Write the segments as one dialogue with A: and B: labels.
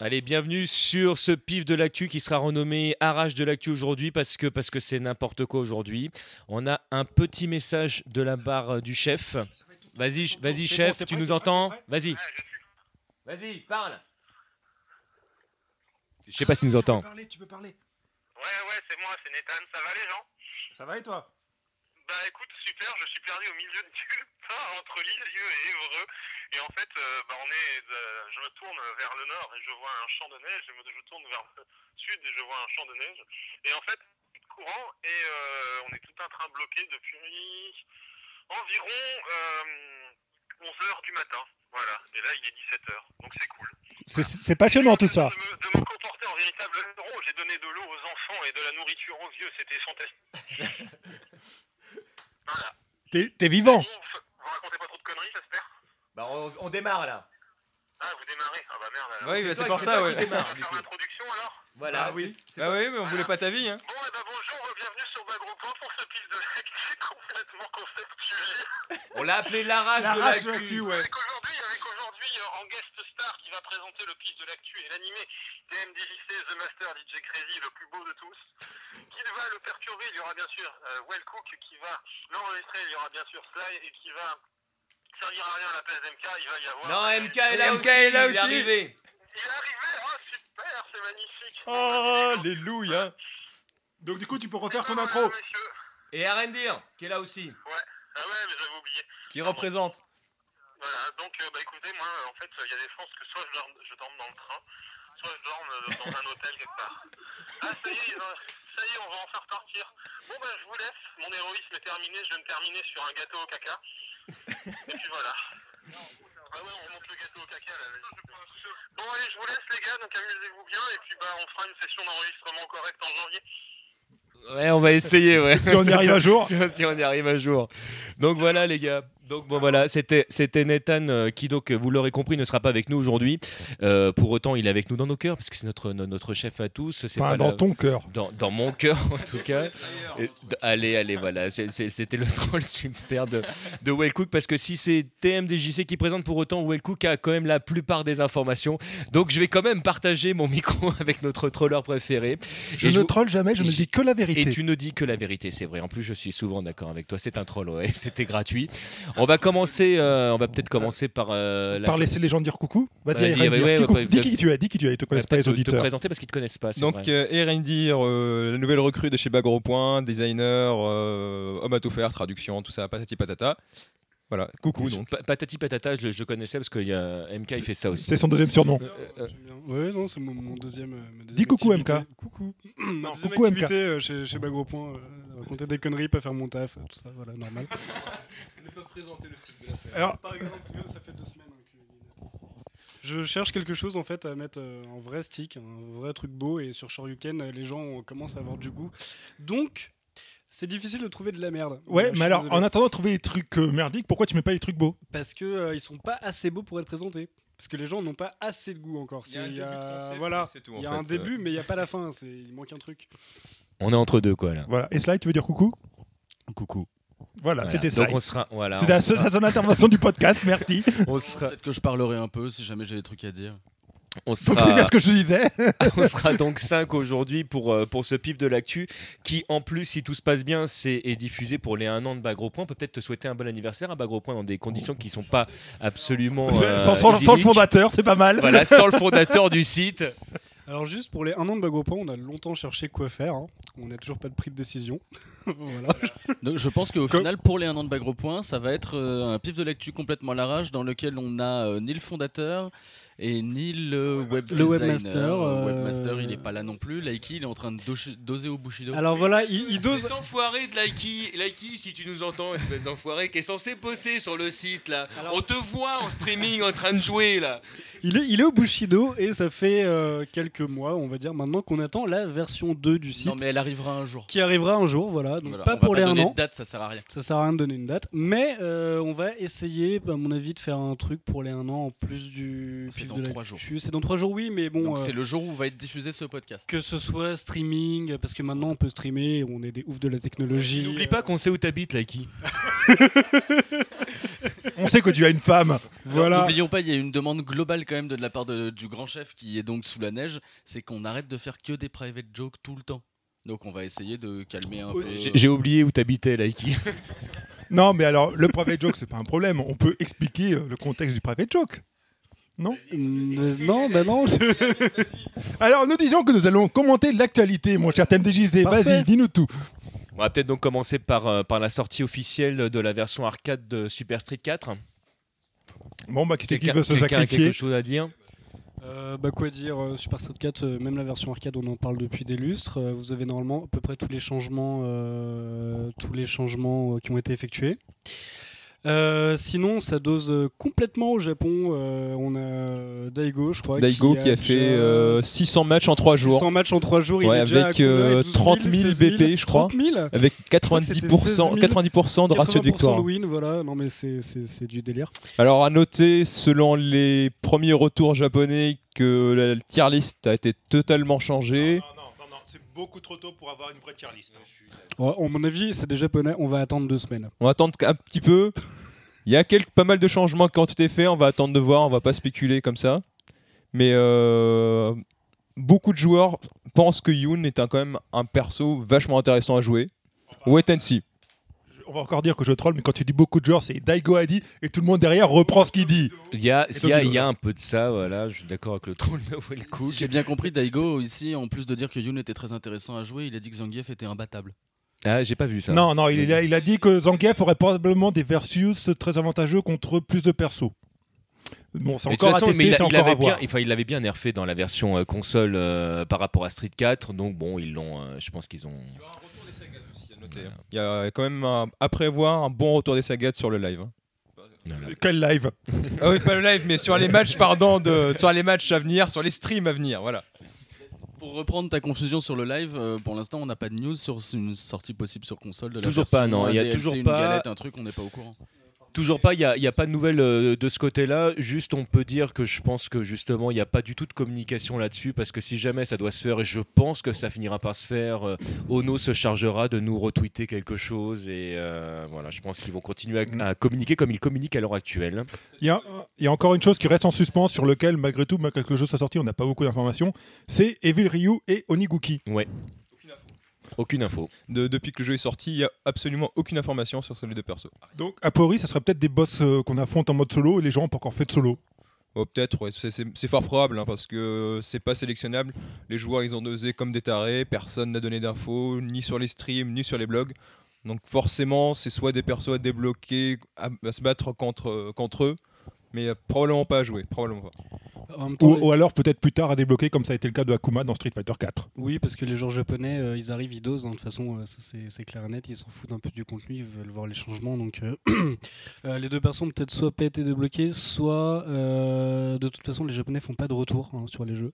A: Allez, bienvenue sur ce pif de l'actu qui sera renommé Arrache de l'actu aujourd'hui parce que parce que c'est n'importe quoi aujourd'hui. On a un petit message de la barre euh, du chef. Vas-y, ch- vas-y chef, tu nous entends Vas-y. Vas-y, parle. Je sais pas s'il nous entend.
B: Tu peux parler, tu peux parler.
C: Ouais, ouais, c'est moi, c'est Nathan. Ça va les gens
B: Ça va et toi
C: Bah écoute, super, je suis perdu au milieu de nulle part entre Lisieux et Évreux. Et en fait, euh, bah, on est, euh, je me tourne vers le nord et je vois un champ de neige. Je me je tourne vers le sud et je vois un champ de neige. Et en fait, plus de courant et euh, on est tout un train bloqué depuis environ 11h du matin. Voilà, et là il est 17h, donc c'est cool.
D: C'est- C'est passionnant tout ça.
C: De me, de me comporter en véritable héros, j'ai donné de l'eau aux enfants et de la nourriture aux vieux, c'était fantastique. voilà.
D: T'es t'es vivant.
C: Bon, f- vous racontez pas trop de conneries, j'espère
A: Bah, on, démarre là.
C: Ah, vous démarrez Ah bah merde, alors.
E: Oui, bah, c'est pour ça, ouais.
C: On va faire l'introduction alors
A: Voilà.
E: ah oui, ah oui, mais on voulait pas ta vie, hein.
C: Bon, et bah bonjour, bienvenue sur Bagro.com pour ce piste de l'actu complètement conceptuel.
A: On l'a appelé l'arrache
B: La rage de l'actu, ouais.
C: Avec aujourd'hui, avec aujourd'hui euh, en guest star qui va présenter le piste de l'actu et l'animé DMDJC The Master DJ Crazy, le plus beau de tous. Qui va le perturber Il y aura bien sûr euh, Well Cook qui va l'enregistrer, il y aura bien sûr Sly et qui va servir à rien à la place d'MK. Il va y avoir.
A: Non, MK est là
E: MK
A: aussi.
E: est là
A: il
E: aussi.
A: arrivé.
C: Il est arrivé Oh super, c'est magnifique
B: Oh,
E: Alléluia.
B: Donc du coup, tu peux refaire ton
C: Voilà,
B: intro.
C: monsieur.
A: Et R&D qui est là aussi.
C: Ah ouais, mais j'avais oublié.
E: Qui représente
C: Voilà, donc euh, bah, écoutez, moi euh, en fait, il y a des chances que soit je dorme, je dorme dans le train, soit je dorme euh, dans un hôtel quelque part. Ah, ça y est, ils ont- ça y est, on va en faire partir. Bon, bah je vous laisse, mon héroïsme est terminé, je vais me terminer sur un gâteau au caca. Et puis voilà. Ah ouais, on monte le gâteau au caca là. vas-y. Bon, allez, je vous laisse les gars, donc amusez-vous bien, et puis bah on fera une session d'enregistrement correcte en janvier.
A: Ouais, on va essayer, ouais.
D: Si on y arrive un jour.
A: si si on y arrive un jour. Donc voilà, les gars. Donc bon voilà, c'était c'était Nathan euh, qui donc vous l'aurez compris ne sera pas avec nous aujourd'hui. Euh, pour autant, il est avec nous dans nos cœurs parce que c'est notre no- notre chef à tous. C'est
D: Enfin,
A: pas
D: dans
A: la-
D: ton cœur.
A: dans, dans mon cœur en tout cas. Et d- allez, allez, voilà. C'est- c'est- C'était le troll super de, de Well Cook parce que si c'est TMDJC qui présente pour autant, Well Cook a quand même la plupart des informations. Donc je vais quand même partager mon micro avec notre troller préféré.
D: Je
A: Et
D: ne
A: vous-
D: troll jamais, je ne
A: je-
D: dis que la
A: et
D: vérité.
A: tu ne dis que la vérité, c'est vrai. En plus, je suis souvent d'accord avec toi. C'est un troll, ouais. C'était gratuit. On va commencer. euh, on va peut-être commencer par euh, la-
D: Par laisser les gens dire coucou.
A: Bah,
D: Vas-y,
A: dis-
D: Irène,
A: ouais, ouais,
D: dis- dis
A: ouais,
D: coucou.
A: ouais,
D: dis
A: de-
D: qui tu es, dis qui tu es, ils te
A: on va
D: connaissent pas
A: peut-être
D: les
A: te, te
D: auditeurs.
A: présenter parce qu'ils te connaissent pas. c'est vrai.
E: Donc, euh, Erendir, euh, la nouvelle recrue de chez Bagro Point, designer, euh, homme à tout faire, traduction, tout ça, patati patata. Voilà, coucou donc.
A: Pa- Patati patata, je, je connaissais parce que y a MK il fait ça aussi.
D: C'est son deuxième surnom.
F: Euh, Ouais, non, c'est mon, mon deuxième. euh, ma deuxième
D: Dis coucou,
F: activité.
D: MK.
F: Coucou. Ma deuxième
D: coucou, MK.
F: activité euh, chez, chez Bagro Point, euh, raconter des conneries, pas faire mon taf, euh, tout ça, voilà, normal. ne pas présenter le stick de la semaine.
D: Alors-
F: Alors, par exemple, ça fait deux semaines hein, qu'il y a- Je cherche quelque chose en fait à mettre euh, en vrai stick, un vrai truc beau, et sur Shoryuken, euh, les gens euh, commencent à avoir du goût. Donc, c'est difficile de trouver de la merde. Euh,
D: Ouais,
F: je suis
D: mais alors,
F: désolé.
D: en attendant de trouver des trucs euh, merdiques, pourquoi tu mets pas les trucs beaux
F: Parce que euh, ils sont pas assez beaux pour être présentés. Parce que les gens n'ont pas assez de goût encore. C'est- il y a- Voilà.
E: c'est tout.
F: Il y a un
G: euh.
F: début, mais il n'y a pas la fin. c'est- Il manque un truc.
A: On est entre deux quoi là.
D: Voilà. Et Sly, tu veux dire coucou
A: Coucou.
D: Voilà,
A: Voilà.
D: c'était
A: Donc
D: Sly.
A: on sera. Voilà.
D: C'était la seule- sa seule intervention du podcast, merci.
A: On sera.
G: Peut-être que je parlerai un peu si jamais j'ai des trucs à dire.
A: On
D: Donc c'est
A: sera.
D: bien ce que je disais.
A: On sera donc 5 aujourd'hui pour, euh, pour ce pif de l'actu qui, en plus, si tout se passe bien, c'est est diffusé pour les 1 an de Bagro Point. On peut peut-être te souhaiter un bon anniversaire à Bagro Point dans des conditions qui ne sont pas absolument. euh,
D: sans, sans- sans le
A: idylliques.
D: fondateur, c'est pas mal.
A: Voilà, sans le fondateur du site.
F: Alors juste pour les 1 an de Bagopan, on a longtemps cherché quoi faire. hein. On n'a toujours pas de prise de décision. voilà.
G: Euh, Donc je pense qu'au
F: Comme-
G: final, pour les 1 an de Bagro Point, ça va être euh, un pif de l'actu complètement à l'arrache dans lequel on n'a euh, ni le fondateur et ni le web
F: Le
G: designer.
F: webmaster,
G: Euh,
F: euh,
G: webmaster, il est pas là non plus. Laiki, il est en train de doche- doser au Bushido.
F: Alors
A: Ah,
F: voilà, il, il dose.
A: Cet enfoiré de Likey, Likey, si tu nous entends, espèce d'enfoiré, qui est censé bosser sur le site là. On te voit en streaming en train de jouer là.
F: Il est, il est au Bushido et ça fait euh, quelques mois, on va dire maintenant, qu'on attend la version 2 du site
G: non, mais elle arrivera un jour.
F: qui arrivera un jour. Voilà. Donc
G: Voilà,
F: pas
G: on va
F: pour les 1
G: donner
F: an.
G: de date, ça sert à rien.
F: Ça sert à rien de donner une date, mais euh, on va essayer, à mon avis, de faire un truc pour les 1 an en plus du.
G: C'est
F: pif
G: dans
F: de
G: trois
F: l'actu. C'est dans 3 jours, oui, mais bon.
G: Donc
F: euh,
G: c'est le jour où va être diffusé ce podcast.
F: Que ce soit streaming, parce que maintenant on peut streamer, on est des oufs de la technologie.
A: N'oublie pas qu'on sait où t'habites, Likey.
D: On sait que tu as une femme.
G: Alors,
F: Voilà.
G: N'oublions pas, il y a une demande globale quand même de, de la part de- du grand chef qui est donc sous la neige, c'est qu'on arrête de faire que des private jokes tout le temps. Donc on va essayer de calmer un
A: Oh, J'ai-
G: peu.
A: J'ai oublié où t'habitais, Laïki.
D: Non, mais alors, le private joke, c'est pas un problème. On peut expliquer euh, le contexte du private joke.
F: Non, bah non.
D: Alors, nous disons que nous allons commenter l'actualité, mon cher TMDJC.
F: Parfait.
D: Vas-y, dis-nous tout.
A: On va peut-être donc commencer par, euh, par la sortie officielle de la version arcade de Super Street 4.
D: Bon, bah, qui c'est qui
A: Quelqu'un-
D: veut se
A: quelqu'un a
D: sacrifier
A: quelque chose à dire
F: Euh, bah quoi dire, euh, Super Street 4, euh, même la version arcade, on en parle depuis des lustres. Euh, vous avez normalement à peu près tous les changements, euh, tous les changements euh, qui ont été effectués. Euh, sinon, ça dose euh, complètement au Japon. Euh, on a Daigo, je crois.
E: Daigo qui a fait euh, 600 matchs en 3 jours.
F: 100 matchs en 3 jours. il
E: Ouais,
F: est déjà
E: avec,
F: à combien
E: euh,
F: 12
E: 30 000
F: 16 000,
E: BP, je crois.
F: 30 000
E: Avec
F: crois que c'était 16
E: 90%,
F: 000,
E: 90% de ratio
F: 80%
E: de victoire.
F: de win, voilà. Non, mais c'est- c'est c'est du délire.
E: Alors à noter, selon les premiers retours japonais, que la tier list a été totalement changée.
B: non, non, non, c'est beaucoup trop tôt pour avoir une vraie tier list. hein.
F: Ouais, à mon avis, c'est des japonais. On va attendre deux semaines.
E: On va attendre un petit peu. Il y a quelques, pas mal de changements qui ont été faits. On va attendre de voir. On va pas spéculer comme ça. Mais euh, beaucoup de joueurs pensent que Yoon est un- quand même un perso vachement intéressant à jouer. Wait and see.
D: On va encore dire que je troll, mais quand tu dis beaucoup de genres, c'est Daigo a dit et tout le monde derrière reprend ce qu'il dit.
A: Il y a,
D: Et
A: il y a-
D: Domino.
A: il y a un peu de ça, voilà, je suis d'accord avec le troll de
G: Si
A: Wellcook.
G: J'ai bien compris, Daigo ici, en plus de dire que Yoon était très intéressant à jouer, il a dit que Zangief était imbattable.
A: Ah, j'ai pas vu ça.
D: Non, non, il a, il a dit que Zangief aurait probablement des versus très avantageux contre plus de persos. Bon, c'est
A: Mais de
D: encore
A: toute façon,
D: à
A: mais il
D: tester,
A: a-
D: c'est
A: il
D: encore
A: avait
D: à voir.
A: bien- enfin, il l'avait bien nerfé dans la version euh, console euh, par rapport à Street 4, donc bon, ils l'ont, euh, je pense qu'ils ont.
E: Il y a quand même un- à prévoir un bon retour des sagas sur le live. hein.
A: voilà.
D: Quel live
E: Ah oui, pas le live, mais sur les matchs, pardon, de, sur les matchs à venir, sur les streams à venir, voilà.
G: Pour reprendre ta confusion sur le live, euh, pour l'instant on n'a pas de news sur une sortie possible sur console de la
A: Toujours
G: version, euh,
A: pas, non,
G: un
A: il y a
G: DLC,
A: toujours
G: une
A: pas-
G: galette, un truc, on n'est pas au courant.
A: Toujours pas, il n'y a, il y a pas de nouvelles euh, de ce côté-là. Juste, on peut dire que je pense que justement, il n'y a pas du tout de communication là-dessus, parce que si jamais ça doit se faire, et je pense que ça finira par se faire, euh, Ono se chargera de nous retweeter quelque chose, et euh, voilà, je pense qu'ils vont continuer à, à communiquer comme ils communiquent à l'heure actuelle.
D: Il y, a, il y a encore une chose qui reste en suspens sur lequel, malgré tout, malgré que le jeu soit sorti, on n'a pas beaucoup d'informations. C'est Evil Ryu et Oniguki.
A: Aucune info.
E: De- depuis que le jeu est sorti, il n'y a absolument aucune information sur celui de perso.
D: Donc, a priori, ça serait peut-être des boss euh, qu'on affronte en mode solo et les gens n'ont pas encore fait de solo.
E: Oh, Peut-être, ouais, c'est- c'est c'est fort probable, hein, parce que c'est pas sélectionnable. Les joueurs, ils ont dosé comme des tarés, personne n'a donné d'infos, ni sur les streams, ni sur les blogs. Donc forcément, c'est soit des persos à débloquer, à, à se battre contre, contre eux, mais euh, probablement pas à jouer, probablement pas.
F: En même temps,
D: Ou,
F: les-
D: ou alors peut-être plus tard à débloquer, comme ça a été le cas de Akuma dans Street Fighter 4.
F: Oui, parce que les joueurs japonais, euh, ils arrivent, ils dosent. hein, de toute façon, euh, ça, c'est c'est clair et net. Ils s'en foutent un peu du contenu, ils veulent voir les changements. Donc, euh, euh, les deux personnes peut-être soit pas été débloquées, soit euh, de toute façon, les japonais font pas de retour hein, sur les jeux.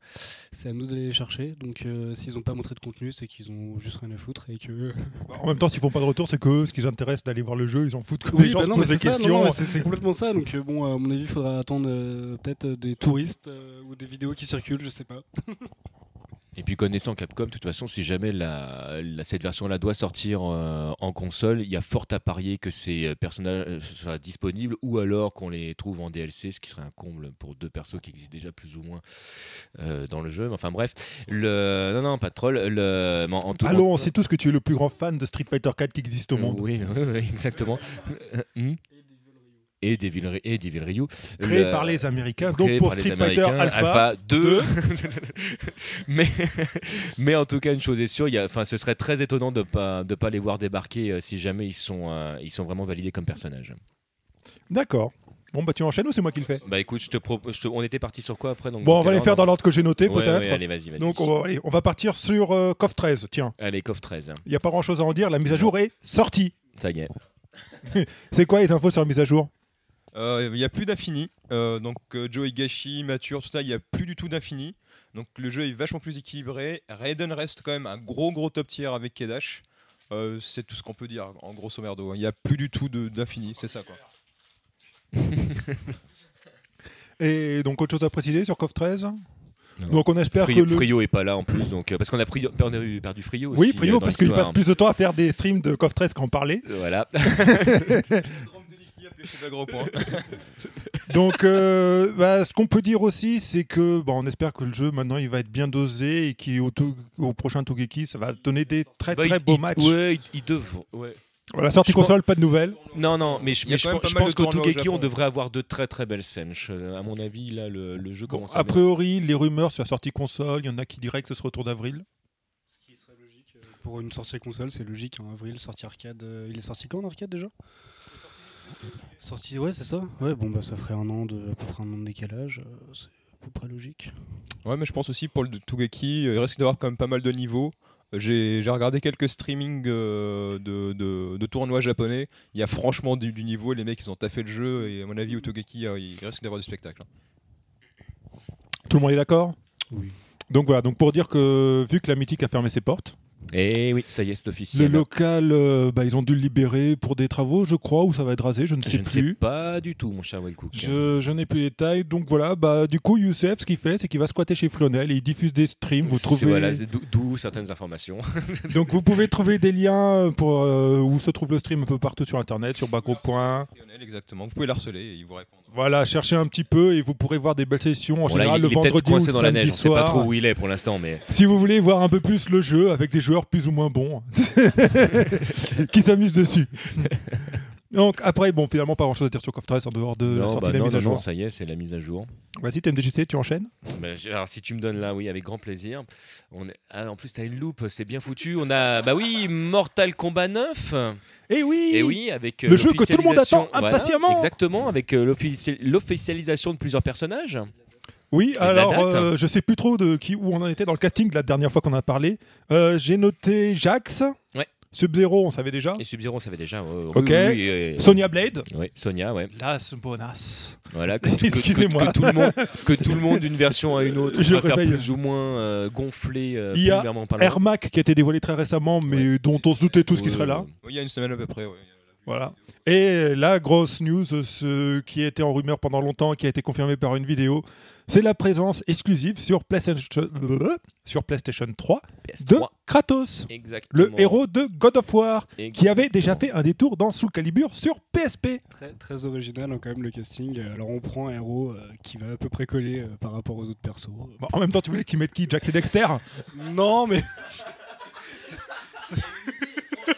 F: C'est à nous d'aller les chercher. Donc, euh, s'ils ont pas montré de contenu, c'est qu'ils ont juste rien à foutre et que.
D: Bah, En même temps, s'ils font pas de retour, c'est que eux, ce qui les intéresse d'aller voir le jeu, ils en foutent que les gens
F: bah
D: se
F: non,
D: posent
F: mais
D: des
F: c'est ça, non,
D: questions.
F: non, mais c'est- c'est complètement ça. Donc, euh, bon, à mon avis, il faudra attendre euh, peut-être euh, des touristes euh, ou des vidéos qui circulent, je sais pas.
A: Et puis connaissant Capcom, de toute façon, si jamais la, la- cette version-là doit sortir euh, en console, il y a fort à parier que ces euh, personnages euh, soient disponibles ou alors qu'on les trouve en DLC, ce qui serait un comble pour deux persos qui existent déjà plus ou moins euh, dans le jeu. Mais Enfin bref, le... non, non, pas de troll. Le... mais en- en tout-
D: Allons,
A: en-
D: on sait tous que tu es le plus grand fan de Street Fighter 4 qui existe au monde.
A: Oui, oui, oui, exactement. Hmm et Devil Ry- et Devil Ryu.
D: Créé
A: Le-
D: par les Américains,
A: créé
D: donc pour
A: par les
D: Street Fighter
A: Américains,
D: Alpha.
A: 2. mais, mais en tout cas, une chose est sûre, il y a- enfin, ce serait très étonnant de pas, de pas les voir débarquer euh, si jamais ils sont, euh, ils sont vraiment validés comme personnages.
D: D'accord. Bon, bah tu enchaînes ou c'est moi qui le fais
A: Bah écoute, je te propo- je te- on était parti sur quoi après donc,
D: Bon, on va les
A: alors,
D: faire dans l'ordre que j'ai noté
A: Ouais,
D: peut-être.
A: ouais, allez, vas-y, vas-y.
D: donc, on va, allez, on va partir sur euh, KOF 13. Tiens,
A: Allez, coffre 13. hein.
D: il n'y a pas grand-chose à en dire. La mise à jour est sortie.
A: Ça y est.
D: C'est quoi les infos sur la mise à jour
E: Euh, Il n'y a plus d'infini, euh, donc euh, Joe Higashi, Mature, tout ça, il n'y a plus du tout d'infini. Donc le jeu est vachement plus équilibré. Raiden reste quand même un gros gros top tier avec Kedash. Euh, c'est tout ce qu'on peut dire en grosso merdo. hein. Il n'y a plus du tout de- d'infini, c'est ça quoi.
D: Et donc, autre chose à préciser sur KOF 13
A: Non.
D: Donc, on espère
A: Frio,
D: que le.
A: Frio est pas là en plus, donc, euh, parce qu'on a, pris- on a eu perdu Frio aussi.
D: oui,
A: euh,
D: Frio,
A: dans
D: parce qu'il
A: l'histoire.
D: passe plus de temps à faire des streams de KOF 13 qu'en parler.
A: Voilà.
E: C'est un gros point.
D: Donc, euh, bah, ce qu'on peut dire aussi, c'est que bah, on espère que le jeu maintenant il va être bien dosé et qu'au tout- au prochain Togeki, ça va donner des très
A: Bah,
D: très
A: il-
D: beaux
A: il-
D: matchs.
A: Ouais, il- il devrait. ouais.
D: Voilà, sortie
A: Je pense-
D: console, pas de nouvelles.
A: Non, non, mais je,
E: Il y a
A: mais je
E: quand même
A: pense-
E: pas
A: je
E: mal de
A: pense qu'au
E: tournois au
A: Tougeki, on
E: Japon.
A: devrait avoir de très très belles scènes. Je- à mon avis, là, le, le jeu
D: Bon,
A: commence à.
D: a priori, les rumeurs sur la sortie console, il y en a qui diraient que ce sera autour d'avril.
F: Ce qui serait logique euh, pour une sortie console, c'est logique. En avril, sortie arcade. euh, il est sorti quand en arcade déjà Sorti, ouais, c'est ça. Ouais, bon, bah ça ferait un an de à peu près un an de décalage. euh, c'est à peu près logique.
E: Ouais, mais je pense aussi pour le Tougeki, euh, il risque d'avoir quand même pas mal de niveaux. Euh, J'ai j'ai regardé quelques streamings euh, de, de- de tournois japonais. Il y a franchement du, du niveau. Les mecs, ils ont taffé le jeu. Et à mon avis, au Tougeki, euh, il risque d'avoir du spectacle. hein.
D: Tout le monde est d'accord
F: Oui.
D: Donc voilà, donc pour dire que vu que la mythique a fermé ses portes,
A: Eh oui, ça y est, c'est
D: le
A: officiel.
D: local, euh, bah, ils ont dû le libérer pour des travaux, je crois, ou ça va être rasé, je ne sais
A: je ne
D: plus.
A: sais pas du tout, mon cher Wellcook. hein.
D: Je, je n'ai plus les détails. Donc voilà, bah, du coup, Youssef, ce qu'il fait, c'est qu'il va squatter chez Frionel et il diffuse des streams. Vous
A: C'est-
D: trouvez...
A: voilà, c'est d'o- d'où certaines informations.
D: Donc vous pouvez trouver des liens pour, euh, où se trouve le stream un peu partout sur Internet, sur Bagro.
E: Lionel, Exactement. Vous pouvez l'harceler et il vous répondra.
D: Voilà, cherchez un petit peu et vous pourrez voir des belles sessions en
A: Bon, là,
D: général
A: il,
D: le
A: il est peut-être
D: vendredi ou
A: coincé
D: le
A: dans la
D: samedi
A: neige. On sait pas
D: soir.
A: trop où il est pour l'instant, mais
D: Si vous voulez voir un peu plus le jeu avec des joueurs plus ou moins bons qui s'amusent dessus. Donc après, bon, finalement, pas grand-chose à dire sur Cov 13 en dehors de la
A: non,
D: euh, sortie
A: bah,
D: de la
A: non,
D: mise à
A: non, non,
D: jour.
A: ça y est, c'est la mise à jour.
D: Vas-y, TMDJC, tu enchaînes
A: Bah, je- alors, si tu me donnes là, oui, avec grand plaisir. On est- ah, en plus, t'as une loupe, c'est bien foutu. On a, bah oui, Mortal Kombat 9.
D: Eh oui
A: Et oui, avec euh,
D: Le jeu que tout le monde attend
A: l'officialisation-
D: impatiemment.
A: exactement, avec euh, l'offici- l'officialisation de plusieurs personnages.
D: Oui,
A: la
D: alors
A: date
D: euh, je sais plus trop de qui où on en était dans le casting la dernière fois qu'on en a parlé. Euh, J'ai noté Jax,
A: Ouais.
D: Sub-Zero, on savait déjà.
A: Et Sub-Zero, on savait déjà. euh,
D: Ok.
A: oui, oui, oui, oui.
D: Sonia Blade.
A: Ouais, Sonia, ouais.
D: Las Bonas.
A: Voilà. Que, tout- que-
D: Excusez-moi.
A: Que, que tout le monde, que tout le monde d'une version à une autre,
D: Je
A: va faire
D: réveille.
A: plus ou moins euh, gonfler. euh,
D: Il y a
A: premièrement parlant.
D: Ermac qui a été dévoilé très récemment, mais dont on se doutait tous qu'il serait là.
E: Oui, il y a une semaine à peu près. ouais.
D: Voilà. Et la grosse news, euh, ce qui était en rumeur pendant longtemps, qui a été confirmé par une vidéo, c'est la présence exclusive sur PlayStation, euh, sur PlayStation 3 de
A: PS3.
D: Kratos,
A: Exactement.
D: le héros de God of War, qui avait déjà
A: Exactement.
D: fait un détour dans Soul Calibur sur PSP.
F: Très, très original hein, quand même le casting. Euh, Alors on prend un héros euh, qui va à peu près coller euh, par rapport aux autres persos.
D: Bon, Bah, en même temps, tu voulais qu'ils mettent qui Jack et Dexter
F: Non mais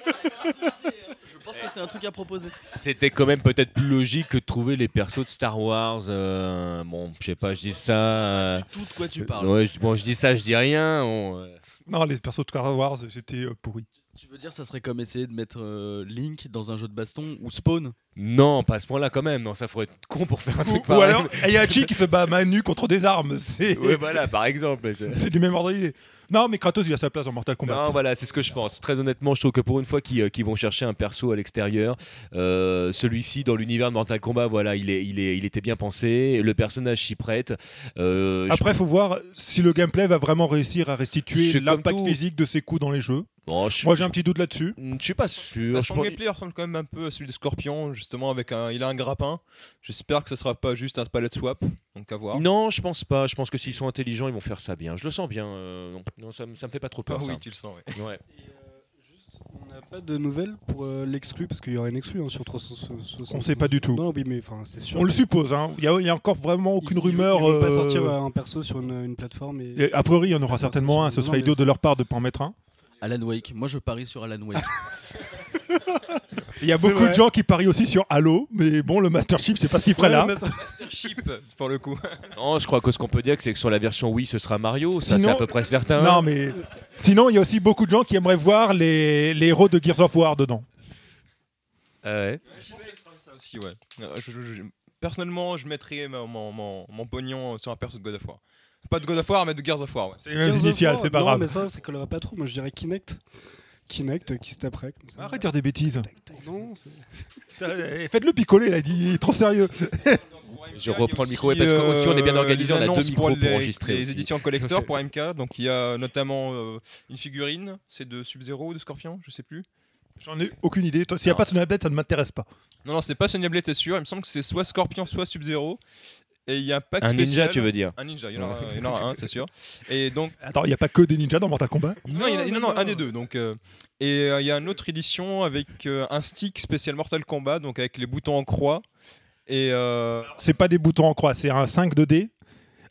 G: Je pense que c'est un truc à proposer.
A: C'était quand même peut-être plus logique que de trouver les persos de Star Wars. euh, bon, je sais pas, je dis ça. euh,
G: Tout de quoi tu parles.
A: ouais, je- bon, je dis ça, je dis rien. on, euh,
D: Non, les persos de Star Wars, c'était euh, pourri.
G: Tu veux dire, ça serait comme essayer de mettre euh, Link dans un jeu de baston ou Spawn
A: Non, pas à ce point-là quand même. Non, ça ferait être con pour faire un truc
D: Ou, ou
A: pareil.
D: alors, Ayachi qui se bat à main nue contre des armes. C'est
A: Ouais, voilà, par exemple. c'est-
D: c'est du même ordre d'idée. Non, mais Kratos, il a sa place dans Mortal Kombat.
A: Non, voilà, c'est ce que je pense. Très honnêtement, je trouve que pour une fois qu'ils euh, qu'ils vont chercher un perso à l'extérieur, euh, celui-ci dans l'univers de Mortal Kombat, voilà, il, est, il, est, il était bien pensé, le personnage s'y prête. Euh, je-
D: Après, faut voir si le gameplay va vraiment réussir à
A: C'est
D: restituer
A: comme
D: l'impact
A: tout.
D: physique de ses coups dans les jeux.
A: bon, je,
D: Moi, j'ai un petit doute là-dessus.
A: je suis pas sûr.
E: Bah,
A: Je
E: son
A: pense-
E: gameplay ressemble quand même un peu à celui de Scorpion, justement, avec un, il a un grappin. J'espère que ça sera pas juste un palette swap, donc à voir.
A: Non, je pense pas. Je pense que s'ils sont intelligents, ils vont faire ça bien. Je le sens bien. euh, non, non, ça, me- ça me fait pas trop
E: Ah
A: peur. ça.
E: oui, tu le sens. ouais.
A: Ouais.
F: euh, on n'a pas de nouvelles pour euh, l'exclu parce qu'il y aura une exclu hein, sur 360.
D: On sait pas du tout.
F: Non oui mais enfin c'est sûr.
D: On le suppose. hein. Il n'y a, encore vraiment aucune
F: Ils- ils-
D: rumeur.
F: Ils vont pas
D: euh,
F: sortir euh, un perso sur une, une plateforme. Et...
D: et A priori, il y en aura certainement un. Ce
F: Non,
D: serait
F: mais
D: idiot de leur part de ne pas en mettre un.
G: Alan Wake. Moi, je parie sur Alan Wake.
A: Ah.
D: Il y a
F: C'est
D: beaucoup
F: vrai.
D: de gens qui parient aussi sur Halo, mais bon, le Master Chief, je sais pas ce qu'il ferait
F: Ouais,
D: là.
F: mais ça-
E: Master Chip, pour le coup.
A: Non, je crois que ce qu'on peut dire, c'est que sur la version Wii, ce sera Mario. Ça, c'est
D: Sinon-
A: à peu près certain.
D: Non, mais sinon, il y a aussi beaucoup de gens qui aimeraient voir les, les héros de Gears of War dedans.
A: Ah ouais.
E: Ça aussi, ouais. Euh, je- je- je- personnellement, je mettrais ma- mon, mon- mon pognon sur un perso de God of War. Pas de God of War, mais de Gears of War, ouais.
D: C'est les mêmes
F: Gears of
D: initiales,
F: War,
D: c'est pas
F: non,
D: grave.
F: mais ça ça collera pas trop. Moi je dirais Kinect. Kinect euh, qui se taperait comme ça.
D: Arrête de dire des bêtises.
F: Tac, tac. Non, c'est-
D: Euh, Faites-le picoler, là, il dit- il est trop sérieux.
A: Je reprends le micro, oui, parce que aussi, on est bien organisé, on a deux micros pour
E: euh, les,
A: enregistrer
E: Les
A: aussi.
E: éditions collector pour MK, donc il y a notamment euh, une figurine, c'est de Sub-Zero ou de Scorpion, je sais plus.
D: J'en ai aucune idée. S'il n'y a
E: Non.
D: pas de Snowblade, ça ne m'intéresse pas.
E: Non, non, c'est pas Sonya Blade, c'est sûr. Il me semble que c'est soit Scorpion, soit Sub-Zero. Et il y a un pack
A: Un
E: spécial.
A: ninja, tu veux dire
E: Un ninja, il y en aura, il y en aura un, c'est sûr. Et donc,
D: Attends, il n'y a pas que des ninjas dans Mortal Kombat
E: non, il y en a- non, non, un des deux. Donc, euh, et euh, il y a une autre édition avec euh, un stick spécial Mortal Kombat, donc avec les boutons en croix. Et euh,
D: C'est pas des boutons en croix, c'est un 5 2D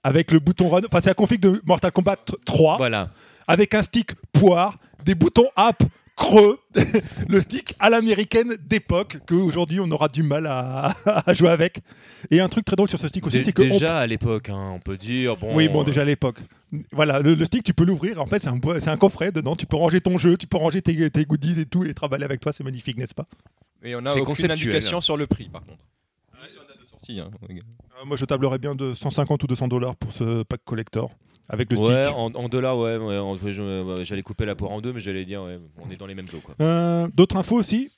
D: avec le bouton run. Enfin, c'est la config de Mortal Kombat 3
A: Voilà.
D: avec un stick poire, des boutons up creux, le stick à l'américaine d'époque que aujourd'hui on aura du mal à, à jouer avec. Et un truc très drôle sur ce stick aussi,
A: Dé-
D: c'est que on-
A: déjà à l'époque, hein, on peut dire. Bon,
D: Oui, bon, déjà à l'époque. Voilà, le, le stick, tu peux l'ouvrir. En fait, c'est un, bois- c'est un coffret dedans. Tu peux ranger ton jeu, tu peux ranger tes, tes goodies et tout, et les travailler avec toi. C'est magnifique, n'est-ce pas
E: Et on a
A: C'est
E: aucune
A: conceptuel. hein.
E: indication sur le prix, par contre. sur la date de sortie. hein.
D: Euh, Moi, je tablerais bien de 150 ou 200 dollars pour ce pack collector avec le
A: euh, Ouais,
D: stick.
A: en, en dollars, ouais. ouais, en- je- euh, J'allais couper la poire en deux, mais j'allais dire, ouais, on est dans les mêmes eaux, quoi.
D: Euh, D'autres infos aussi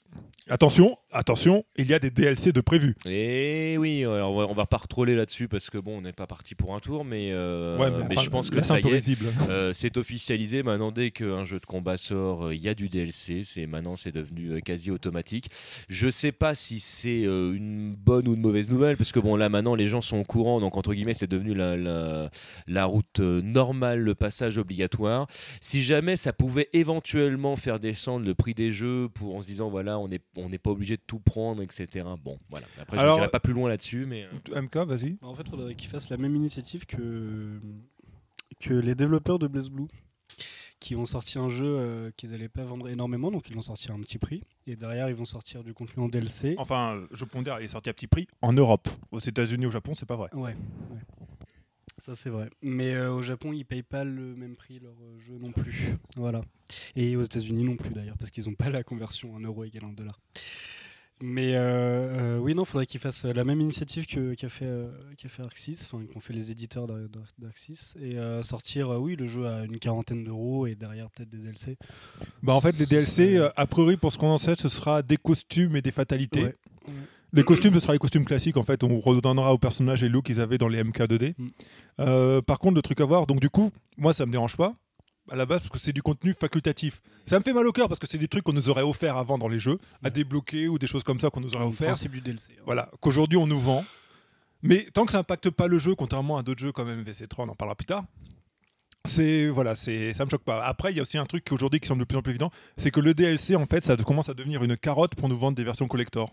D: Attention, attention, il y a des DLC de prévu.
A: Et oui, alors ouais, on va pas retroller là-dessus parce que bon, on n'est pas parti pour un tour, mais, euh,
D: Ouais,
A: mais
D: enfin,
A: je pense que
D: là, c'est
A: ça
D: un peu
A: y est.
D: risible.
A: Euh, c'est officialisé maintenant dès qu'un jeu de combat sort, euh, il y a du DLC. C'est maintenant c'est devenu euh, quasi automatique. Je sais pas si c'est euh, une bonne ou une mauvaise nouvelle parce que bon là maintenant les gens sont au courant donc entre guillemets c'est devenu la, la, la route euh, normale, le passage obligatoire. Si jamais ça pouvait éventuellement faire descendre le prix des jeux pour en se disant voilà on n'est on n'est pas obligé de tout prendre etc. Bon voilà. Après
D: Alors-
A: je dirai pas plus loin là-dessus mais euh,
D: MK, vas-y.
F: Bah, En fait, il faudrait qu'ils fassent la même initiative que, que les développeurs de BlazBlue, qui ont sorti un jeu euh, qu'ils n'allaient pas vendre énormément, donc ils l'ont sorti à un petit prix. Et derrière, ils vont sortir du contenu en DLC.
D: Enfin, euh, je pondère, il est sorti à petit prix en Europe. Aux États-Unis, au Japon, c'est pas vrai.
F: Ouais, ouais. ça c'est vrai. Mais euh, au Japon, ils payent pas le même prix leur euh, jeu non plus. Voilà. Et aux États-Unis non plus d'ailleurs, parce qu'ils ont pas la conversion en euro égale en dollar. Mais euh, euh, oui, non, faudrait qu'ils fassent euh, la même initiative que- qu'a fait, euh, qu'a fait Arxis, enfin qu'ont fait les éditeurs d'Ar- d'Ar- d'Arxis, et euh, sortir, euh, oui, le jeu à une quarantaine d'euros et derrière peut-être des DLC.
D: Bah, en fait, les DLC, euh, a priori, pour ce qu'on en sait, ce sera des costumes et des fatalités.
F: Ouais. Ouais.
D: Les costumes, ce sera les costumes classiques. En fait, on redonnera aux personnages les looks qu'ils avaient dans les MK2D.
F: Mm.
D: Euh, par contre, le truc à voir, donc du coup, moi, ça me dérange pas à la base parce que c'est du contenu facultatif. Ça me fait mal au cœur parce que c'est des trucs qu'on nous aurait offert avant dans les jeux, à débloquer ou des choses comme ça qu'on nous aurait
F: Le
D: offert.
F: principe du DLC. hein.
D: Voilà, qu'aujourd'hui on nous vend. Mais tant que ça impacte pas le jeu, contrairement à d'autres jeux comme MVC3, on en parlera plus tard. C'est voilà, c'est ça me choque pas. Après, il y a aussi un truc aujourd'hui qui semble de plus en plus évident, c'est que le DLC en fait, ça commence à devenir une carotte pour nous vendre des versions collector.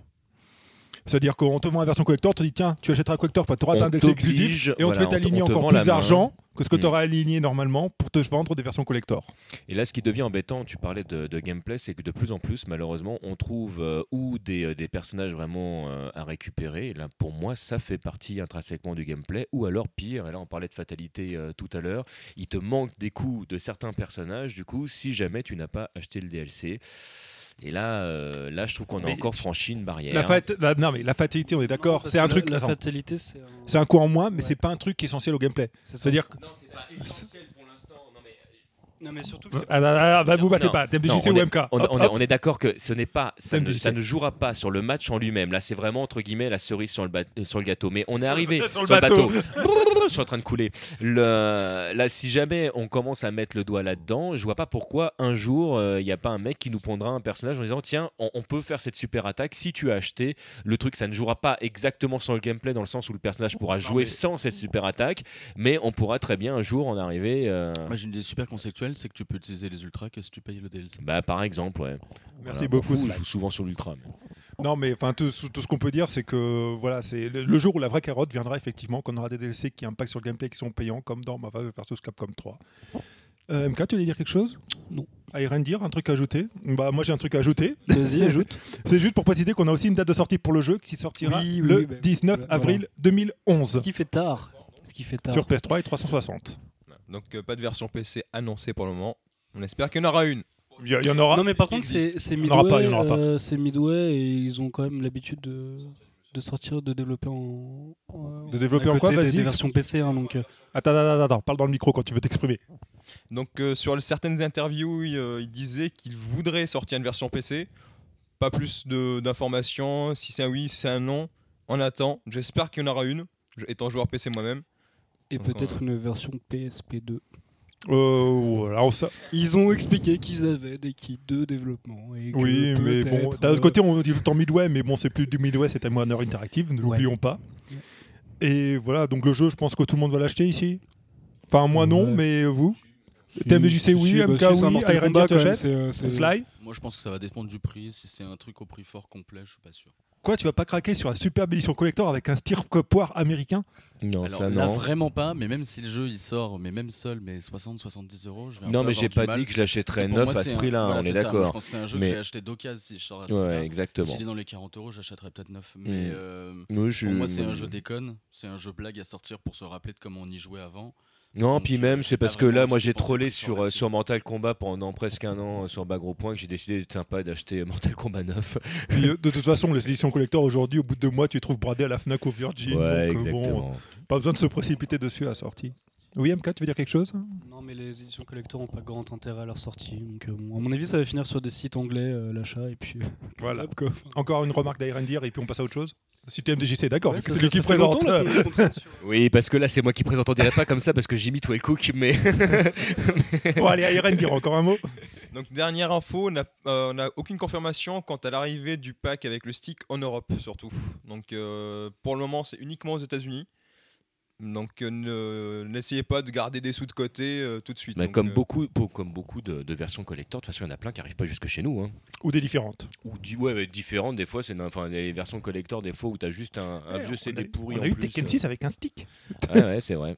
D: C'est-à-dire qu'on te vend la version collector, on te dit tiens, tu achèteras un collector, tu auras
A: On
D: un DLC
A: t'oblige,
D: exclusif, et on
A: voilà,
D: te fait t'aligner
A: on te
D: encore
A: vend la
D: plus
A: main.
D: d'argent que ce que
A: Mm.
D: tu aurais aligné normalement pour te vendre des versions collector.
A: Et là, ce qui devient embêtant, tu parlais de, de gameplay, c'est que de plus en plus, malheureusement, on trouve euh, ou des, euh, des personnages vraiment euh, à récupérer. Et là, pour moi, ça fait partie intrinsèquement du gameplay. Ou alors, pire, et là, on parlait de fatalité euh, tout à l'heure, il te manque des coups de certains personnages, du coup, si jamais tu n'as pas acheté le DLC. Et là, euh, là je trouve qu'on a
D: Mais
A: encore franchi une barrière.
D: La, fat- la- non mais la fatalité, on est d'accord,
F: Parce
D: c'est
F: que
D: un
F: la-
D: truc
F: La
D: attends,
F: fatalité, c'est un.
D: c'est un coup en moins, mais
F: Ouais.
D: c'est pas un truc qui est essentiel au gameplay.
F: c'est ça.
D: C'est-à-dire que
A: Non, c'est pas essentiel pour l'instant. Non, mais
F: Non, mais surtout que c'est
D: Ah, là, là, là, vous
A: Non,
D: battez
A: non.
D: pas,
A: Non,
D: TMDJC
A: on
D: ou
A: est-
D: MK.
A: On,
D: Hop,
A: on est-
D: hop.
A: on est d'accord que ce n'est pas, ça ne,
D: MJC.
A: ça ne jouera pas sur le match en lui-même. Là, c'est vraiment entre guillemets la cerise sur le, ba- euh, sur le gâteau. Mais on est arrivé
D: sur le
A: Brrr, Je suis en train de couler. Le- là, si jamais on commence à mettre le doigt là-dedans, je vois pas pourquoi un jour il n'y a pas un mec qui nous pondra un personnage en disant tiens, on, on peut faire cette super attaque si tu as acheté le truc. Ça ne jouera pas exactement sur le gameplay dans le sens où le personnage pourra jouer
D: mais-
A: sans cette super attaque, mais on pourra très bien un jour en arriver. euh,
G: Moi, j'ai une idée super conceptuelle, c'est que tu peux utiliser les ultras que si tu payes le DLC.
A: Bah, par exemple, ouais.
D: Merci
A: Voilà,
D: beaucoup.
A: on joue souvent sur l'ultra. mais-
D: Non, mais enfin tout, tout ce qu'on peut dire, c'est que voilà, c'est le, le jour où la vraie carotte viendra effectivement, qu'on aura des DLC qui impactent sur le gameplay, qui sont payants, comme dans Marvel vs Capcom 3. Euh, MK, tu voulais dire quelque chose
F: Non.
D: Ah, et rien dire, un truc à ajouter Bah moi j'ai un truc à ajouter.
F: Vas-y, ajoute.
D: C'est juste pour préciser qu'on a aussi une date de sortie pour le jeu qui sortira
F: Oui, oui,
D: le
F: oui, bah,
D: 19
F: voilà.
D: avril 2011
F: Ce qui fait tard. Ce qui fait tard.
D: sur PS3 et 360.
E: Voilà. Donc euh, pas de version PC annoncée pour le moment. On espère qu'il y en aura une.
D: Il y, il y en aura.
F: Non, mais par contre,
D: existe.
F: c'est c'est
D: Il y
F: Midway.
D: en aura pas, il y en aura pas.
F: euh, c'est Midway et ils ont quand même l'habitude de, de sortir, de développer en. en-
D: De développer
F: à
D: en quoi,
F: côté des,
D: vas-y,
F: des versions PC, hein, donc. euh,
D: Attends, attends, attends, attends, parle dans le micro quand tu veux t'exprimer.
E: Donc euh, sur certaines interviews, il, euh, il disait qu'il voudrait sortir une version PC. Pas plus de- d'informations, si c'est un oui, si c'est un non. On attend. J'espère qu'il y en aura une. Je- étant joueur PC moi-même.
F: et
E: Donc,
F: peut-être une version PSP2.
D: Euh, voilà, on, sa-
F: Ils ont expliqué qu'ils avaient des kits de développement. Et que
D: Oui, mais bon,
F: peut-être,
D: d'un
F: euh,
D: autre côté, on dit tout le temps Midway, mais bon, c'est plus du Midway, c'est Time Warner Interactive, ne
F: Ouais.
D: l'oublions pas. Et voilà, donc le jeu, je pense que tout le monde va l'acheter ici. Enfin, moi non,
H: Ouais.
D: mais vous
H: Si-
D: TMDJC, oui,
H: si, bah,
D: MK,
H: si, c'est un
D: oui,
H: Mortal
D: Iron
H: Kombat,
D: Gear,
H: quand même,
D: t'achètes
H: c'est, euh, c'est-
D: Fly
G: Moi, je pense que ça va dépendre du prix. Si c'est un truc au prix fort complet, je suis pas sûr.
D: Quoi, tu vas pas craquer sur la superbe édition collector avec un poire américain
A: Non,
G: Alors
A: ça
G: là,
A: non.
G: vraiment pas. Mais même si le jeu il sort, mais même seul, mais 60-70 euros, je vais un
A: Non,
G: peu
A: mais
G: avoir
A: j'ai
G: du
A: pas
G: mal.
A: dit que je l'achèterais
G: Pour
A: neuf
G: moi,
A: à
G: c'est
A: ce
G: un-
A: prix-là,
G: voilà,
A: on est
G: c'est ça. Moi, Je
A: d'accord.
G: pense que c'est un jeu
A: Mais-
G: que j'ai acheté d'occasion si je sors à ce
A: Ouais,
G: prix-là.
A: exactement.
G: S'il est dans les 40 euros, j'achèterais peut-être neuf. Mais
A: Mm.
G: euh,
A: Oui, je-
G: pour moi, c'est un jeu déconne. C'est un jeu blague à sortir pour se rappeler de comment on y jouait avant.
A: Non,
G: Donc,
A: puis
G: euh,
A: même,
G: j'ai
A: c'est
G: pas
A: parce que
G: vraiment
A: là,
G: envie
A: moi,
G: de
A: j'ai
G: dépenser
A: trollé
G: plus sur
A: sur, euh,
G: là-dessus.
A: sur Mental Combat pendant presque un an euh, sur Bagro Point que j'ai décidé d'être sympa et d'acheter Mental Combat 9.
D: Puis, euh, de toute façon, les éditions collector aujourd'hui, au bout de deux mois, tu les trouves bradées à la Fnac au Virgin.
A: ouais,
D: donc, euh, bon,
A: exactement.
D: pas besoin de se précipiter dessus à la sortie. Oui, MK, tu veux dire quelque chose
F: Non, mais les éditions collector n'ont pas grand intérêt à leur sortie. Donc, euh, bon, à mon avis, ça va finir sur des sites anglais, euh, l'achat, et puis. euh,
D: Voilà.
F: hop, quoi.
D: Encore une remarque d'Iron Gear et puis on passe à autre chose Si TMDJC est d'accord,
F: Ouais,
D: vu que
F: ça-
D: c'est
F: ça-
D: lui qui
F: ça fait longtemps,
D: présente.
F: là, qu'on- qu'on traite sur-
A: Oui, parce que là, c'est moi qui présente, on dirait pas comme ça parce que j'imite Well Cook, mais.
D: bon, allez, Iron Gear, encore un mot.
E: Donc dernière info, on n'a euh, on n'a aucune confirmation quant à l'arrivée du pack avec le stick en Europe surtout. Donc euh, pour le moment c'est uniquement aux États-Unis. Donc euh, ne- n'essayez pas de garder des sous de côté euh, tout de suite.
A: Bah,
E: Donc,
A: comme,
E: euh,
A: beaucoup, pour- comme beaucoup de, de versions collector, de toute façon, il y en a plein qui arrivent pas jusque chez nous. hein.
D: Ou des différentes.
A: Ou du ouais, mais différentes, des fois, c'est une- enfin, les versions collector, des fois, où t'as juste un, un vieux CD
D: on a,
A: pourri
D: on
A: en
D: a eu
A: plus. euh.
D: Tekken 6 avec un stick.
A: Ouais, ouais, c'est vrai.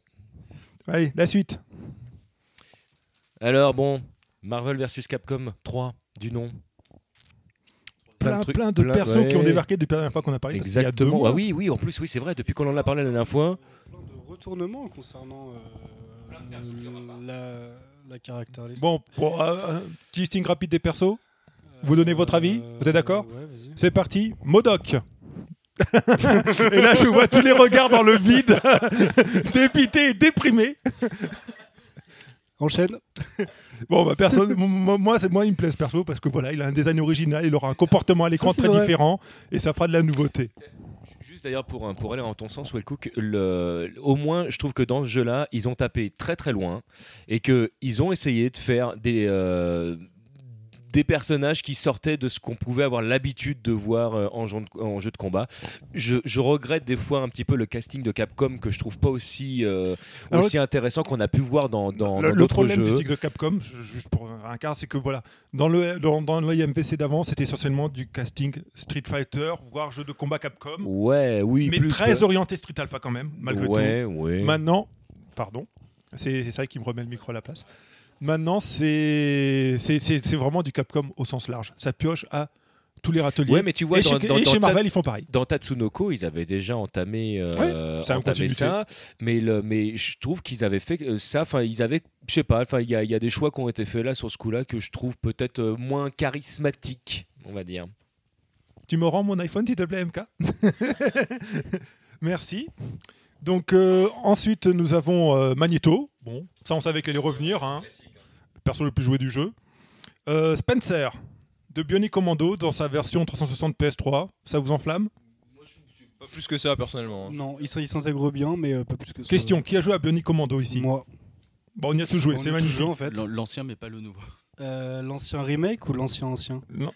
D: Allez, la suite.
A: Alors, bon, Marvel vs Capcom 3, du nom.
D: Plein,
A: trucs-
D: plein de
A: plein-
D: persos qui ont
A: ouais.
D: débarqué depuis la dernière fois qu'on a parlé. parce qu'il y a deux
A: Exactement.
D: mois.
A: Ah oui, oui, en plus, oui, c'est vrai, depuis qu'on en a parlé la dernière fois.
F: Plein de retournements concernant euh, la, la caractéristique.
D: Bon, bon, euh, un petit listing rapide des persos. vous donnez votre avis Vous êtes d'accord
F: Euh, Ouais, vas-y.
D: C'est parti, Modoc. et là, je vois tous les regards dans le vide, dépité et déprimé.
F: Enchaîne.
D: Bon, bah, personne, m- m- moi, c'est moi, il me plaît ce perso parce que voilà, il a un design original, il aura un comportement à l'écran
F: Ça, c'est
D: très
F: vrai.
D: différent et ça fera de la nouveauté.
A: Juste d'ailleurs pour, hein, pour aller en ton sens, Wellcook, le, au moins je trouve que dans ce jeu-là, ils ont tapé très très loin et qu'ils ont essayé de faire des, euh, des personnages qui sortaient de ce qu'on pouvait avoir l'habitude de voir euh, en, jeu de, en jeu de combat. Je, je regrette des fois un petit peu le casting de Capcom que je trouve pas aussi, euh,
D: Alors,
A: aussi intéressant qu'on a pu voir dans dans-
D: le,
A: dans
D: le
A: d'autres
D: problème
A: jeux.
D: du stick de Capcom, ju- juste pour un quart, c'est que voilà, dans le dans, dans le IMVC d'avant, c'était essentiellement du casting Street Fighter, voire jeu de combat Capcom,
A: Ouais, oui,
D: mais
A: plus,
D: très
A: ouais.
D: orienté Street Alpha quand même, malgré tout.
A: ouais, ouais.
D: Maintenant, pardon, c'est c'est ça qui me remet le micro à la place. Maintenant, c'est c'est- c'est- c'est vraiment du Capcom au sens large. Ça pioche à tous les râteliers.
A: Ouais, mais tu vois
D: et
A: dans,
D: chez,
A: dans-
D: et
A: dans
D: chez
A: ta-
D: Marvel, ils font pareil.
A: dans Tatsunoko, ils avaient déjà entamé, euh,
D: Ouais, c'est un
A: entamé
D: continuité.
A: ça, mais, le, mais je trouve qu'ils avaient fait euh, ça. Enfin, ils avaient, je sais pas, enfin, il y, a- il y a des choix qui ont été faits là sur ce coup-là que je trouve peut-être euh, moins charismatique, on va dire.
D: Tu me rends mon iPhone, s'il te plaît, MK Merci. Donc, euh, ensuite, nous avons euh, Magneto. Bon, ça, on savait qu'elle allait revenir. hein. Le perso le plus joué du jeu. Euh, Spencer, de Bionic Commando, dans sa version 360 PS3. Ça vous enflamme
E: Pas plus que ça personnellement. hein.
F: Non, il s'en- il s'intègre bien, mais euh, pas plus que ça.
D: Question qui a joué à Bionic Commando ici
F: Moi.
D: Bon, on y a tous joué,
F: On
D: c'est
F: est
D: magnifique.
F: toujours, en fait.
G: L'an- L'ancien, mais pas le nouveau.
F: Euh, l'ancien remake ou l'ancien ancien
D: Non.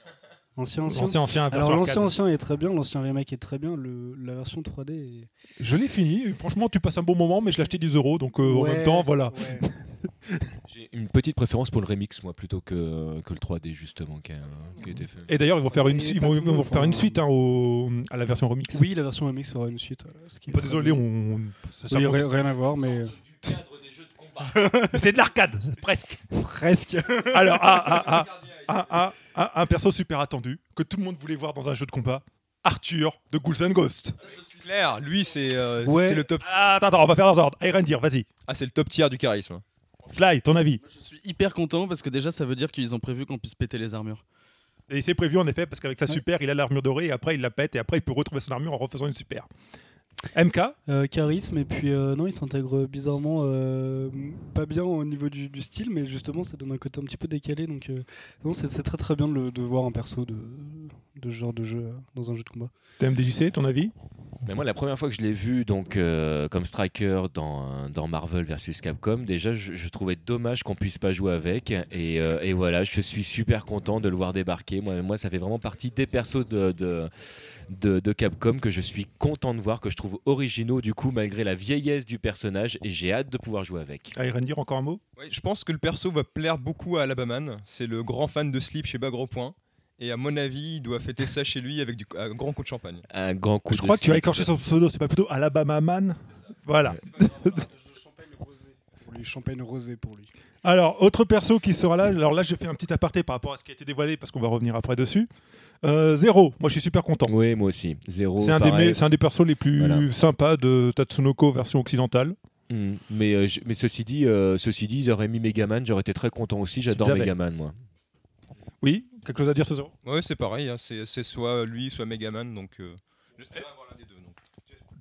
F: L'ancien ancien.
D: L'ancien, ancien,
F: Alors
D: version
F: l'ancien
D: arcade.
F: ancien est très bien, l'ancien remake est très bien, le, la version 3D est...
D: Je l'ai fini. et Franchement, tu passes un bon moment, mais je l'ai acheté 10 euros, donc euh, en
F: Ouais,
D: même temps, voilà.
F: ouais.
A: J'ai une petite préférence pour le remix, moi, plutôt que, que le 3D, justement, qui a, qui a été fait.
D: Et d'ailleurs, ils vont faire une,
F: Et
D: ils vont, ils vont faire une suite hein, au- à la version remix.
F: Oui, la version remake sera une suite. voilà, ce qui est
D: Pas
F: très
D: désolé,
F: bien.
D: on. ça- ça
F: Oui,
D: avance.
F: ri- rien à voir, mais...
D: Mais c'est de l'arcade, presque. Presque. Alors, ah, ah, ah, ah, ah, ah, un perso super attendu que tout le monde voulait voir dans un jeu de combat. Arthur de Ghouls and Ghosts.
E: Claire, lui c'est euh,
D: Ouais.
E: c'est le top
D: Ah, attends, attends, on va faire dans l'ordre. Iron Deer, vas-y.
E: ah, c'est le top tiers du charisme.
D: Sly, ton avis.
G: Je suis hyper content parce que déjà, ça veut dire qu'ils ont prévu qu'on puisse péter les armures.
D: Et c'est prévu en effet parce qu'avec sa super, il a l'armure dorée et après il la pète et après il peut retrouver son armure en refaisant une super. MK,
F: Euh, charisme, et puis euh, non, il s'intègre bizarrement, euh, pas bien au niveau du, du style, mais justement, ça donne un côté un petit peu décalé, donc euh, non, c'est c'est très très bien de, le- de voir un perso de, de ce genre de jeu euh, dans un jeu de combat.
D: TMDJC, ton avis
A: Mais moi, la première fois que je l'ai vu donc, euh, comme striker dans, dans Marvel vs Capcom, déjà, je, je trouvais dommage qu'on puisse pas jouer avec. Et, euh, et voilà, je suis super content de le voir débarquer. Moi, moi ça fait vraiment partie des persos de, de, de, de Capcom que je suis content de voir, que je trouve originaux, du coup, malgré la vieillesse du personnage. Et j'ai hâte de pouvoir jouer avec.
D: Allez, Rendir, encore un mot
E: Ouais, je pense que le perso va plaire beaucoup à Alabaman. C'est le grand fan de Slip chez Bagro Point. Et à mon avis, il doit fêter ça chez lui avec du, un grand coup de champagne.
A: Un grand coup
D: Je
A: de
D: crois que tu as
A: slip.
D: écorché son pseudo, c'est pas plutôt Alabama Man Voilà.
F: Le champagne rosé pour lui. Champagne rosé pour lui.
D: Alors, autre perso qui sera là, alors là, j'ai fait un petit aparté par rapport à ce qui a été dévoilé parce qu'on va revenir après dessus. Euh, Zéro, moi je suis super content.
A: Oui, moi aussi. Zéro.
D: C'est un, des
A: Oh, pareil.
D: me- c'est un des persos les plus
A: Voilà.
D: sympas de Tatsunoko version occidentale.
A: Mm. Mais, euh, je- mais ceci, dit, euh, ceci dit, ils auraient mis Megaman, j'aurais été très content aussi. J'adore
D: J'avais.
A: Megaman, moi.
D: Oui, quelque chose à dire sur Zéro
E: Ouais, c'est pareil, hein, c'est c'est soit lui, soit Megaman. Donc, euh, j'espère avoir l'un des deux. donc.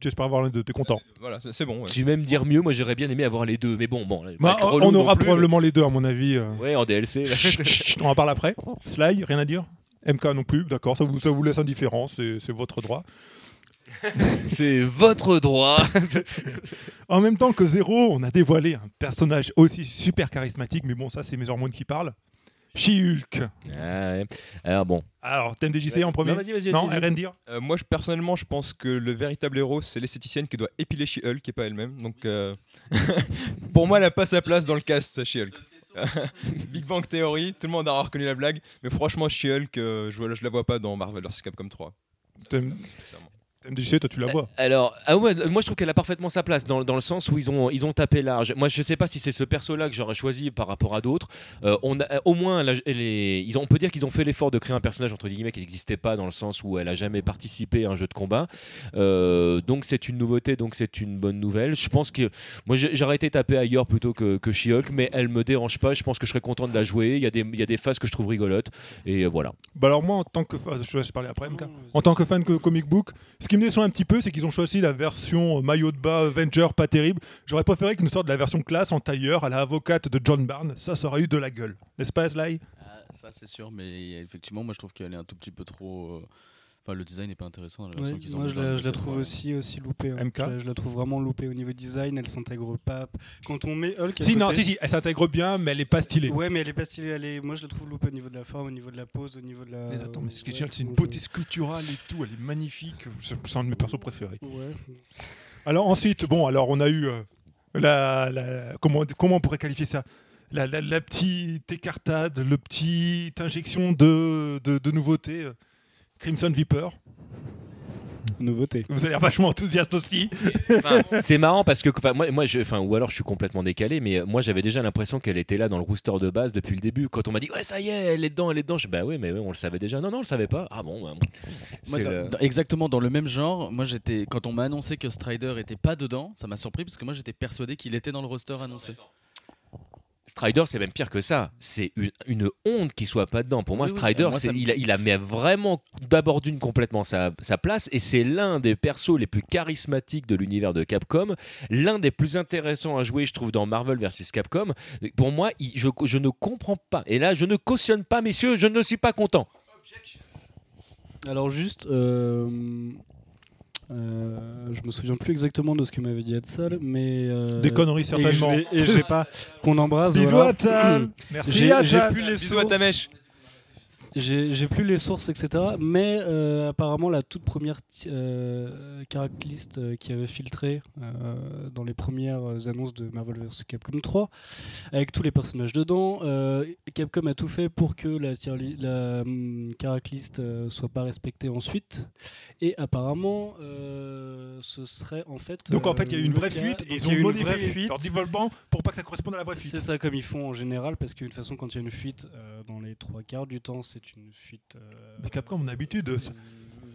D: J'espère avoir l'un de t'es content.
E: Voilà, c'est c'est bon. ouais.
A: Je vais même dire mieux, moi j'aurais bien aimé avoir les deux, mais bon, bon. là,
D: Bah,
A: pas être
D: on
A: relou
D: on
A: non
D: aura
A: plus,
D: probablement les deux à mon avis. euh.
A: mais- Ouais, en DLC. là.
D: Chut, chut, on en parle après. Sly, rien à dire MK non plus, d'accord, ça vous, ça vous laisse indifférent, c'est c'est votre droit.
A: C'est votre droit.
D: En même temps que Zero, on a dévoilé un personnage aussi super charismatique, mais bon, ça c'est mes hormones qui parlent. She-Hulk.
A: Ah, ouais. Alors bon.
D: Alors, thème des JC en premier
A: Non, vas-y, vas-y,
D: Non,
A: vas-y, vas-y.
D: Rendir
E: Euh, moi, je, personnellement, je pense que le véritable héros, c'est l'esthéticienne qui doit épiler She-Hulk et pas elle-même. Donc, euh, pour moi, elle n'a pas sa place dans le cast, She-Hulk. Big Bang Theory, tout le monde aura reconnu la blague. Mais franchement, She-Hulk, euh, je, vois- je la vois pas dans Marvel vs Capcom 3.
D: Thème
E: sincèrement.
D: thème des JC, toi
F: Eh.
D: tu la vois.
A: Alors, ah ouais, moi je trouve qu'elle a parfaitement sa place dans, dans le sens où ils ont, ils ont tapé large. Moi je sais pas si c'est ce perso-là que j'aurais choisi par rapport à d'autres. Euh, on a, au moins, elle a- elle est- ils ont, on peut dire qu'ils ont fait l'effort de créer un personnage entre guillemets qui n'existait pas dans le sens où elle a jamais participé à un jeu de combat. Euh, donc c'est une nouveauté, donc c'est une bonne nouvelle. Je pense que moi j'ai- j'aurais été tapé ailleurs plutôt que, que She-Hulk, mais elle me dérange pas. Je pense que je serais content de la jouer. Il y, a des- il y a des phases que je trouve rigolotes et euh, voilà.
D: Bah alors moi, en tant que fan, je te laisse parler après, MK.
F: Non,
D: En tant que fan de comic book, ce qui me déçoit un petit peu, c'est qu'ils ont choisi la version euh, maillot de bas Avenger, pas terrible. J'aurais préféré qu'ils nous sortent la version classe en tailleur à la avocate de John Barnes. Ça, ça aurait eu de la gueule. N'est-ce pas, Sly
G: Ah, ça c'est sûr, mais effectivement, moi je trouve qu'elle est un tout petit peu trop. euh, Enfin, le design n'est pas intéressant. dans la version
F: Ouais,
G: qu'ils ont
F: moi,
G: mis
F: je
G: dans le
F: la, je la
G: concept,
F: trouve
G: ouais.
F: aussi, aussi loupée. hein.
D: MK?
F: Je, la- je la trouve vraiment loupée au niveau design, elle s'intègre pas. Quand on met Hulk. à
D: Si, non,
F: côté-
D: si, si, elle s'intègre bien, mais elle est pas stylée.
F: Ouais, mais elle est pas stylée. Elle est... Moi, je la trouve loupée au niveau de la forme, au niveau de la pose, au niveau de la.
D: Mais attends, mais ce qui est
F: Ouais,
D: génial, c'est une
F: je-
D: beauté sculpturale et tout, elle est magnifique. C'est c'est un de mes persos préférés.
F: Ouais.
D: Alors ensuite, bon, alors on a eu euh, la, la- comment, comment on pourrait qualifier ça la, la- la petite écartade, le petite injection de, de, de nouveautés. euh, Crimson Viper.
F: Nouveauté.
D: Vous avez l'air vachement enthousiaste aussi.
A: Enfin, c'est marrant parce que enfin, moi, moi je, enfin, ou alors je suis complètement décalé mais euh, moi j'avais déjà l'impression qu'elle était là dans le rooster de base depuis le début quand on m'a dit ouais ça y est elle est dedans elle est dedans je, bah oui mais ouais, on le savait déjà non non on le savait pas ah bon bah, c'est
G: Moi, dans-
A: le-
G: dans- exactement dans le même genre. Moi, j'étais quand on m'a annoncé que Strider était pas dedans, ça m'a surpris parce que moi j'étais persuadé qu'il était dans le roster annoncé.
A: Strider c'est même pire que ça c'est une, une honte qu'il soit pas dedans pour moi
G: Oui, oui.
A: Strider
G: Euh, moi,
A: c'est-
G: ça me-
A: il, a, il a mis vraiment d'abord d'une complètement sa, sa place et c'est l'un des persos les plus charismatiques de l'univers de Capcom l'un des plus intéressants à jouer je trouve dans Marvel versus Capcom pour moi il- je, je ne comprends pas et là je ne cautionne pas messieurs je ne suis pas content
F: Alors, juste. euh, euh, je me souviens plus exactement de ce que m'avait dit Hatsal, mais. euh,
D: Des conneries
F: et que je
D: certainement.
F: l'ai- Et j'ai pas. Qu'on embrasse.
D: Bisous
F: voilà.
D: à Tan. Merci
F: J'ai-
D: à
F: j'ai
D: Tan.
F: plus les
E: Bisous à ta
F: sources.
E: mèche.
F: J'ai j'ai plus les sources, etc. Mais euh, apparemment, la toute première ti- euh, character list euh, qui avait filtré euh, dans les premières euh, annonces de Marvel vs Capcom 3, avec tous les personnages dedans, euh, Capcom a tout fait pour que la, tier li- la hum, character list euh, soit pas respectée ensuite. Et apparemment, euh, ce serait en fait.
D: Donc en
F: euh,
D: fait, il y a eu une
F: le
D: vraie
F: cas-
D: fuite
F: donc
D: et
F: il
D: ils
F: y a
D: ont
F: eu une
D: modifié
F: vraie fuite.
D: leur développement pour pas que ça corresponde à la vraie fuite.
F: C'est ça comme ils font en général, parce que de toute façon, quand il y a une fuite, euh, dans les trois quarts du temps, c'est une fuite. euh,
D: Mais Capcom, on a l'habitude de ça.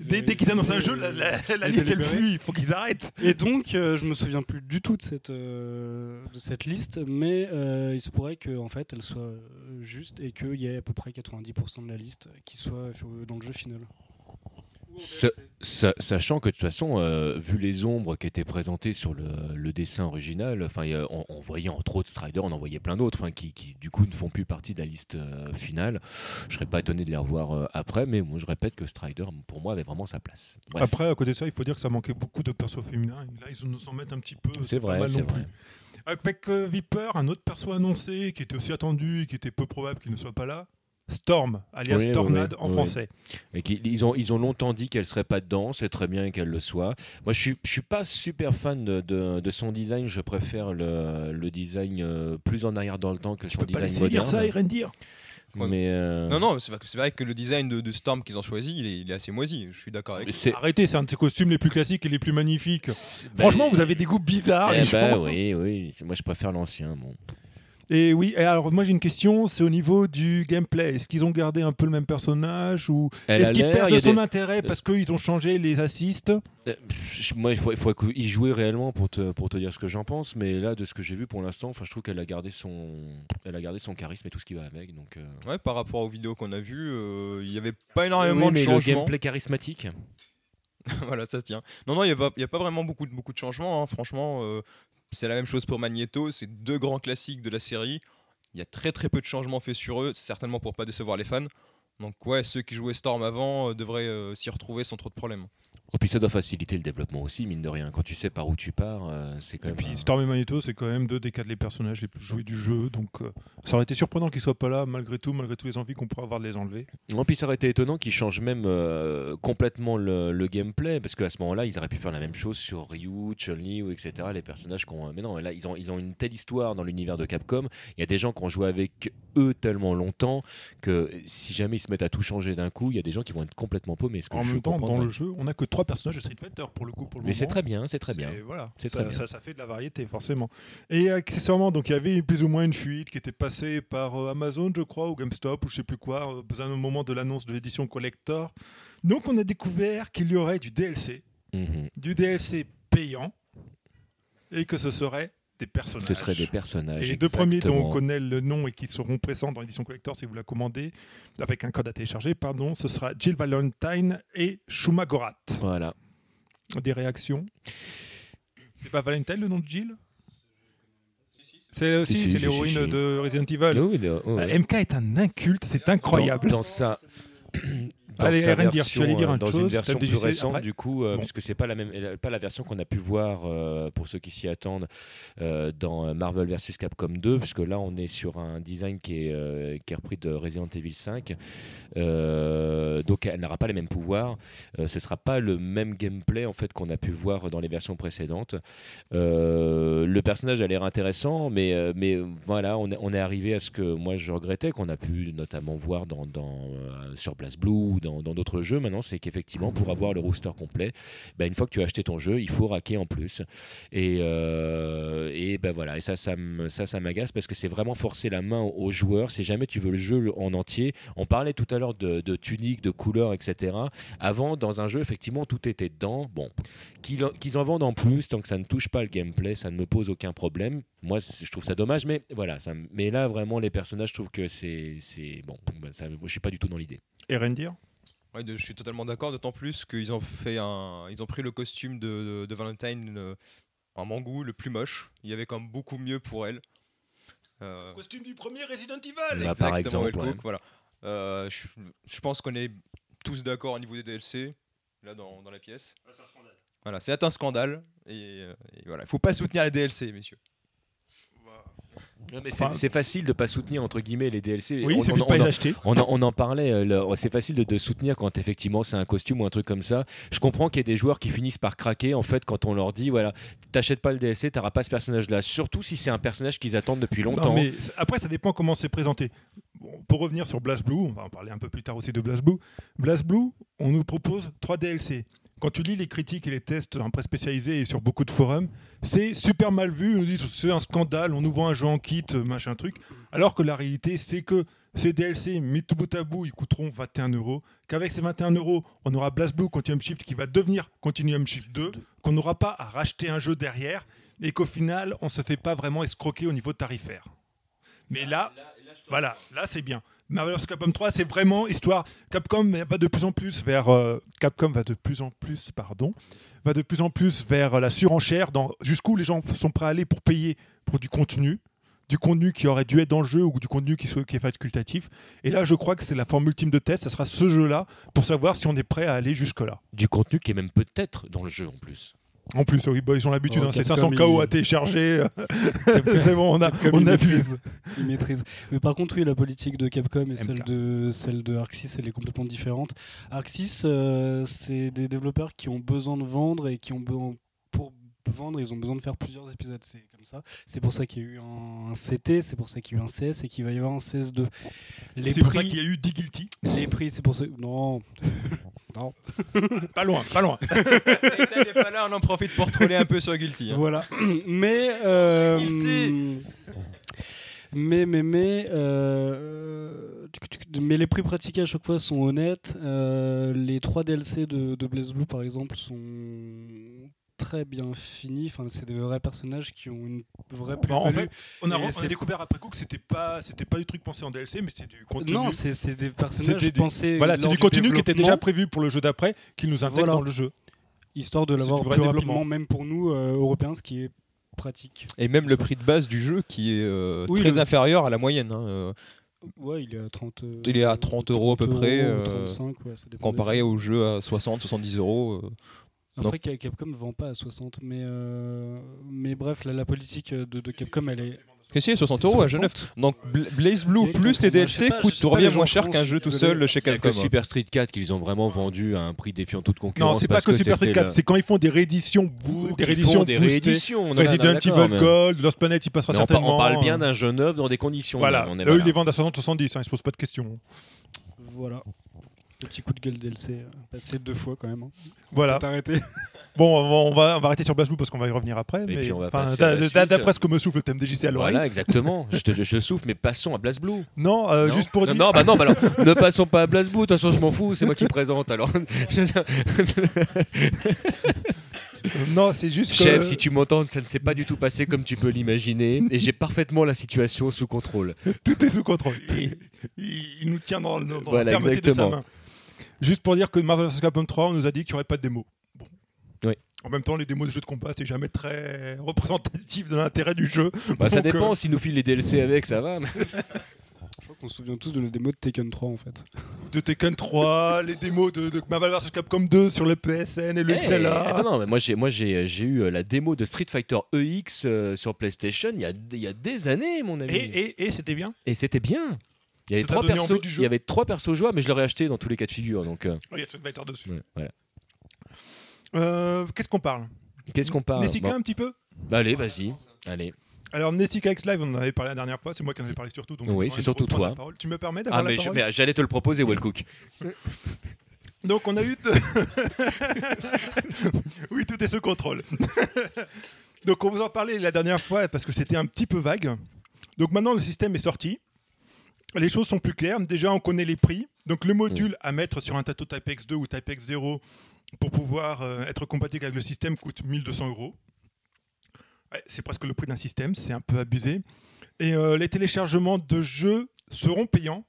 D: Dès,
F: vé-
D: dès qu'ils annoncent un
F: vé-
D: jeu, la, la- la
F: et
D: liste elle
F: délibérée.
D: fuit, il faut qu'ils arrêtent.
F: Et donc, euh, je me souviens plus du tout de cette, euh, de cette liste, mais euh, il se pourrait qu'en en fait, elle soit euh, juste et qu'il y ait à peu près 90% de la liste qui soit euh, dans le jeu final.
A: Sa- sa- sachant que de toute façon, euh, vu les ombres qui étaient présentées sur le, le dessin original, enfin, il y a- on, on voyait entre autres Strider, on en voyait plein d'autres hein, qui, qui, du coup ne font plus partie de la liste euh, finale. Je serais pas étonné de les revoir euh, après, mais moi je répète que Strider pour moi avait vraiment sa place. Bref.
D: Après, à côté de ça, il faut dire que ça manquait beaucoup de persos féminins. Là, ils nous en mettent un petit peu.
A: c'est
D: euh, pas
A: vrai,
D: mal
A: c'est
D: non plus.
A: vrai.
D: Avec euh, Viper, un autre perso annoncé qui était aussi attendu et qui était peu probable qu'il ne soit pas là. Storm, alias
A: Oui, oui,
D: Tornade
A: oui,
D: en
A: oui.
D: français.
A: Et qu'ils- ils, ont, ils ont longtemps dit qu'elle serait pas dedans, c'est très bien qu'elle le soit. Moi, je suis, je suis pas super fan de, de- de son design, je préfère le, le design euh, plus en arrière dans le temps que son design moderne.
D: Irendir.
A: mais, euh,
E: Non, non, c'est vrai que- c'est vrai que le design de, de Storm qu'ils ont choisi, il est, il est assez moisi. Je suis d'accord avec
A: c'est-
D: Arrêtez, c'est un de ses costumes les plus classiques et les plus magnifiques.
A: c'est-
D: Franchement,
A: bah,
D: vous avez des goûts bizarres.
A: eh
D: les
A: bah
D: gens.
A: oui, oui, c'est- moi je préfère l'ancien. Bon.
D: Et oui, et alors moi j'ai une question, c'est au niveau du gameplay. Est-ce qu'ils ont gardé un peu le même personnage ou
A: Elle
D: est-ce
A: a
D: qu'ils
A: l'air,
D: perdent
A: il y a
D: son
A: des-
D: intérêt parce qu'ils ont changé les assists
A: Euh, je- Moi, il faut, il faut y jouer réellement pour te, pour te dire ce que j'en pense, mais là, de ce que j'ai vu pour l'instant, enfin, je trouve qu'elle a gardé son, elle a gardé son charisme et tout ce qui va avec. Donc, euh,
E: Ouais, par rapport aux vidéos qu'on a vues, euh, il n'y avait pas énormément
A: Oui, mais
E: de
A: le
E: changements.
A: gameplay charismatique.
E: voilà, ça se tient. Non, non, il n'y a, pas- il y a pas vraiment beaucoup de, beaucoup de changements. hein. Franchement, euh, c'est la même chose pour Magneto. C'est deux grands classiques de la série. Il y a très très peu de changements faits sur eux, certainement pour pas décevoir les fans. Donc ouais, ceux qui jouaient Storm avant euh, devraient euh, s'y retrouver sans trop de problèmes.
A: Et puis ça doit faciliter le développement aussi, mine de rien. Quand tu sais par où tu pars, euh, c'est quand
D: Et
A: même.
D: puis
A: un-
D: Storm et Magneto, c'est quand même deux des quatre les personnages les plus joués du jeu, donc euh, ça aurait été surprenant qu'ils soient pas là malgré tout, malgré toutes les envies qu'on pourrait avoir de les enlever.
A: Non, puis ça aurait été étonnant qu'ils changent même euh, complètement le, le gameplay, parce qu'à ce moment-là, ils auraient pu faire la même chose sur Ryu, Chun-Li, ou etc. Les personnages qu'on. Mais non, là, ils ont, ils ont une telle histoire dans l'univers de Capcom. Il y a des gens qui ont joué avec eux tellement longtemps que si jamais ils se mettent à tout changer d'un coup, il y a des gens qui vont être complètement paumés. ce que
D: En
A: je
D: même temps,
A: comprends,
D: dans
A: ouais.
D: le jeu, on a que trois personnages de Street Fighter pour le coup pour le
A: Mais c'est
D: moment.
A: très bien, c'est très bien.
D: C'est- Voilà,
A: C'est
D: ça,
A: très bien.
D: Ça, ça fait de la variété, forcément. Et accessoirement, donc il y avait plus ou moins une fuite qui était passée par euh, Amazon, je crois, ou GameStop, ou je sais plus quoi, euh, à un moment de l'annonce de l'édition collector. Donc on a découvert qu'il y aurait du DLC,
A: Mhm.
D: du DLC payant, et que ce serait des personnages.
A: Ce seraient des personnages.
D: Et les deux premiers dont on
A: exactement.
D: connaît le nom et qui seront présents dans l'édition collector si vous la commandez, avec un code à télécharger, pardon, ce sera Jill Valentine et Shuma Gorath.
A: Voilà.
D: Des réactions C'est pas Valentine le nom de Jill C'est aussi,
A: Si, si,
D: c'est
A: si,
D: l'héroïne
A: si, si.
D: de Resident Evil.
A: Oh Oui, oui, oui.
D: Euh, MK est un inculte, c'est incroyable.
A: Dans, dans sa, dans
D: Allez,
A: sa
D: Rendir, tu
A: version,
D: allais dire
A: euh,
D: une
A: dans
D: chose,
A: une version
D: t'as
A: plus
D: dit, c'est
A: récente
D: après
A: du coup, euh,
D: Bon.
A: puisque c'est pas la même, elle- pas la version qu'on a pu voir euh, pour ceux qui s'y attendent euh, dans euh, Marvel vs Capcom 2, puisque là on est sur un design qui est, euh, qui est repris de Resident Evil 5. Euh, donc elle n'aura pas les mêmes pouvoirs. Euh, ce sera pas le même gameplay en fait qu'on a pu voir dans les versions précédentes. Euh, le personnage a l'air intéressant, mais, euh, mais voilà, on est, on est arrivé à ce que moi je regrettais, qu'on a pu notamment voir dans, dans, euh, sur Blast Blue ou dans dans d'autres jeux maintenant, c'est qu'effectivement, pour avoir le roster complet, bah, une fois que tu as acheté ton jeu, il faut raquer en plus. Et, euh, et ben voilà, et ça, ça, me- ça, ça m'agace parce que c'est vraiment forcer la main aux joueurs. Si jamais tu veux le jeu en entier, on parlait tout à l'heure de, de tuniques, de couleurs, etc. Avant, dans un jeu, effectivement, tout était dedans. Bon, qu'ils en- qu'ils en vendent en plus, tant que ça ne touche pas le gameplay, ça ne me pose aucun problème. Moi, c'est- je trouve ça dommage, mais voilà. Ça, me- mais là, vraiment, les personnages, je trouve que c'est. c'est- Bon, ben, ça, je suis pas du tout dans l'idée.
D: Et Rendir
E: Ouais, de- je suis totalement d'accord, d'autant plus qu'ils ont fait un, ils ont pris le costume de, de- de Valentine, le- en mangou, le plus moche. Il y avait quand même beaucoup mieux pour elle. Euh,
B: Costume du premier Resident Evil
A: Bah, par
E: exactement,
A: exemple,
E: Will Cook,
A: ouais.
E: voilà. Euh, je, je pense qu'on est tous d'accord au niveau des DLC, là dans, dans la pièce. Voilà, c'est un scandale. Et, euh, et voilà, il faut pas soutenir les DLC, messieurs.
A: Non, mais
D: Enfin-
A: c'est- c'est facile de pas soutenir entre guillemets les DLC.
D: Oui,
A: On-
D: c'est
A: on-
D: de
A: on
D: pas les
A: en-
D: acheter.
A: on en, on en parlait, euh, le- c'est facile de, de soutenir quand effectivement c'est un costume ou un truc comme ça. Je comprends qu'il y ait des joueurs qui finissent par craquer en fait quand on leur dit voilà, t'achètes pas le DLC, t'auras pas ce personnage là. Surtout si c'est un personnage qu'ils attendent depuis longtemps.
D: Non, mais c- après, ça dépend comment c'est présenté. Bon, pour revenir sur Blast Blue, on va en parler un peu plus tard aussi de Blast Blue. Blast Blue, on nous propose 3 DLC. Quand tu lis les critiques et les tests un peu spécialisés et sur beaucoup de forums, c'est super mal vu. On nous dit c'est un scandale, on nous vend un jeu en kit, euh, machin truc. Alors que la réalité, c'est que ces DLC mis tout bout à bout, ils coûteront 21 euros. Qu'avec ces 21 euros, on aura Blast Blue Continuum Shift qui va devenir Continuum Shift 2, qu'on n'aura pas à racheter un jeu derrière et qu'au final, on se fait pas vraiment escroquer au niveau tarifaire. Mais là, voilà, là c'est bien. Marvelous Capcom 3, c'est vraiment histoire. Capcom va de plus en plus vers euh, Capcom va de plus en plus, pardon, va de plus en plus vers euh, la surenchère, dans jusqu'où les gens sont prêts à aller pour payer pour du contenu, du contenu qui aurait dû être dans le jeu ou du contenu qui, soit, qui est facultatif. Et là, je crois que c'est la forme ultime de test. Ça sera ce jeu-là pour savoir si on est prêt à aller jusque-là.
A: Du contenu qui est même peut-être dans le jeu en plus.
D: En plus, oui, bah, ils ont l'habitude,
H: Oh,
D: hein, c'est
H: Capcom,
D: 500 KO à
H: il-
D: télécharger. c'est bon, on a, on a vu.
F: Il maîtrise. Mais par contre, oui, la politique de Capcom et celle
D: MK.
F: de, celle de Arxis, elle est complètement différente. Arxis, euh, c'est des développeurs qui ont besoin de vendre et qui ont besoin. Pour vendre, ils ont besoin de faire plusieurs épisodes. C'est comme ça. C'est pour ça qu'il y a eu un, un CT, c'est pour ça qu'il y a eu un CS et qu'il va y avoir un CS2. Les
D: C'est pour ça
F: prix,
D: qu'il y a eu Digilty.
F: les prix, c'est pour ça. Non,
D: Pas loin, pas loin.
E: Elle est pas là, on en profite pour troller un peu sur Guilty. hein.
F: Voilà. mais, euh,
G: Guilty.
F: mais mais mais euh, tuc, tuc, mais les prix pratiqués à chaque fois sont honnêtes. Euh, les 3 DLC de, de Blaze Blue par exemple sont très bien finis. Enfin, c'est des vrais personnages qui ont une vraie
D: Bon, Bah, en
F: plus-value.
D: fait, on a,
F: Et
D: on a
F: c'est-
D: découvert après coup que c'était pas, c'était pas du truc pensé en DLC, mais c'était du contenu.
F: non, c'est c'est des personnages
D: C'était des-
F: pensés.
D: voilà, c'est
F: lors
D: du contenu qui était déjà
F: développement,
D: prévu pour le jeu d'après, qui nous intègre
F: Voilà.
D: dans le jeu.
F: histoire de
D: c'est
F: l'avoir
D: du vrai
F: plus
D: développement.
F: rapidement, même pour nous euh, Européens, ce qui est pratique.
E: Et même le prix de base du jeu qui est euh,
F: Oui,
E: très
F: le-
E: inférieur à la moyenne. hein, euh,
F: Ouais, il est à 30. euh,
E: Il est à 30 euros à peu
F: 30
E: près,
F: euros ou
E: euh,
F: 35, ouais, ça dépend des
E: comparé au jeu à 60, 70 euros. euh.
F: Après, Ca- Capcom vend pas à 60, mais, euh, mais bref, la, la politique euh, de, de Capcom, elle est.
E: Et si, 60 euros à
F: 60.
E: Genève. Donc Bla- Blaze Blue plus
F: Et quand on-
E: les
F: je sais
E: DLC
F: pas, je
E: coûtent
F: sais pas,
E: bien
F: les
E: moins
F: gens
E: cher
F: font,
E: qu'un
F: je
E: jeu
F: suis
E: tout
F: désolé.
E: seul chez
A: Il y a
E: Capcom. hein.
A: que Super Street 4 qu'ils ont vraiment vendu à un prix défiant toute concurrence.
D: euh, Non, c'est pas
A: parce
D: que Super Street
A: c'était
D: 4, c'est quand ils font des rééditions,
A: le-
D: bou- des
A: Ils
D: rééditions,
A: font des
D: boostées.
A: rééditions. on en a- on
D: Resident
A: est d'accord,
D: Evil
A: mais-
D: Gold, Lost Planet, il passera
A: mais on, par-
D: certainement. hein.
A: on parle bien d'un jeune œuvre dans des conditions.
D: Voilà,
A: là, on est-
D: eux
A: voilà.
D: ils les vendent à 60-70, hein, ils se posent pas de questions.
F: Voilà. Petit coup de gueule DLC, euh, passé deux fois quand même. hein.
D: Voilà.
F: T'as arrêté.
D: Bon, on va, on va, on va arrêter sur Blazblue parce qu'on va y revenir après. mais
A: puis on va
D: enfin,
A: passer
D: d'a-
A: à la
D: d'a-
A: suite.
D: D'après ce que me souffle le thème DJC à l'oreille.
A: Voilà, exactement. je, te, je souffle, mais passons à Blaze Blue.
D: Non, euh,
A: Non
D: juste pour
A: non,
D: dire.
A: non, bah non, bah alors, ne passons pas à Blaze Blue. De toute façon, je m'en fous. C'est moi qui présente. Alors,
D: euh, Non, c'est juste que.
A: chef, si tu m'entends, ça ne s'est pas du tout passé comme tu peux l'imaginer, et j'ai parfaitement la situation sous contrôle.
D: Tout est sous contrôle. Il, il- il nous tient dans, le- dans
A: Voilà,
D: la fermeté de sa
A: exactement.
D: main. Juste pour dire que Marvel vs Capcom 3, on nous a dit qu'il n'y aurait pas de démo. Bon.
A: Oui.
D: En même temps, les démos de jeux de combat, c'est jamais très représentatif de l'intérêt du jeu.
A: Bah, ça
D: Donc,
A: dépend.
D: euh,
A: S'ils nous filent les DLC avec, ça va.
F: Je crois qu'on se souvient tous de la démo de Taken 3 en fait.
D: de Tekken 3, les démos de, de Marvel vs Capcom 2 sur le PSN et le
A: Hey,
D: XLA.
A: Eh, attends, non, mais moi j'ai moi j'ai j'ai eu euh, la démo de Street Fighter EX euh, sur PlayStation il y a il y a des années mon ami et,
D: c'était bien
A: c'était bien. Il y avait
D: Ça t'a
A: trois
D: donné
A: persos
D: envie du jeu
A: il y avait trois persos jouables mais je l'aurais acheté dans tous les cas de figure donc euh,
D: Il y a Street Fighter dessus.
A: ouais, voilà.
D: Euh, Qu'est-ce qu'on parle
A: Qu'est-ce qu'on parle
D: Nessica
A: Bon,
D: un petit peu
A: bah, allez, vas-y. Allez.
D: Alors Nessica X Live, on en avait parlé la dernière fois, c'est moi qui en avais parlé surtout. Donc
A: Oui,
D: je vais
A: c'est
D: prendre
A: surtout
D: la
A: toi.
D: parole. Tu me permets d'avoir
A: Ah
D: la
A: mais je-
D: parole
A: mais j'allais te le proposer Wellcook.
D: Donc on a eu. de- oui, tout est sous contrôle. Donc on vous en parlait la dernière fois parce que c'était un petit peu vague. Donc maintenant le système est sorti. Les choses sont plus claires. Déjà on connaît les prix. Donc le module à mettre sur un Tato Type-X2 ou Type-X 0 pour pouvoir euh, être compatible avec le système coûte 1200 euros. Ouais, c'est presque le prix d'un système, c'est un peu abusé. Et euh, les téléchargements de jeux seront payants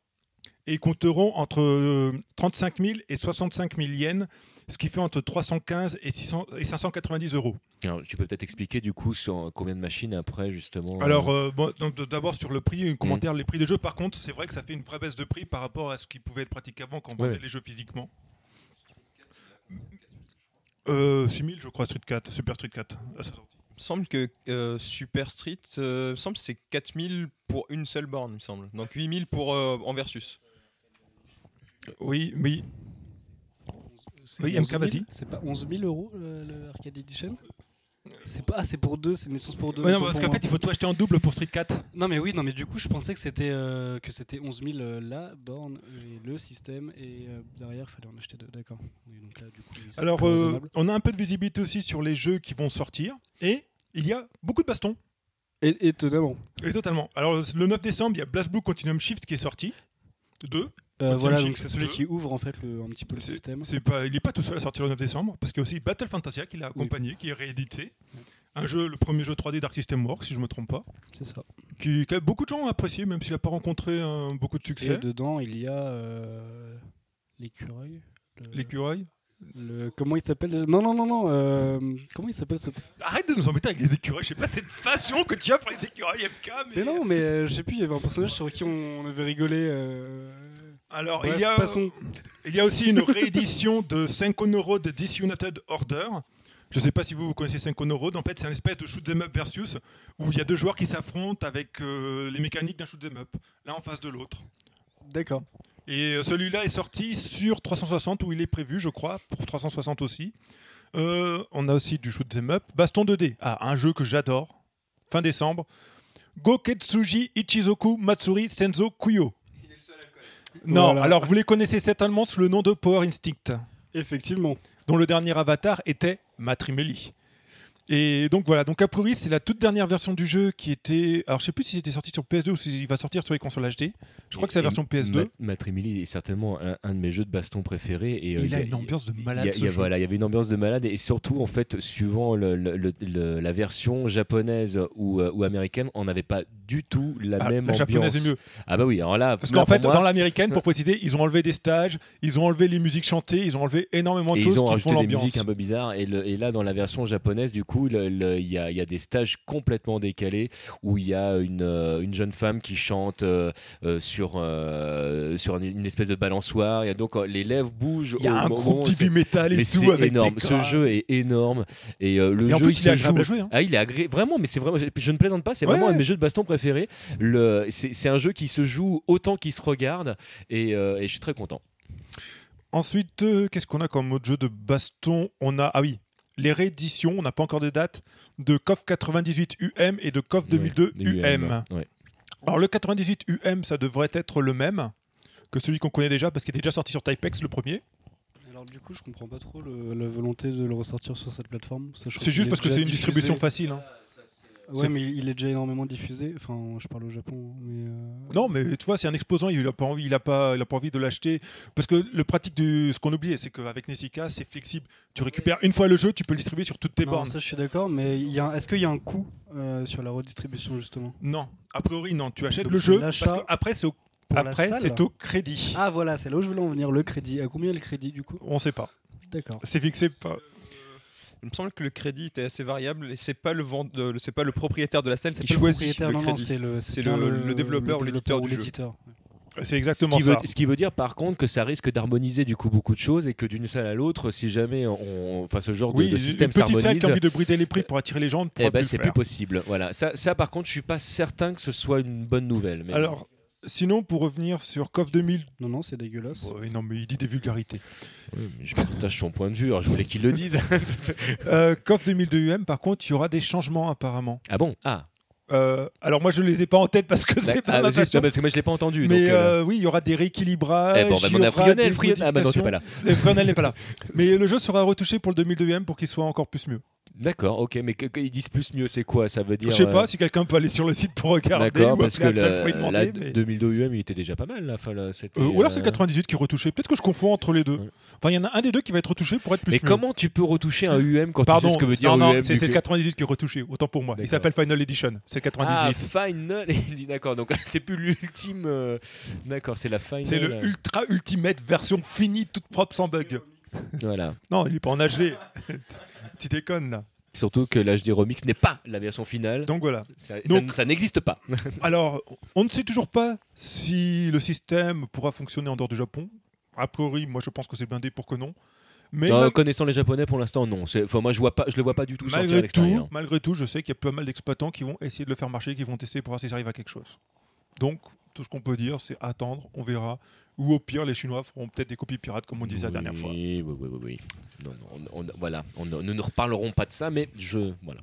D: et compteront entre euh, 35 000 et 65 000 yens, ce qui fait entre 315 et, 600 et 590 euros.
A: Alors, tu peux peut-être expliquer du coup sur euh, combien de machines après justement.
D: Alors, euh, bon, donc, d- d'abord sur le prix, un commentaire, les prix des jeux. Par contre, c'est vrai que ça fait une vraie baisse de prix par rapport à ce qui pouvait être pratiqué avant quand on
A: Ouais.
D: vendait les jeux physiquement. Euh, 6 000, je crois, Street 4, Super Street 4. à sa sortie.
E: Il me semble que euh, Super Street, euh, il me semble que c'est 4000 pour une seule borne, il me semble. Donc 8000 pour euh, en versus.
D: Oui, oui.
F: C'est
D: Oui,
F: 11 000
D: MK m'a dit.
F: C'est pas 11 000 euros le, le Arcade Edition c'est pas, ah, c'est pour deux, c'est une licence pour deux.
D: Ouais, non,
F: autant
D: parce
F: pour
D: qu'en
F: moi.
D: fait, il faut tout acheter en double pour Street 4.
F: Non mais oui, non mais du coup je pensais que c'était euh, que c'était 11 000 euh, la borne et le système et euh, derrière fallait en acheter deux, d'accord. Oui, donc là, du coup, c'est
D: Alors,
F: plus
D: euh,
F: raisonnable.
D: on a un peu de visibilité aussi sur les jeux qui vont sortir. Et il y a beaucoup de bastons.
F: Et- étonnamment.
D: Et totalement. Alors le 9 décembre, il y a Blast Blue Continuum Shift qui est sorti. Deux.
F: Euh,
D: Continuum
F: voilà,
D: Shift
F: donc c'est celui
D: 2.
F: qui ouvre en fait le, un petit peu le
D: Mmh. C'est-
F: système.
D: C'est pas, il n'est pas tout seul à sortir le 9 décembre, parce qu'il y a aussi Battle Fantasia qui l'a accompagné, qui est réédité. Un jeu, le premier jeu 3D Dark System Works, si je me trompe pas,
H: C'est ça.
D: qui, que beaucoup de gens ont apprécié, même s'il n'a pas rencontré euh, beaucoup de
H: Et
D: succès.
H: dedans, il y a euh, l'écureuil. le-
D: L'écureuil.
F: Le- comment il s'appelle déjà Non, non, non, non. euh, comment il s'appelle ce.
D: Arrête de nous embêter avec les écureuils, je sais pas cette passion que tu as pour les écureuils MK, mais.
F: Mais non, mais euh, je sais plus, il y avait un personnage sur qui on, on avait rigolé. euh,
D: Alors,
F: bref,
D: il, y a,
F: passons.
D: il y a aussi une réédition de Senkono Road Disunited Order. Je sais pas si vous, vous connaissez Senkono Road. En fait, c'est un espèce de shoot 'em up versus où il y a deux joueurs qui s'affrontent avec euh, les mécaniques d'un shoot 'em up, l'un en face de l'autre.
F: D'accord.
D: Et euh, celui-là est sorti sur 360 où il est prévu, je crois, pour 360 aussi. Euh, on a aussi du shoot 'em up, Baston 2D. Ah, un jeu que j'adore. Fin décembre. Goketsuji Ichizoku Matsuri Senzo Kuyo. Non,
F: Voilà.
D: alors vous les connaissez certainement sous le nom de Power Instinct,
F: Effectivement.
D: dont le dernier avatar était Matrimeli. Et donc voilà, donc a priori c'est la toute dernière version du jeu qui était, alors je sais plus si c'était sorti sur PS2 ou s'il va sortir sur les consoles HD. Je crois que c'est la version PS2.
A: Matrimili est certainement un, un de mes jeux de baston préférés. Et, euh,
D: il
A: y
D: a une ambiance de
A: il y a-
D: malade.
A: il
D: ce
A: y a-
D: jeu.
A: voilà, il y avait une ambiance de malade et surtout en fait suivant le- le- le- le- la version japonaise ou, euh, ou américaine, on n'avait pas du tout la
D: Ah,
A: même
D: la
A: ambiance.
D: japonaise est mieux.
A: Ah bah oui, alors là
D: Parce
A: là,
D: qu'en fait,
A: pour moi,
D: dans l'américaine, pour préciser, ils ont enlevé des stages, ils ont enlevé les musiques chantées, ils ont enlevé énormément de
A: Et
D: choses
A: ils ont
D: qui font
A: rajouté des
D: l'ambiance.
A: musiques un peu bizarres. Et, le- et là, dans la version japonaise, du coup, le- le- il y, a, il y a des stages complètement décalés où il y a une, euh, une jeune femme qui chante euh, euh, sur, euh, sur une, une espèce de balançoire. Et donc, euh, les lèvres bougent.
D: Il y a
A: au
D: un
A: moment où
D: groupe
A: c'est-
D: heavy metal et
A: mais
D: tout
A: c'est
D: avec des
A: énorme. Ce
D: crânes.
A: jeu est énorme. Et euh, le
D: Et en
A: jeu,
D: plus, il est
A: se joue
D: agréable à jouer. hein.
A: ah, il est agréable. Vraiment, mais c'est vraiment. je- Je ne plaisante pas. C'est vraiment
D: Ouais.
A: un de mes jeux de baston préférés. Le, c'est, c'est un jeu qui se joue autant qu'il se regarde. Et, euh, et je suis très content.
D: Ensuite, euh, qu'est-ce qu'on a comme autre jeu de baston On a, ah oui, les rééditions, on n'a pas encore de date, de KOF 98 UM et de KOF 2002 UM.
A: Ouais.
D: Alors le 98 UM, ça devrait être le même que celui qu'on connaît déjà, parce qu'il est déjà sorti sur Typex, le premier.
F: Alors, du coup, je comprends pas trop le- la volonté de le ressortir sur cette plateforme. sachant
D: C'est
F: qu'il
D: juste
F: est
D: parce que
F: déjà
D: c'est une
F: diffusé.
D: distribution facile. hein.
F: Ouais,
D: C'est-
F: mais il est déjà énormément diffusé. Enfin, je parle au Japon, mais. euh,
D: Non, mais tu vois, c'est un exposant, il n'a pas envie, il a pas, il a pas envie de l'acheter. Parce que le pratique du. Ce qu'on oubliait, c'est qu'avec Nessica, c'est flexible. Tu récupères une fois le jeu, tu peux le distribuer sur toutes tes
F: non,
D: bornes.
F: ça, je suis d'accord, mais il y a un- est-ce qu'il y a un coût euh, sur la redistribution, justement
D: Non, a priori, non. Tu achètes
F: Donc
D: le
F: c'est
D: jeu, parce
F: l'achat
D: que après, c'est au,
F: pour la
D: après,
F: salle
D: c'est au crédit.
F: Ah, voilà, c'est là où je voulais en venir. Le crédit. À combien est le crédit, du coup
D: On sait pas.
F: D'accord.
D: C'est fixé par.
E: Il me semble que le crédit était assez variable et c'est pas le vend- euh, le- c'est pas le propriétaire de la salle
F: C'est
E: qui
F: pas le
E: choisit
F: propriétaire,
E: le
F: non, non,
E: crédit.
F: c'est le,
E: C'est
F: bien
E: le- le développeur ou l'éditeur du jeu.
F: l'éditeur.
D: C'est exactement
A: ce qui
D: ça.
A: Veut, ce qui veut dire par contre que ça risque d'harmoniser du coup beaucoup de choses et que d'une salle à l'autre, si jamais on, enfin ce genre de-
D: Oui,
A: de,
D: une
A: système
D: petite salle qui a
A: s'harmonise,
D: envie de brider les prix pour attirer les gens ne pourra
A: eh ben,
D: plus
A: c'est
D: le
A: plus
D: faire.
A: possible. Voilà. Ça, ça par contre, je suis pas certain que ce soit une bonne nouvelle. Mais
D: Alors, sinon, pour revenir sur KOF 2000.
F: Non, non, c'est dégueulasse.
D: Oh, mais non, mais il dit des vulgarités.
A: Oui, mais je partage son point de vue. Alors, je voulais qu'il le dise.
D: Euh, KOF 2002 UM, par contre, il y aura des changements apparemment.
A: ah bon Ah.
D: Euh, alors moi je les ai pas en tête parce que
A: D'ac-
D: c'est pas
A: ah,
D: ma
A: parce que-
D: passion.
A: non, parce que moi je l'ai pas entendu.
D: Mais
A: donc, euh,
D: euh, oui, il y aura des rééquilibrages.
A: eh ben, on va
D: il y
A: demander à
D: aura
A: Frionel.
D: des
A: Frionel, ah bah non, t'es pas là.
D: modifications. Et Frionel n'est pas là. Mais le jeu sera retouché pour le 2002 m pour qu'il soit encore plus mieux.
A: D'accord, ok, mais que- que- ils disent plus mieux, c'est quoi Ça veut dire.
D: Je sais
A: euh,
D: pas si quelqu'un peut aller sur le site pour regarder
A: D'accord,
D: ou
A: parce que
D: appeler Axel pour lui
A: le- la
D: demander. mais-
A: 2002 UM, il était déjà pas mal. là, enfin, là, c'était,
D: Euh, ou alors c'est le
A: euh,
D: 98 qui est retouché. Peut-être que je confonds entre les deux.
A: Ouais.
D: Enfin, il y en a un des deux qui va être retouché pour être plus
A: Mais
D: mieux.
A: comment tu peux retoucher un UM quand
D: Pardon,
A: tu sais ce que veut dire
D: non, non,
A: UM
D: c'est
A: du
D: c'est le
A: coup
D: 98 qui est retouché, autant pour moi. Il
A: D'accord.
D: s'appelle Final Edition, c'est le 98.
A: Ah, Final il dit D'accord, donc c'est plus l'ultime. euh, D'accord, c'est la Final.
D: c'est le
A: euh,
D: ultra ultimate version finie, toute propre, sans bug.
A: Voilà.
D: Non, il est pas en HD. tu déconnes là.
A: Surtout que l'HD Remix n'est pas la version finale.
D: Donc voilà.
A: ça, ça-
D: donc-
A: ça n'existe pas.
D: Alors, on ne sait toujours pas si le système pourra fonctionner en dehors du Japon. A priori, moi je pense que c'est blindé pour que non. Mais
A: Non,
D: mal-
A: connaissant les Japonais pour l'instant, non. C'est- Enfin, moi, je vois pas, je le vois pas du tout sortir à
D: malgré,
A: l'extérieur.
D: tout, malgré tout, je sais qu'il y a pas mal d'exploitants qui vont essayer de le faire marcher, qui vont tester pour voir s'ils arrivent à quelque chose. Donc, tout ce qu'on peut dire, c'est attendre, on verra. Ou au pire, les Chinois feront peut-être des copies pirates comme on disait la dernière fois.
A: Oui, oui, oui, oui. oui. Non, non, on- on- voilà, on- nous ne reparlerons pas de ça, mais je. Voilà.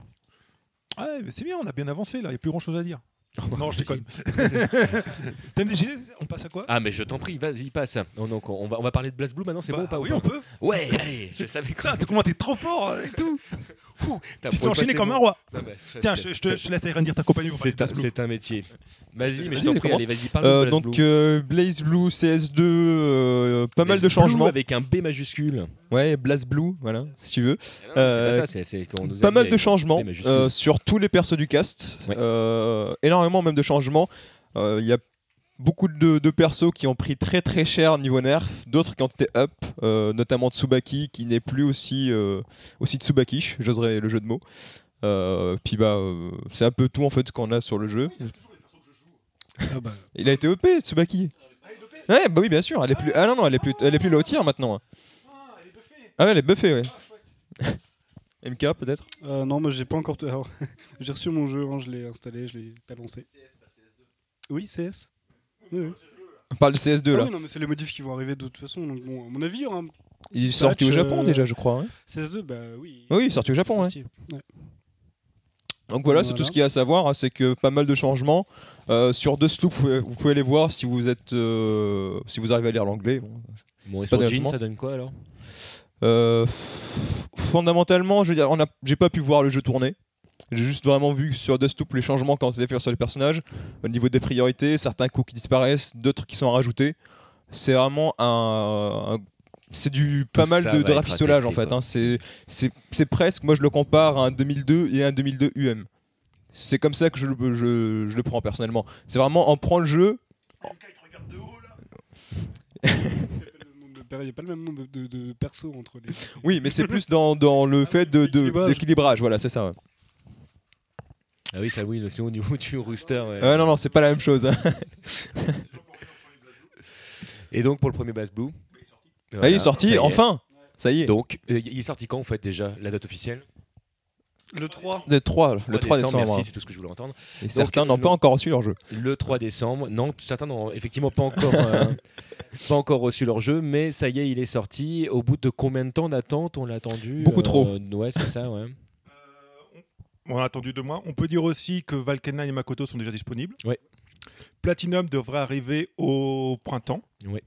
D: Ouais, mais c'est bien, on a bien avancé là, il n'y a plus grand chose à dire. non, je déconne. TMDG, on passe à quoi
A: Ah, mais je t'en prie, vas-y, passe. Oh, donc, on, va, on va parler de Blast Blue maintenant, c'est
D: Bah,
A: bon ou pas, ou
D: Oui,
A: pas
D: on peut.
A: Ouais, allez, je savais quoi.
D: Putain, comment t'es trop fort et tout
A: T'as
D: hein. Tu t'es
A: pas passé Ah
D: enchaîné
A: bah,
D: comme
A: le
D: un
A: mot.
D: roi.
A: Non, mais ça,
D: Tiens,
A: c'est-
D: je, je te
A: c'est-
D: je te laisse Iron dire ta compagnie. pour parler
A: C'est
D: de
A: un,
D: Blast Blue.
A: c'est un métier. Vas-y, mais je
E: Vas-y,
A: t'en
E: mais
A: prie,
E: commence.
A: allez, vas-y, parle
E: Euh, donc euh, Blaze Blue, CS2, euh, pas mal de changements.
A: avec un B majuscule.
E: Ouais, Blaze Blue, voilà, si tu veux.
A: Euh,
E: Euh,
A: c'est pas ça, c'est- c'est qu'on nous a
E: Pas
A: dit
E: mal
A: avec
E: de
A: un
E: changements
A: B majuscule.
E: euh, sur tous les persos du cast.
A: Ouais.
E: Euh, énormément même de changements. Euh, Il y a beaucoup de, de persos qui ont pris très très cher niveau nerf, d'autres qui ont été up, euh, notamment Tsubaki qui n'est plus aussi, euh, aussi Tsubaki, j'oserais le jeu de mots. Euh, puis bah, euh, c'est un peu tout en fait qu'on a sur le jeu.
F: Ah, bah,
E: Il a été OP Tsubaki. Ouais, bah oui, bien sûr. Elle est plus. Ah non non, elle est plus, elle est plus low tier maintenant. hein. Ah ouais, elle est buffée, ouais. MK peut-être.
F: Euh, non, mais j'ai pas encore. tout- alors, j'ai reçu mon jeu, hein, je l'ai installé, je l'ai pas lancé. Oui, CS. Oui, oui.
E: On parle de CS2
F: Ah
E: là.
F: oui, non, mais c'est les modifs qui vont arriver de toute façon. Donc, bon, à mon avis, hein, il y aura un
E: Il est sorti au
F: Patch,
E: Japon
F: euh,
E: déjà, je crois. hein.
F: CS2, bah oui.
E: Oui, il est sorti au Japon. ouais.
F: Sorti. Ouais.
E: Donc voilà, c'est
F: Voilà.
E: tout ce qu'il y a à savoir. hein, c'est que pas mal de changements. Euh, sur deux sloops, vous pouvez, vous pouvez les voir si vous êtes, euh, si vous arrivez à lire l'anglais. bon.
A: Bon, et
E: c'est
A: sur
E: pas des
A: Jean,
E: changements.
A: ça donne quoi alors
E: Euh, fondamentalement, je veux dire, on a- j'ai pas pu voir le jeu tourner. J'ai juste vraiment vu sur Deathloop les changements quand c'était fait sur les personnages, au niveau des priorités, certains coups qui disparaissent, d'autres qui sont rajoutés. C'est vraiment un, un- c'est du pas mal
A: ça
E: de,
A: va
E: de
A: être
E: rafistolage en
A: attesté,
E: fait.
A: quoi.
E: hein. C'est- C'est c'est presque, moi je le compare à un 2002 et un 2002 UM. C'est comme ça que je, le- je- je le prends personnellement. C'est vraiment on prend le jeu.
F: Il n'y a pas le même nombre de, de persos entre les.
E: Oui, mais c'est plus dans, dans le fait de- de-
F: D'équilibrage.
E: d'équilibrage. Voilà, c'est ça. ouais.
A: Ah oui, ça oui, le- c'est au niveau du rooster. ouais.
D: Euh.
E: Ouais, non, non, c'est pas la même chose. hein.
A: Et donc pour le premier Bass Blue
E: Ah, il est
A: Voilà, ça
E: sorti,
A: y est.
E: enfin Ça y est.
A: Donc, euh, il est sorti quand en fait déjà la date officielle
F: Le 3.
E: le 3, le 3 décembre.
A: Merci,
E: hein.
A: c'est tout ce que je voulais entendre.
E: Et certains n'ont
A: le-
E: pas encore reçu leur jeu.
A: Le 3 décembre, non, certains n'ont effectivement pas encore, euh, pas encore reçu leur jeu, mais ça y est, il est sorti. Au bout de combien de temps d'attente on l'a attendu
E: Beaucoup trop.
A: Euh, ouais, c'est ça, ouais.
D: On a attendu deux mois. On peut dire aussi que Valkenheim et Makoto sont déjà disponibles.
A: Ouais.
D: Platinum devrait arriver au printemps.
A: Ouais.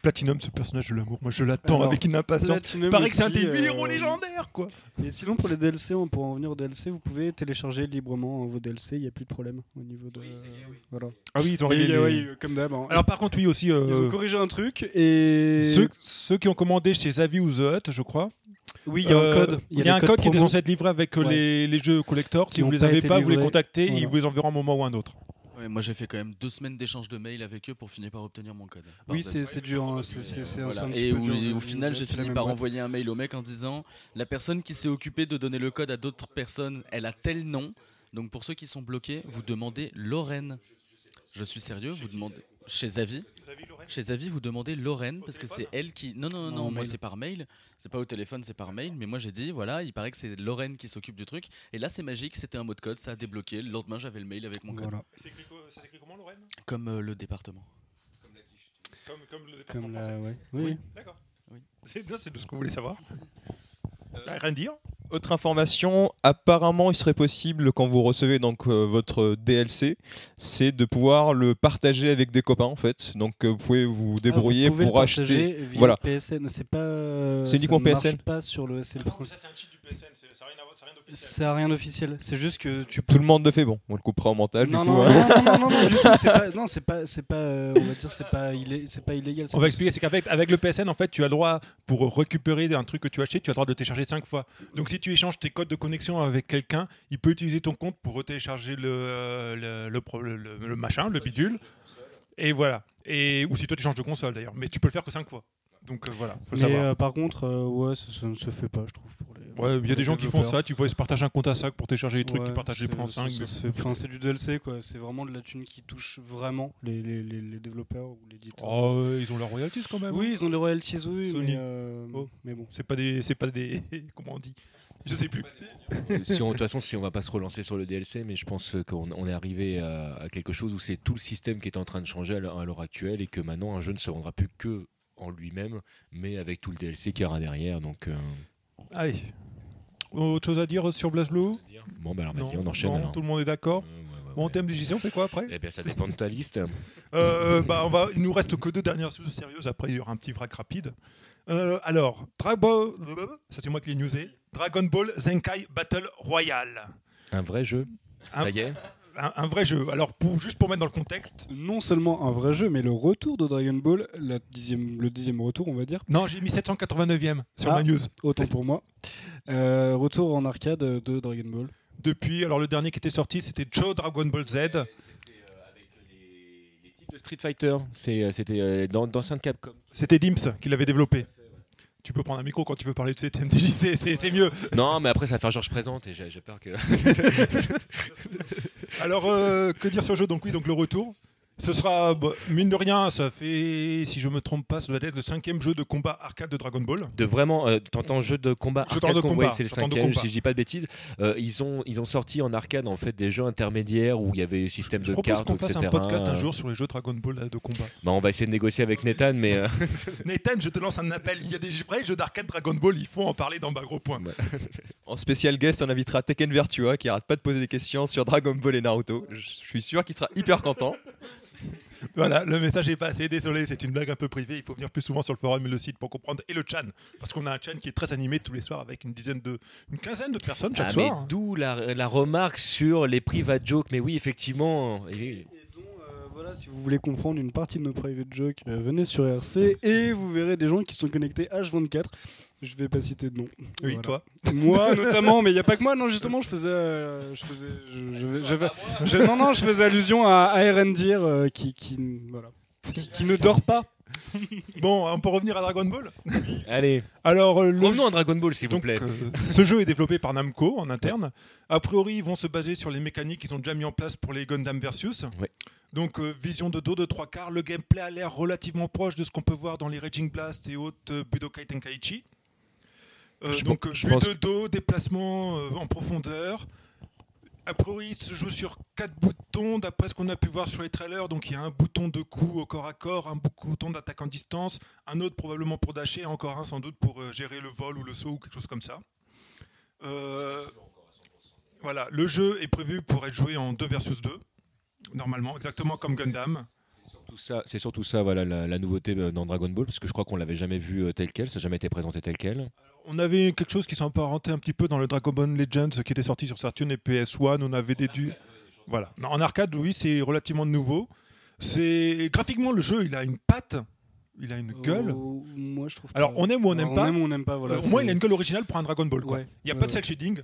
D: Platinum, ce personnage de l'amour, moi je l'attends
F: Alors,
D: avec une impatience. Il paraît que c'est un des
F: euh,
D: huit héros légendaires, quoi.
F: Et sinon, pour les DLC, on pourra en venir aux DLC, vous pouvez télécharger librement hein, vos DLC, il n'y a plus de problème au niveau de. voilà.
D: Ah oui, ils ont
F: Et il y
D: réglé
F: a-
D: les-
F: ouais, il y a- comme d'hab. hein.
D: Alors par contre, oui aussi.
F: ils
D: euh,
F: ont corrigé un truc et.
D: Ceux, ceux qui ont commandé chez Zavi ou The Hut, je crois.
F: Oui, il y a
D: euh,
F: un code.
D: Il y a un
F: des
D: code qui était
F: promo.
D: censé être livré avec euh,
F: Ouais.
D: les, les jeux collector.
F: Qui
D: Si vous
F: n'ont
D: les
F: pas
D: avez
F: été
D: pas, vous les
F: livrés.
D: contactez et
F: Voilà.
D: ils vous les enverront à un moment ou à un autre.
G: Ouais, moi j'ai fait quand même deux semaines d'échange de mails avec eux pour finir par obtenir mon code.
F: Oui,
G: Bordel.
F: c'est c'est dur. hein, c'est- c'est- c'est un-
G: Voilà.
F: c'est un petit
G: Et
F: peu dur,
G: au, au
F: c'est-
G: final, j'ai
F: c'est la
G: fini
F: même
G: par
F: boîte.
G: envoyer un mail au mec en disant la personne qui s'est occupée de donner le code à d'autres personnes, elle a tel nom. Donc pour ceux qui sont bloqués, vous demandez Lorraine. Je suis sérieux, vous demandez chez Zavi. Chez Zavi, vous demandez Lorraine parce que c'est elle qui. Non, non, non,
F: Non,
G: non moi
F: mail.
G: c'est par mail. C'est pas au téléphone, c'est par mail. Mais moi j'ai dit voilà, il paraît que c'est Lorraine qui s'occupe du truc. Et là c'est magique, c'était un mot de code, ça a débloqué. Le lendemain, j'avais le mail avec mon code.
F: Voilà.
G: Comme euh, le département.
F: Comme la- ouais.
G: Oui.
F: Oui. Ah,
D: C'est bien, c'est de ce que vous voulez savoir.
F: Euh,
D: Bah, Rien à dire.
E: Autre information, apparemment, il serait possible, quand vous recevez donc euh, votre DLC, c'est de pouvoir le partager avec des copains en fait. Donc euh, vous pouvez vous débrouiller
F: Ah, vous pouvez
E: pour
F: le
E: acheter.
F: partager via
E: voilà.
F: PSN, c'est pas. euh,
E: C'est
F: ça
E: uniquement
F: ne marche
E: PSN.
F: Pas sur le. C'est le
G: Ah
F: principe. Ça a rien d'officiel. C'est juste que tu.
E: Tout le monde le fait, bon, on le coupera au
D: Ah,
E: montage
F: Non
E: du coup.
F: non,
E: hein.
F: non, non, non, non, non, du tout, c'est pas, non, c'est pas, c'est pas, euh, on va dire, c'est pas, illé- c'est pas illégal. c'est
D: On va
F: pas-
D: expliquer, c'est qu'avec avec le PSN, en fait, tu as le droit, pour récupérer un truc que tu as acheté, tu as le droit de le télécharger 5 fois. Donc si tu échanges tes codes de connexion avec quelqu'un, il peut utiliser ton compte pour télécharger le, euh, le, le pro- le- le- le machin, le bidule. Et voilà. Et, ou si toi tu changes de console d'ailleurs. Mais tu peux le faire que 5 fois. Donc euh, voilà, faut le
F: Mais
D: savoir.
F: euh, par contre, euh, ouais, ça, ça ne se fait pas, je trouve. pour les-
D: Ouais, il y a
F: les
D: des gens qui font
F: développeurs.
D: ça, tu vois, ils se partagent un compte à 5 pour télécharger les trucs,
F: Ouais,
D: ils partagent les
F: c'est-
D: prix en
F: ça-
D: 5.
F: ça se fait- enfin, c'est du DLC, quoi. C'est vraiment de la thune qui touche vraiment les, les, les, les développeurs ou l'éditeur.
D: Oh, euh, ils ont leurs royalties quand même.
F: Oui, ils ont des royalties, oui,
D: Sony.
F: mais, euh,
D: Oh.
F: mais bon.
D: C'est pas des. C'est pas des. Comment on dit Je sais plus.
A: Euh, si on- de toute façon, si on va pas se relancer sur le DLC, mais je pense euh, qu'on on est arrivé à, à quelque chose où c'est tout le système qui est en train de changer à l'heure à l'heure actuelle et que maintenant un jeu ne se vendra plus que en lui-même, mais avec tout le DLC qu'il y aura derrière. Donc, euh,
D: Allez. Autre chose à dire sur BlazBlue
A: bon, bah alors vas-y,
D: Non,
A: on enchaîne.
D: non,
A: alors.
D: Tout le monde est d'accord
A: Ouais, ouais, ouais,
D: Bon, en termes de JC, on fait quoi après
A: Eh bien, ça dépend de ta liste.
D: Euh, bah, on va, il nous reste que deux dernières choses sérieuses. Après, il y aura un petit vrac rapide. Euh, alors, Dragon, ça c'est moi qui l'ai newsé. Dragon Ball Zenkai Battle Royale.
A: Un vrai jeu.
D: Un-
A: Ça y est.
D: Un, un vrai jeu. Alors, pour, juste pour mettre dans le contexte.
F: Non seulement un vrai jeu, mais le retour de Dragon Ball, la dixième- le dixième retour, on va dire,
D: Non, j'ai mis 789e sur
F: Ah.
D: ma news.
F: autant pour moi. Euh, retour en arcade de Dragon Ball.
D: Depuis, alors le dernier qui était sorti, c'était Joe Dragon Ball Z.
A: euh, De Street Fighter, C'est, euh, c'était euh, dans, dans Sainte Capcom.
D: C'était Dims qui l'avait développé. Tu peux prendre un micro quand tu veux parler de ces thèmes des JC, c'est c'est mieux.
A: Non, mais après, ça va faire genre je présente et j'ai, j'ai peur que.
D: Alors, euh, que dire sur le jeu Donc oui, donc le retour. Ce sera, bah, mine de rien, ça fait, si je me trompe pas, ça doit être le cinquième jeu de combat arcade de Dragon Ball.
A: De vraiment, euh, t'entends jeu de combat.
D: Jeu
A: arcade
D: de
A: com-
D: combat,
A: ouais, c'est le
D: jeu de
A: cinquième,
D: combat.
A: si je dis pas de bêtises. Euh, ils, ont, ils ont sorti en arcade en fait des jeux intermédiaires où il y avait système
D: Je
A: de
D: propose
A: cartes,
D: qu'on fasse
A: etc.
D: un podcast un
A: Euh,
D: jour sur les jeux Dragon Ball euh, de combat.
A: Bah, on va essayer de négocier avec Nathan, mais euh,
D: Nathan, je te lance un appel. Il y a des vrais jeux d'arcade Dragon Ball, il faut en parler dans Bagro Point.
E: En spécial guest, on invitera Tekken Vertua qui arrête pas de poser des questions sur Dragon Ball et Naruto. Je suis sûr qu'il sera hyper content.
D: Voilà, le message est passé. Désolé, c'est une blague un peu privée. Il faut venir plus souvent sur le forum et le site pour comprendre. Et le chan, parce qu'on a un chan qui est très animé tous les soirs avec une dizaine de, une quinzaine de personnes chaque
A: Ah, mais
D: soir.
A: d'où la, la remarque sur les private jokes. Mais oui, effectivement. et-
F: Et donc, euh, voilà, si vous voulez comprendre une partie de nos private jokes, euh, venez sur RC et vous verrez des gens qui sont connectés H24. Je vais pas citer de nom.
D: Oui,
F: Voilà.
D: toi.
F: Moi notamment, mais il y a pas que moi. Non, justement, je faisais, euh, je faisais, je, je vais- je vais- je- non, non, je faisais allusion à ARNDR euh, qui, qui, voilà, qui, qui ne dort pas.
D: Bon, on peut revenir à Dragon Ball.
A: Allez,
D: Alors, euh, le
A: revenons à Dragon Ball, Oh s'il vous
D: Donc,
A: plaît.
D: euh, ce jeu est développé par Namco en interne. A priori, ils vont se baser sur les mécaniques qu'ils ont déjà mis en place pour les Gundam Versus.
A: Ouais.
D: Donc, euh, vision de dos de trois quarts, le gameplay a l'air relativement proche de ce qu'on peut voir dans les Raging Blast et autres euh, Budokai Tenkaichi. Euh,
A: Je
D: donc,
A: pen-
D: euh,
A: je
D: vue
A: pense-
D: de dos, déplacement euh, en profondeur. A priori, il se joue sur quatre boutons, d'après ce qu'on a pu voir sur les trailers. Donc, il y a un bouton de coup au corps à corps, un bouton d'attaque en distance, un autre probablement pour dasher, et encore un sans doute pour euh, gérer le vol ou le saut ou quelque chose comme ça. Euh, voilà, le jeu est prévu pour être joué en 2 versus 2, normalement, exactement comme Gundam.
A: Tout ça, c'est surtout ça, voilà, la, la nouveauté euh, dans Dragon Ball, parce que je crois qu'on l'avait jamais vu euh, tel quel, ça n'a jamais été présenté tel quel.
D: On avait quelque chose qui s'emparentait un petit peu dans le Dragon Ball Legends qui était sorti sur Saturn et PS1, on avait des du... Voilà. Non, En arcade, oui, c'est relativement nouveau. C'est graphiquement le jeu, il a une patte, il a une gueule.
F: Oh, moi, je trouve.
D: Alors,
F: pas.
D: on aime ou on n'aime
F: Alors,
D: pas
F: On aime ou on n'aime pas. Voilà.
D: Euh, au moins,
F: c'est-
D: il a une gueule originale pour un Dragon Ball. quoi.
F: Ouais.
D: Il n'y a
F: Ouais,
D: pas de
F: ouais.
D: cel shading.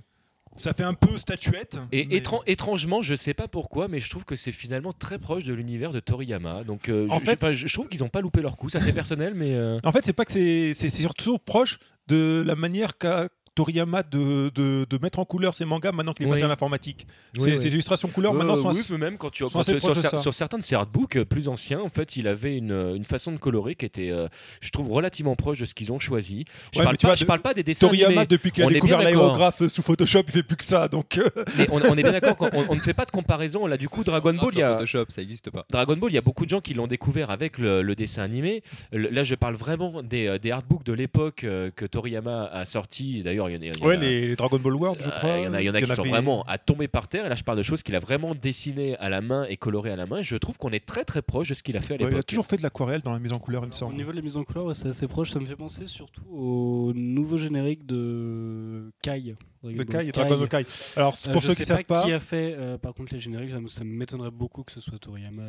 D: Ça fait un peu statuette.
A: Et
D: mais-
A: étran- étrangement, je sais pas pourquoi, mais je trouve que c'est finalement très proche de l'univers de Toriyama. Donc, euh,
D: En
A: je,
D: fait-
A: je- enfin, je- je trouve qu'ils n'ont pas loupé leur coup. Ça, c'est personnel, mais euh,
D: En fait, c'est pas que c'est, c'est c'est surtout proche de la manière qu'a Toriyama de, de- de mettre en couleur ses mangas maintenant qu'il est
A: Oui.
D: passé à l'informatique.
A: Oui,
D: Ses-
A: oui.
D: Ses illustrations couleurs
A: Euh,
D: maintenant sont
A: oui,
D: assez-
A: mais même quand tu
D: sont
A: quand
D: assez
A: sur,
D: proches de
A: sur-
D: ça.
A: sur certains de ses artbooks euh, plus anciens, en fait, il avait une, euh, une façon de colorer qui était, euh, je trouve, relativement proche de ce qu'ils ont choisi. Je
D: Ouais, mais
A: parle
D: tu
A: pas,
D: vois,
A: je
D: de-
A: parle pas des dessins
D: Toriyama,
A: animés.
D: depuis qu'il a
A: On est bien
D: découvert
A: d'accord.
D: l'aérographe sous Photoshop, il fait plus que ça. Donc, euh,
A: Mais on, on est bien d'accord qu'on on- on ne fait pas de comparaison. Là, du coup, Dragon Ball, il y
E: Ah, Sur
A: a,
E: Photoshop, ça n'existe pas.
A: Dragon Ball, il y a beaucoup de gens qui l'ont découvert avec le, le dessin animé. Le- là, je parle vraiment des, euh, des artbooks de l'époque euh, que Toriyama a sorti. D'ailleurs, il y en a, il y en
D: ouais,
A: a-
D: les, les Dragon Ball World, je
A: euh,
D: crois.
A: il y en a, il y en a qui sont
D: avait-
A: vraiment hein. à tomber par terre. Et là, je parle de choses qu'il a vraiment dessinées à la main et colorées à la main. Je trouve qu'on est très très proche de ce qu'il a fait à
D: Ouais, il a
A: l'époque.
D: toujours fait de l'aquarelle dans la mise en couleur, il me
F: Au
D: semble.
F: niveau de la mise en couleur, ouais, c'est assez proche. Ça me fait penser surtout au nouveau générique de Kai. Dragon
D: De
F: Ball
D: Kai et Dragon Ball Kai. Alors,
F: Euh,
D: pour
F: je
D: ceux
F: sais
D: qui ne savent pas,
F: qui a fait euh, par contre les génériques, ça me- ça m'étonnerait beaucoup que ce soit Toriyama.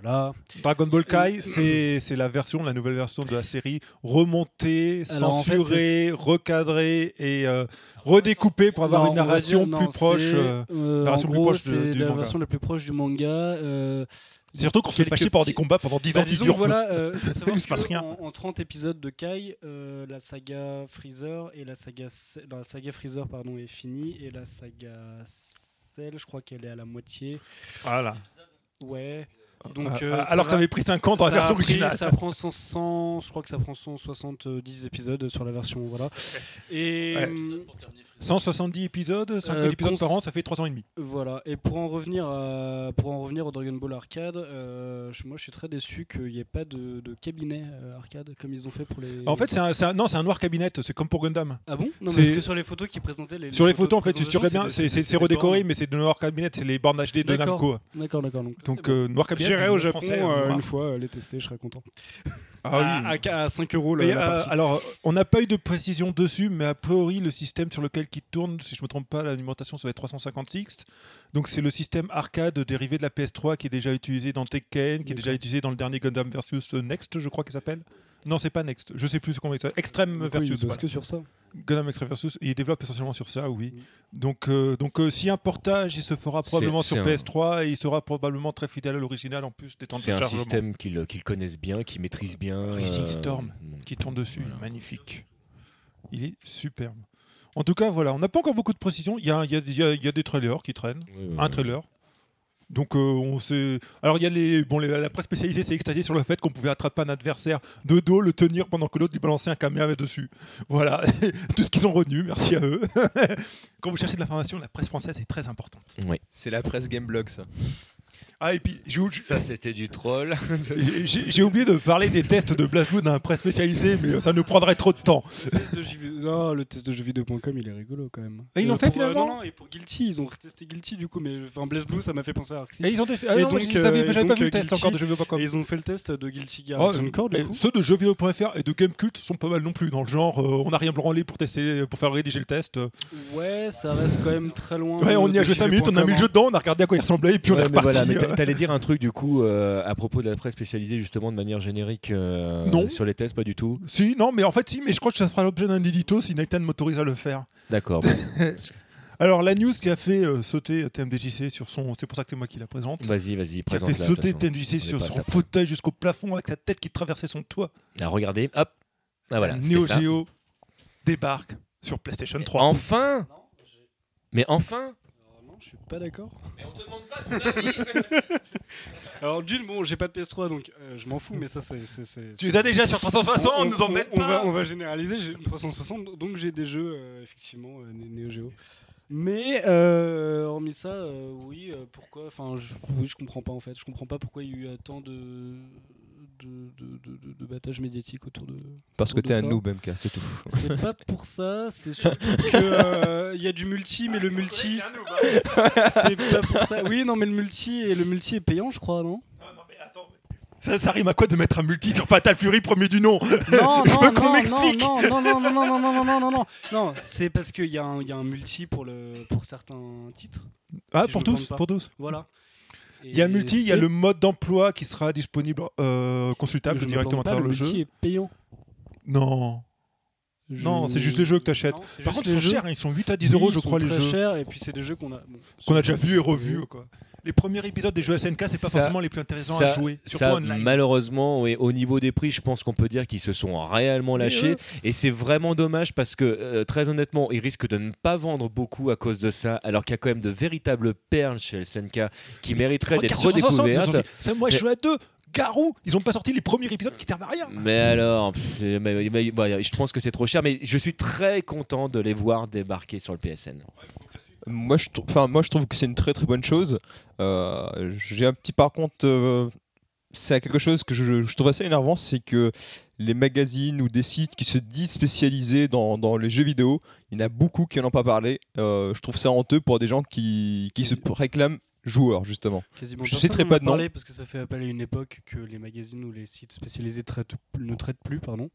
F: Voilà.
D: Dragon Ball Kai, c'est c'est la version, la nouvelle version de la série remontée,
F: Alors, en fait,
D: censurée, recadrée et euh, redécoupée pour avoir
F: Non,
D: une
F: on va
D: narration
F: dire, non,
D: plus proche.
F: c'est,
D: euh,
F: euh,
D: narration
F: en
D: plus
F: gros,
D: proche de-
F: c'est
D: du
F: la
D: manga.
F: version la plus proche du manga. euh,
D: Surtout qu'on se fait
F: quelques
D: pas chier pendant des
F: petits-
D: combats pendant 10
F: bah,
D: ans qui
F: disons
D: durent.
F: que voilà, euh, faut savoir
D: Il se passe
F: que
D: rien.
F: En, en 30 épisodes de Kai, euh, la saga Freezer et la saga Se- non, la saga Freezer pardon est finie et la saga Cell, je crois qu'elle est à la moitié.
D: Voilà.
F: Ouais. Donc
D: Ah,
F: euh,
D: ah,
F: ça
D: alors que ça
F: va-
D: avait pris 5 ans dans la
F: Ça
D: version
F: a pris-
D: originale.
F: Ça prend 100, je crois que ça prend 170 épisodes sur la version voilà. Et
D: Ouais.
F: hum,
D: 170 épisodes, 5
F: Euh,
D: épisodes
F: cons-
D: par an, ça fait 3 ans et demi.
F: Voilà, et pour en revenir, à, pour en revenir au Dragon Ball Arcade, euh, je- moi je suis très déçu qu'il n'y ait pas de, de cabinet euh, arcade comme ils ont fait pour les.
D: En fait, c'est un, c'est un- non, c'est un noir cabinet, c'est comme pour Gundam.
F: Ah bon Non, mais
D: c'est-
F: parce que sur les photos qui présentaient les.
D: Sur les
F: photos de
D: photos, en fait, si tu regardes
F: présentation,
D: bien, c'est-
F: des-
D: c'est c'est
F: des
D: redécoré,
F: bornes.
D: mais c'est de noir cabinet, c'est les bornes HD de
F: D'accord.
D: Namco.
F: D'accord, d'accord. Donc.
D: Donc, euh, noir cabinet.
F: J'irai
D: du
F: au
D: nom
F: Japon
D: français,
F: euh,
D: noir.
F: une fois euh, les tester, je serais content.
D: Ah oui.
F: À- à, à 5 euros la,
D: Mais,
F: la
D: euh,
F: partie.
D: alors, on n'a pas eu de précision dessus, mais a priori, le système sur lequel qui tourne, si je me trompe pas, l'alimentation, ça va être 356. Donc, c'est le système arcade dérivé de la PS3 qui est déjà utilisé dans Tekken, qui est déjà utilisé dans le dernier Gundam versus euh, Next, je crois qu'il s'appelle. Non, c'est pas Next. Je sais plus comment il s'appelle. Extreme
F: Du coup, ils
D: versus.
F: bossent
D: voilà.
F: que sur ça.
D: Gundam Extreme versus. Il développe essentiellement sur ça, oui. Donc, euh, donc euh, si un portage, il se fera probablement
A: c'est
D: sur
A: un-
D: PS3 et il sera probablement très fidèle à l'original en plus des temps de
A: C'est un
D: chargement
A: système qu'ils qu'ils connaissent bien, qu'ils maîtrisent bien.
D: Rising
A: euh,
D: Storm.
A: donc,
D: qui tourne dessus.
A: Voilà.
D: Magnifique. Il est superbe. En tout cas, voilà, on n'a pas encore beaucoup de précisions. Il y a, il y a- il y a- il y a des trailers qui traînent.
A: ouais, ouais,
D: Un
F: Hmm.
D: trailer. Donc, euh, on sait. Alors, il y a les. Bon, les- la presse spécialisée s'est extasiée sur le fait qu'on pouvait attraper un adversaire de dos, le tenir pendant que l'autre lui balançait un caméra dessus. Voilà. tout ce qu'ils ont retenu. Merci à eux. Quand vous cherchez de l'information, la presse française est très importante.
A: ouais.
E: C'est la presse Gameblog, ça.
D: Ah, et puis, j'ai ou-
A: Ça, c'était du troll.
D: j'ai- j'ai oublié de parler des tests de Blast Blue d'un presse spécialisé, mais ça nous prendrait trop de temps.
F: test de JV Non, le test de jeuxvideo.com il est rigolo quand même.
D: Et ils l'ont
F: Euh,
D: fait,
F: pour, euh,
D: finalement
F: non, non, et pour Guilty, ils ont testé Guilty du coup, mais enfin Blaze Blue ça m'a fait penser à Arc Six.
D: Et ils ont testé. Ah
F: Et
D: non,
F: donc,
D: je- j'avais-
F: euh, et
D: j'avais pas
F: donc,
D: vu le
F: euh,
D: test
F: Guilty-
D: encore de jeuxvideo.com.
F: Et ils ont fait le test de Guilty Gear
D: Oh,
F: Action Core, du
D: mais
F: coup.
D: ceux de jeuxvideo.fr et de Gamecult sont pas mal non plus dans le genre euh, on n'a rien branlé pour tester pour faire rédiger le test euh.
F: Ouais, ça reste quand même très loin.
D: ouais
F: de-
D: on y a
F: de
D: joué 5 minutes on a
F: hein.
D: mis le jeu dedans on a regardé à quoi il ressemblait et puis on
A: Ouais,
D: est
A: mais
D: reparti
A: voilà, mais
D: euh.
A: t'a- t'allais dire un truc du coup euh, à propos de la presse spécialisée justement de manière générique euh,
D: Non.
A: sur les tests, pas du tout.
D: Euh, si non mais en fait si mais je crois que ça fera l'objet d'un édito si Nathan m'autorise à le faire
A: D'accord.
D: alors la news qui a fait euh, sauter TMDJC sur son c'est pour ça que c'est moi qui la présente
A: Vas-y, vas-y,
D: qui a
A: présente.
D: fait sauter TMDJC
A: On est
D: sur
A: pas à
D: son
A: ça près.
D: fauteuil jusqu'au plafond avec sa tête qui traversait son toit
A: Ah, regardez, hop. Ah voilà. c'était
D: Neo
A: ça.
D: Geo débarque sur PlayStation 3
A: Enfin. Mais enfin.
F: Non, je suis pas d'accord. Alors, d'une, bon, j'ai pas de PS3 donc euh, je m'en fous, mais ça c'est. c'est- c'est-
D: tu les as déjà sur 360
F: on-
D: Bah, on nous embête
F: on, on va,
D: pas
F: on va généraliser, j'ai une 360, donc j'ai des jeux, euh, effectivement, euh, né- Neo Geo. Mais, euh, hormis ça, euh, oui, euh, pourquoi Enfin, je, oui, je comprends pas, en fait. Je comprends pas pourquoi il y a eu euh, tant de, de, de, de, de- de battage médiatique autour de...
E: Parce que
F: Autour de
E: t'es un
F: ça.
E: noob, MK, c'est tout.
F: C'est pas pour ça, c'est surtout que euh, il y a du multi, mais le multi...
B: bah.
F: C'est pas pour ça. Oui, non, mais le multi, et le multi est payant, je crois, non
D: Ça, ça rime à quoi de mettre un multi sur Fatal Fury premier du nom
F: Non,
D: Je veux
F: non,
D: qu'on
F: non,
D: m'explique.
F: non, non, non, non, non, non, non, non, non, non, non, non. C'est parce qu'il y, a un- il y a un multi pour, le, pour certains titres.
D: Ah,
F: Si
D: pour
F: je
D: tous,
F: me trompe pas.
D: pour tous.
F: Voilà.
D: Il y a multi, il y a le mode d'emploi qui sera disponible, euh, consultable directement à
F: par
D: travers le jeu.
F: multi est payant.
D: Non. Non, c'est juste les jeux que t'achètes.
F: Non, c'est
D: Par
F: juste
D: contre,
F: les
D: ils sont
F: jeux.
D: chers, hein, ils sont 8 à 10 euros,
F: Oui,
D: je
F: ils
D: crois,
F: sont
D: les
F: très
D: jeux.
F: chers, et puis c'est des jeux qu'on a. bon,
D: Qu'on a
F: sont-
D: déjà vus et revus, quoi. Les premiers épisodes des jeux SNK, c'est pas
A: Ça-
D: forcément les plus intéressants
A: ça-
D: à jouer. Surtout
A: Ça,
D: online.
A: malheureusement, oui, au niveau des prix, je pense qu'on peut dire qu'ils se sont réellement lâchés. Et c'est vraiment dommage parce que, euh, très honnêtement, ils risquent de ne pas vendre beaucoup à cause de ça, alors qu'il y a quand même de véritables perles chez SNK qui mériteraient
D: Regarde
A: d'être
D: sur 360, ils ont
A: redécouvertes.
D: dit, Ça, moi, je
A: Mais-
D: joue à deux. Garou, ils ont pas sorti les premiers épisodes qui servent à rien.
A: Mais alors, pff, mais- mais- mais- bah, je pense que c'est trop cher, mais je suis très content de les voir débarquer sur le PSN.
E: Moi je, trou- enfin, moi, je trouve que c'est une très très bonne chose. Euh, J'ai un petit par contre. euh, c'est quelque chose que je, je trouve assez énervant c'est que les magazines ou des sites qui se disent spécialisés dans, dans les jeux vidéo, il y en a beaucoup qui n'en ont pas parlé. Euh, je trouve ça honteux pour des gens qui, qui se réclament joueurs, justement.
F: Quasiment
E: Je
F: personne
E: citerai
F: en
E: pas
F: a
E: de nom.
F: parlé parce que ça fait appel à une époque que les magazines ou les sites spécialisés traitent- ne traitent plus. Pardon.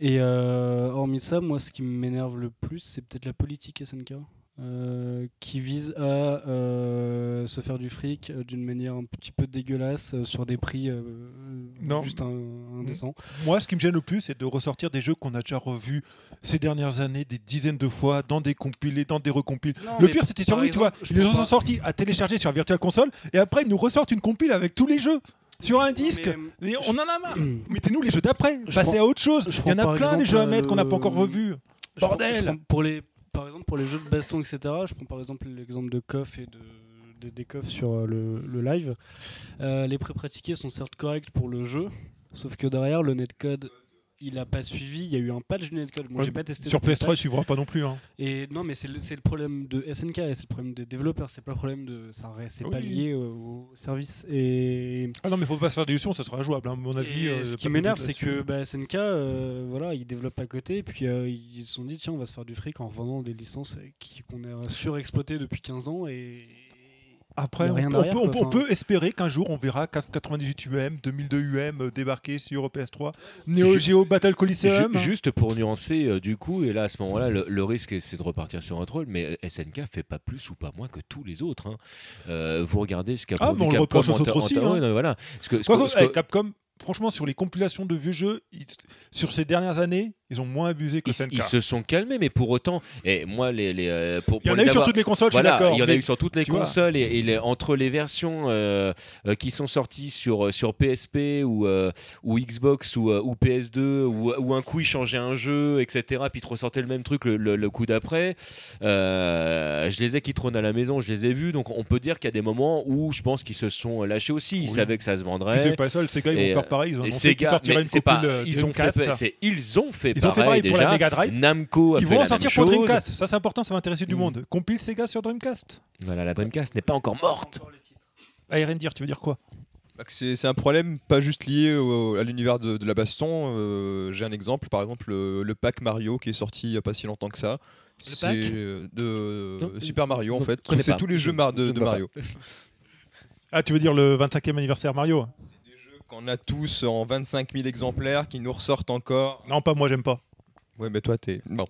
F: Et euh, hormis ça, moi, ce qui m'énerve le plus, c'est peut-être la politique SNK. euh, qui vise à euh, se faire du fric euh, d'une manière un petit peu dégueulasse euh, sur des prix euh,
D: Non.
F: juste un- indécents.
D: Moi, ce qui me gêne le plus, c'est de ressortir des jeux qu'on a déjà revus ces dernières années des dizaines de fois, dans des compilés, dans des recompiles.
F: Non,
D: Le
F: mais
D: pire, c'était sur
F: par
D: lui, tu vois.
F: exemple, je
D: Ils nous
F: pense
D: ont
F: pas-
D: sortis à télécharger sur la Virtual Console et après, ils nous ressortent une compile avec tous les jeux sur un disque.
F: Mais,
D: Et on en a marre.
F: euh,
D: Mettez-nous les jeux d'après.
F: Je
D: Passez
F: prends-
D: à autre chose.
F: je
D: Il y en
F: prends
D: a
F: par
D: plein des
F: exemple,
D: jeux à mettre qu'on n'a
F: euh,
D: pas encore revus. hein.
F: Je prends-
D: Bordel
F: je prends pour les, Par exemple, pour les jeux de baston, etc., je prends par exemple l'exemple de KOF et de, de- des KOF sur euh, le, le live. Euh, les pré-pratiqués sont certes corrects pour le jeu, sauf que derrière, le netcode il a pas suivi. Il y a eu un patch du netcode. Moi,
D: Ouais,
F: j'ai pas testé.
D: Sur
F: le premier
D: PS3, il
F: patch.
D: suivra pas non plus. Hein.
F: Et non, mais c'est le, c'est le problème de SNK, c'est le problème des développeurs, c'est pas le problème de. ça reste- C'est pas
D: Ah Oui.
F: lié au, au service. Et,
D: Ah non, mais faut pas se faire d'illusions, ça sera jouable. hein, à mon avis,
F: et
D: euh,
F: ce
D: pas
F: qui
D: de
F: m'énerve,
D: doute
F: c'est que bah, SNK, euh, voilà, ils développent à côté, puis euh, ils se sont dit, tiens, on va se faire du fric en vendant des licences euh, qui- qu'on a surexploitées depuis 15 ans. Et.
D: Après,
F: y a
D: on,
F: rien
D: peut-
F: derrière,
D: on peut, on
F: quoi,
D: peut- on peut espérer qu'un jour on verra CAF 98 UM, 2002 UM euh, débarquer sur PS3, Neo
A: Ju-
D: Geo Battle
A: Ju-
D: Coliseum. hein.
A: juste pour nuancer, euh, du coup, et là à ce moment-là, le, le risque c'est de repartir sur un troll, mais euh, SNK fait pas plus ou pas moins que tous les autres. hein. Euh, vous regardez ce qu'a
D: Ah, mais on
A: produit
D: le
A: Capcom
D: reproche aux
A: en ta-
D: autres
A: en ta-
D: aussi, hein.
A: ouais, non, voilà. Ce que- ce
D: Quoique,
A: que- ce
D: eh,
A: que-
D: Capcom, franchement, sur les compilations de vieux jeux, ils- sur ces dernières années, ils ont moins abusé que
A: ils,
D: SNK.
A: ils se sont calmés, mais pour autant, et moi, les, les, euh, pour,
D: Il y
A: pour
D: en
A: les
D: a eu sur
A: avoir-
D: toutes les consoles, je suis
A: Voilà,
D: d'accord.
A: il y en a
D: mais-
A: eu sur toutes les
D: tu vois.
A: consoles et, et les- entre les versions euh, euh, qui sont sorties sur, euh, sur PSP ou, euh, ou Xbox ou, euh, ou PS2 ou, ou un coup ils changeaient un jeu, etc. Puis ils te ressortaient le même truc le, le- le coup d'après. Euh, je les ai qui trônent à la maison, je les ai vus. Donc on peut dire qu'il y a des moments où je pense qu'ils se sont euh, lâchés aussi. Ils
D: Oui.
A: savaient que ça se
D: Puis c'est
A: vendrait.
D: pas le seul, ces gars, ils
A: Et,
D: vont faire pareil. Ils ont
A: Et
D: annoncé
A: ces
D: qu'ils
A: gars,
D: sortiraient
A: mais
D: une
A: c'est
D: compile
A: pas-
D: euh,
A: ils ont fait,
D: Dreamcast.
A: c'est- ils ont fait
D: Ils ont fait
A: pareil,
D: pareil pour la
A: déjà.
D: Mega Drive.
A: Namco a fait
D: Ils vont en
A: la même
D: sortir pour
A: chose.
D: Dreamcast. Ça, c'est important, ça va intéresser du
A: Mm.
D: monde. Compile ces gars sur Dreamcast.
A: Voilà, la Dreamcast n'est pas encore morte.
D: Irendir, tu veux dire quoi
E: Bah, que C'est c'est un problème pas juste lié au- à l'univers de, de la baston. euh, J'ai un exemple, par exemple le, le pack Mario qui est sorti il y a pas si longtemps que ça.
A: Le
E: C'est,
A: pack
E: euh, de
A: Non,
E: Super Mario en
A: non,
E: fait.
A: je connais
E: C'est
A: pas.
E: tous les jeux mar- de,
A: Je
E: de
A: vois pas.
E: Mario.
D: Ah, tu veux dire le 25e anniversaire Mario
E: Des jeux qu'on a tous en 25 000 exemplaires qui nous ressortent encore.
D: Non, pas moi, j'aime pas.
E: Ouais, mais toi t'es. Bon.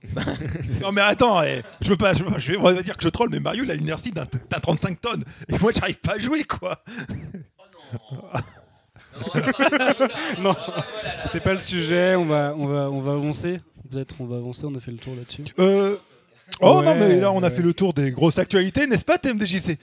D: Non, mais attends, eh, je veux pas, je, veux- je vais- on va dire que je troll, mais Mario, il a l'inertie d'un d'un 35 tonnes. Et moi, j'arrive pas à jouer, quoi.
F: Non, c'est pas le sujet, on va, on va, on va avancer. Peut-être on va avancer, on a fait le tour là-dessus.
D: Euh, Oh
F: Ouais,
D: non, mais là, on a
F: ouais.
D: fait le tour des grosses actualités, n'est-ce pas, TMDJC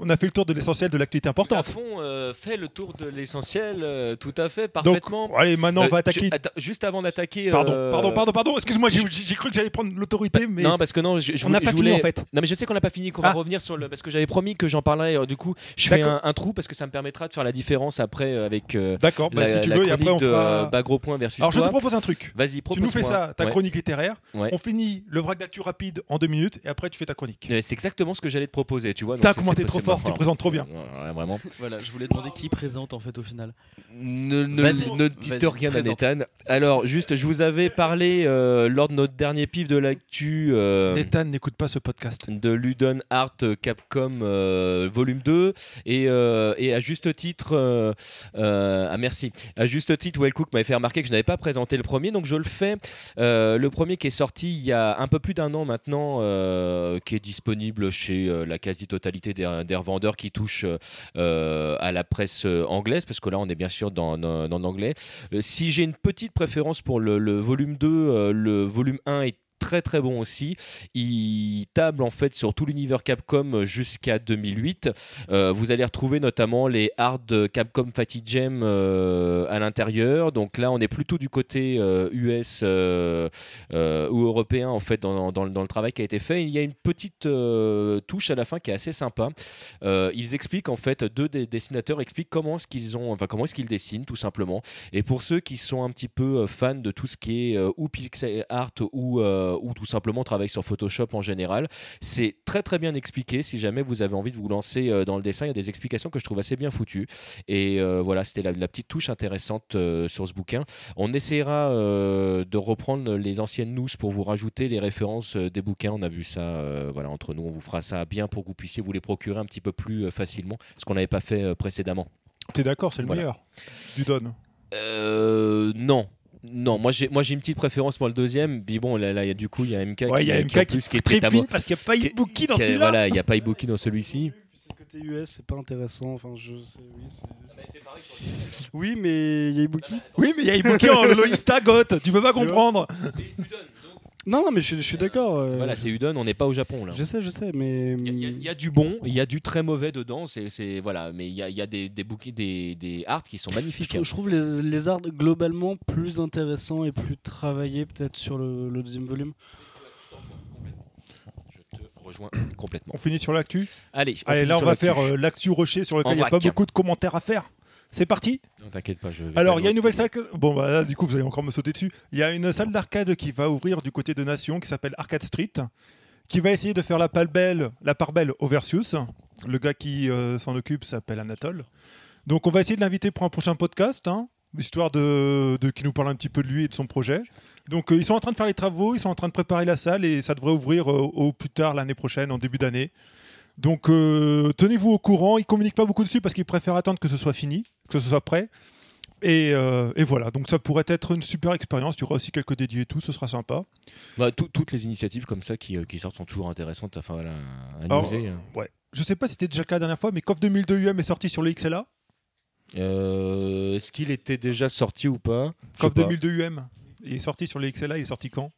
D: On a fait le tour de l'essentiel de l'actualité
A: Tout à
D: importante.
A: fond, euh, fait le tour de l'essentiel, euh, tout à fait,
D: Donc,
A: parfaitement.
D: allez, maintenant, on
A: Euh,
D: va attaquer.
A: je- attends, juste avant d'attaquer.
D: Pardon,
A: euh, Bah,
D: pardon, pardon, pardon, excuse-moi, j'ai- j'ai j'ai cru que j'allais prendre l'autorité, mais
A: Non, parce que non, je, je
D: on n'a
A: voulais-
D: pas
A: je
D: fini,
A: voulais-
D: en fait.
A: Non, mais je sais qu'on n'a pas fini, qu'on
D: Ah.
A: va revenir sur le. Parce que j'avais promis que j'en parlerais. euh, du coup, je fais
D: D'accord.
A: un, un trou parce que ça me permettra de faire la différence après euh, avec euh,
D: D'accord, bah,
A: la,
D: si tu
A: la
D: veux, et
A: chronique
D: après, on
A: de
D: fera.
A: euh, bah, gros point versus
D: Alors, je te
A: toi.
D: propose un truc.
A: Vas-y,
D: Tu nous fais
A: propose-moi.
D: ça, ta
A: Ouais.
D: chronique littéraire.
A: Ouais.
D: On finit le vrac d'actu rapide en deux minutes et après tu fais ta chronique.
A: Euh, C'est exactement ce que j'allais te proposer, tu vois. donc
D: Putain,
A: c'est-
D: comment
A: c'est
D: t'es trop
A: possible.
D: fort, tu
A: Voilà.
D: présentes trop bien.
A: Voilà, vraiment.
G: Voilà, je voulais demander qui présente en fait au final.
A: Ne, ne,
G: Vas-y,
A: ne dites
G: vas-y,
A: rien à
G: présente.
A: Nathan. Alors, juste, je vous avais parlé euh, lors de notre dernier pif de l'actu. euh,
D: Nathan n'écoute pas ce podcast.
A: de Ludon Art Capcom euh, volume 2 et, euh, et à juste titre euh, euh, ah merci à juste titre Wellcook m'avait fait remarquer que je n'avais pas présenté le premier donc je le fais Euh, le premier qui est sorti il y a un peu plus d'un an maintenant euh, qui est disponible chez euh, la quasi-totalité des, des revendeurs qui touchent euh, à la presse euh, anglaise parce que là on est bien sûr dans, dans, dans l'anglais Euh, si j'ai une petite préférence pour le, le volume 2 euh, le volume 1 est très très bon aussi il table en fait sur tout l'univers Capcom jusqu'à 2008. Euh, vous allez retrouver notamment les hard Capcom Fatty Gem euh, à l'intérieur. Donc là, on est plutôt du côté euh, US euh, euh, ou européen en fait dans, dans le- dans le travail qui a été fait. Il y a une petite euh, touche à la fin qui est assez sympa. Euh, ils expliquent en fait deux des dessinateurs expliquent comment est-ce qu'ils ont, enfin comment est-ce qu'ils dessinent tout simplement. Et pour ceux qui sont un petit peu euh, fans de tout ce qui est euh, ou pixel art ou, euh, ou tout simplement travail sur Photoshop en général, c'est très très bien expliqué. Si jamais vous avez envie de vous lancer euh, dans le dessin, il y a des explications que je trouve assez bien foutues. Et euh, voilà, c'était la, la petite touche intéressante euh, sur ce bouquin. On essaiera euh, de reprendre les anciennes news pour vous rajouter les références euh, des bouquins. On a vu ça, euh, voilà, entre nous, on vous fera ça bien pour que vous puissiez vous les procurer un petit peu plus euh, facilement, ce qu'on n'avait pas fait euh, précédemment.
D: T'es d'accord, c'est le
A: Voilà.
D: meilleur du Don.
A: Euh, non. Non, moi j'ai moi j'ai une petite préférence pour le deuxième. Puis bon, là, là, il y a- du coup il y a MK
D: Ouais,
A: qui,
D: il y
A: qui,
D: a
A: en
D: MK qui,
A: plus, qui était à
D: trépine parce qu'il n'y a pas
A: qui-
D: Ibuki dans
A: qui-
D: celui-là.
A: Voilà, il n'y a pas Ibuki dans celui-ci.
F: Le côté US, c'est pas intéressant. Enfin, je sais, oui,
A: Ah,
F: c'est- Oui, mais il y a Ibuki.
D: Oui, mais il y a euh, Ibuki en Lolita Goth, tu peux pas comprendre.
F: Non, non, mais je, suis- je suis d'accord. euh,
A: Voilà, c'est Udon, on n'est pas au Japon là.
F: je sais, je sais, mais.
A: Il y, a- il y a du bon, il y a du très mauvais dedans, c'est c'est- voilà, mais il y a, il y a des des, bouquets- des des arts qui sont
F: Je
A: magnifiques. hein.
F: trouve, je trouve les, les arts globalement plus intéressants et plus travaillés peut-être sur le, le deuxième volume.
A: Je te rejoins complètement.
D: On finit sur l'actu.
A: Allez, on
D: Allez,
A: finit
D: là, on
A: sur
D: va
A: l'actu.
D: faire euh, l'actu rocher sur lequel
A: En
D: il n'y a pas
A: vrac.
D: beaucoup de commentaires à faire. C'est parti
A: Non, t'inquiète pas, je. vais
D: euh, Alors,
A: pas
D: il y a une nouvelle
A: l'autre.
D: salle. que- Bon, bah, là, du coup, vous allez encore me sauter dessus. Il y a une salle d'arcade qui va ouvrir du côté de Nation, qui s'appelle Arcade Street, qui va essayer de faire la part belle, la part belle au Versus. Le gars qui euh, s'en occupe s'appelle Anatole. Donc, on va essayer de l'inviter pour un prochain podcast, hein, histoire de, de qu'il nous parle un petit peu de lui et de son projet. Donc, euh, ils sont en train de faire les travaux, ils sont en train de préparer la salle et ça devrait ouvrir euh, au plus tard l'année prochaine, en début d'année. Donc, euh, tenez-vous au courant. Ils communiquent pas beaucoup dessus parce qu'ils préfèrent attendre que ce soit fini, que ce soit prêt. Et, euh, et voilà, donc ça pourrait être une super expérience. Tu auras aussi quelques dédiés et tout, ce sera sympa.
A: Bah, tout- toutes les initiatives comme ça qui, euh, qui sortent sont toujours intéressantes. Enfin, voilà, à
D: Alors,
A: newser, hein.
D: Ouais. Je sais pas si c'était déjà le cas la dernière fois, mais KOF 2002 UM est sorti sur le XLA.
A: Euh, Est-ce qu'il était déjà sorti ou pas Je
D: KOF
A: sais pas.
D: 2002 UM il est sorti sur le XLA, il est sorti quand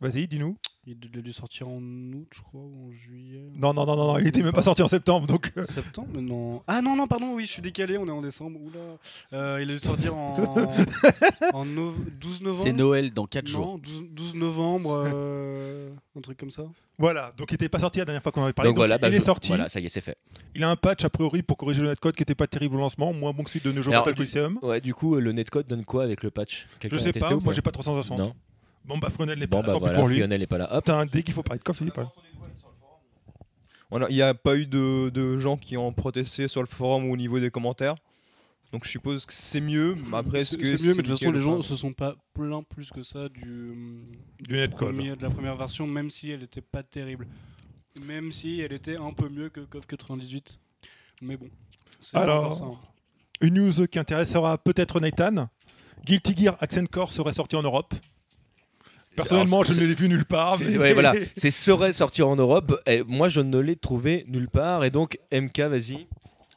D: Vas-y, dis-nous.
F: Il a dû sortir en août, je crois, ou en juillet.
D: Non, non, non, non, non, il était même pas sorti en septembre, donc euh,
F: Septembre Non. Ah non, non, pardon, oui, je suis décalé, on est en décembre. Oula. Euh, il a dû sortir en, en no- 12 novembre.
G: C'est Noël dans 4
F: Non,
G: jours.
F: 12, 12 novembre, euh, un truc comme ça.
D: voilà. Donc il était pas sorti la dernière fois qu'on en avait parlé.
A: Donc
D: Donc,
A: voilà, bah,
D: il est
A: je-
D: sorti.
A: Voilà, ça y est, c'est fait.
D: Il a un patch a priori pour corriger le netcode qui était pas terrible au lancement, moins bon que celui de Neo Geo
A: Alors,
D: Battle Coliseum.
A: Ouais, du coup, euh, le netcode donne quoi avec le patch Quelqu'un
D: Je
A: l'a
D: sais
A: testé
D: pas,
A: ou
D: moi j'ai pas 360.
A: Non.
D: Bon bah Fresnel n'est
A: Bon, bah
D: pas là, tant pis
A: voilà,
D: pour lui.
A: Lionel est pas là. Hop.
D: T'as un dé qu'il faut parler de hein. KOF, il est
F: hein.
D: pas là.
E: Voilà, il n'y a pas eu de, de gens qui ont protesté sur le forum ou au niveau des commentaires. Donc je suppose que c'est mieux. mais Après, est-ce
F: C'est
E: que
F: c'est mieux, mais de toute façon,
E: nickel
F: les
E: ou
F: gens
E: pas
F: se sont pas plaints plus que ça du,
D: Du netcode.
F: premier- de la première version, même si elle était pas terrible. Même si elle était un peu mieux que CoF 98. Mais bon. c'est pas
D: Alors,
F: encore ça, hein.
D: Une news qui intéressera peut-être Nathan. Guilty Gear Accent Core serait sorti en Europe. Personnellement,
A: Alors, c'est-
D: je ne l'ai vu nulle part.
A: C'est-
D: Ah, mais-
A: ouais, voilà, c'est saurait sortir en Europe. Et moi, je ne l'ai trouvé nulle part. Et donc, MK, vas-y.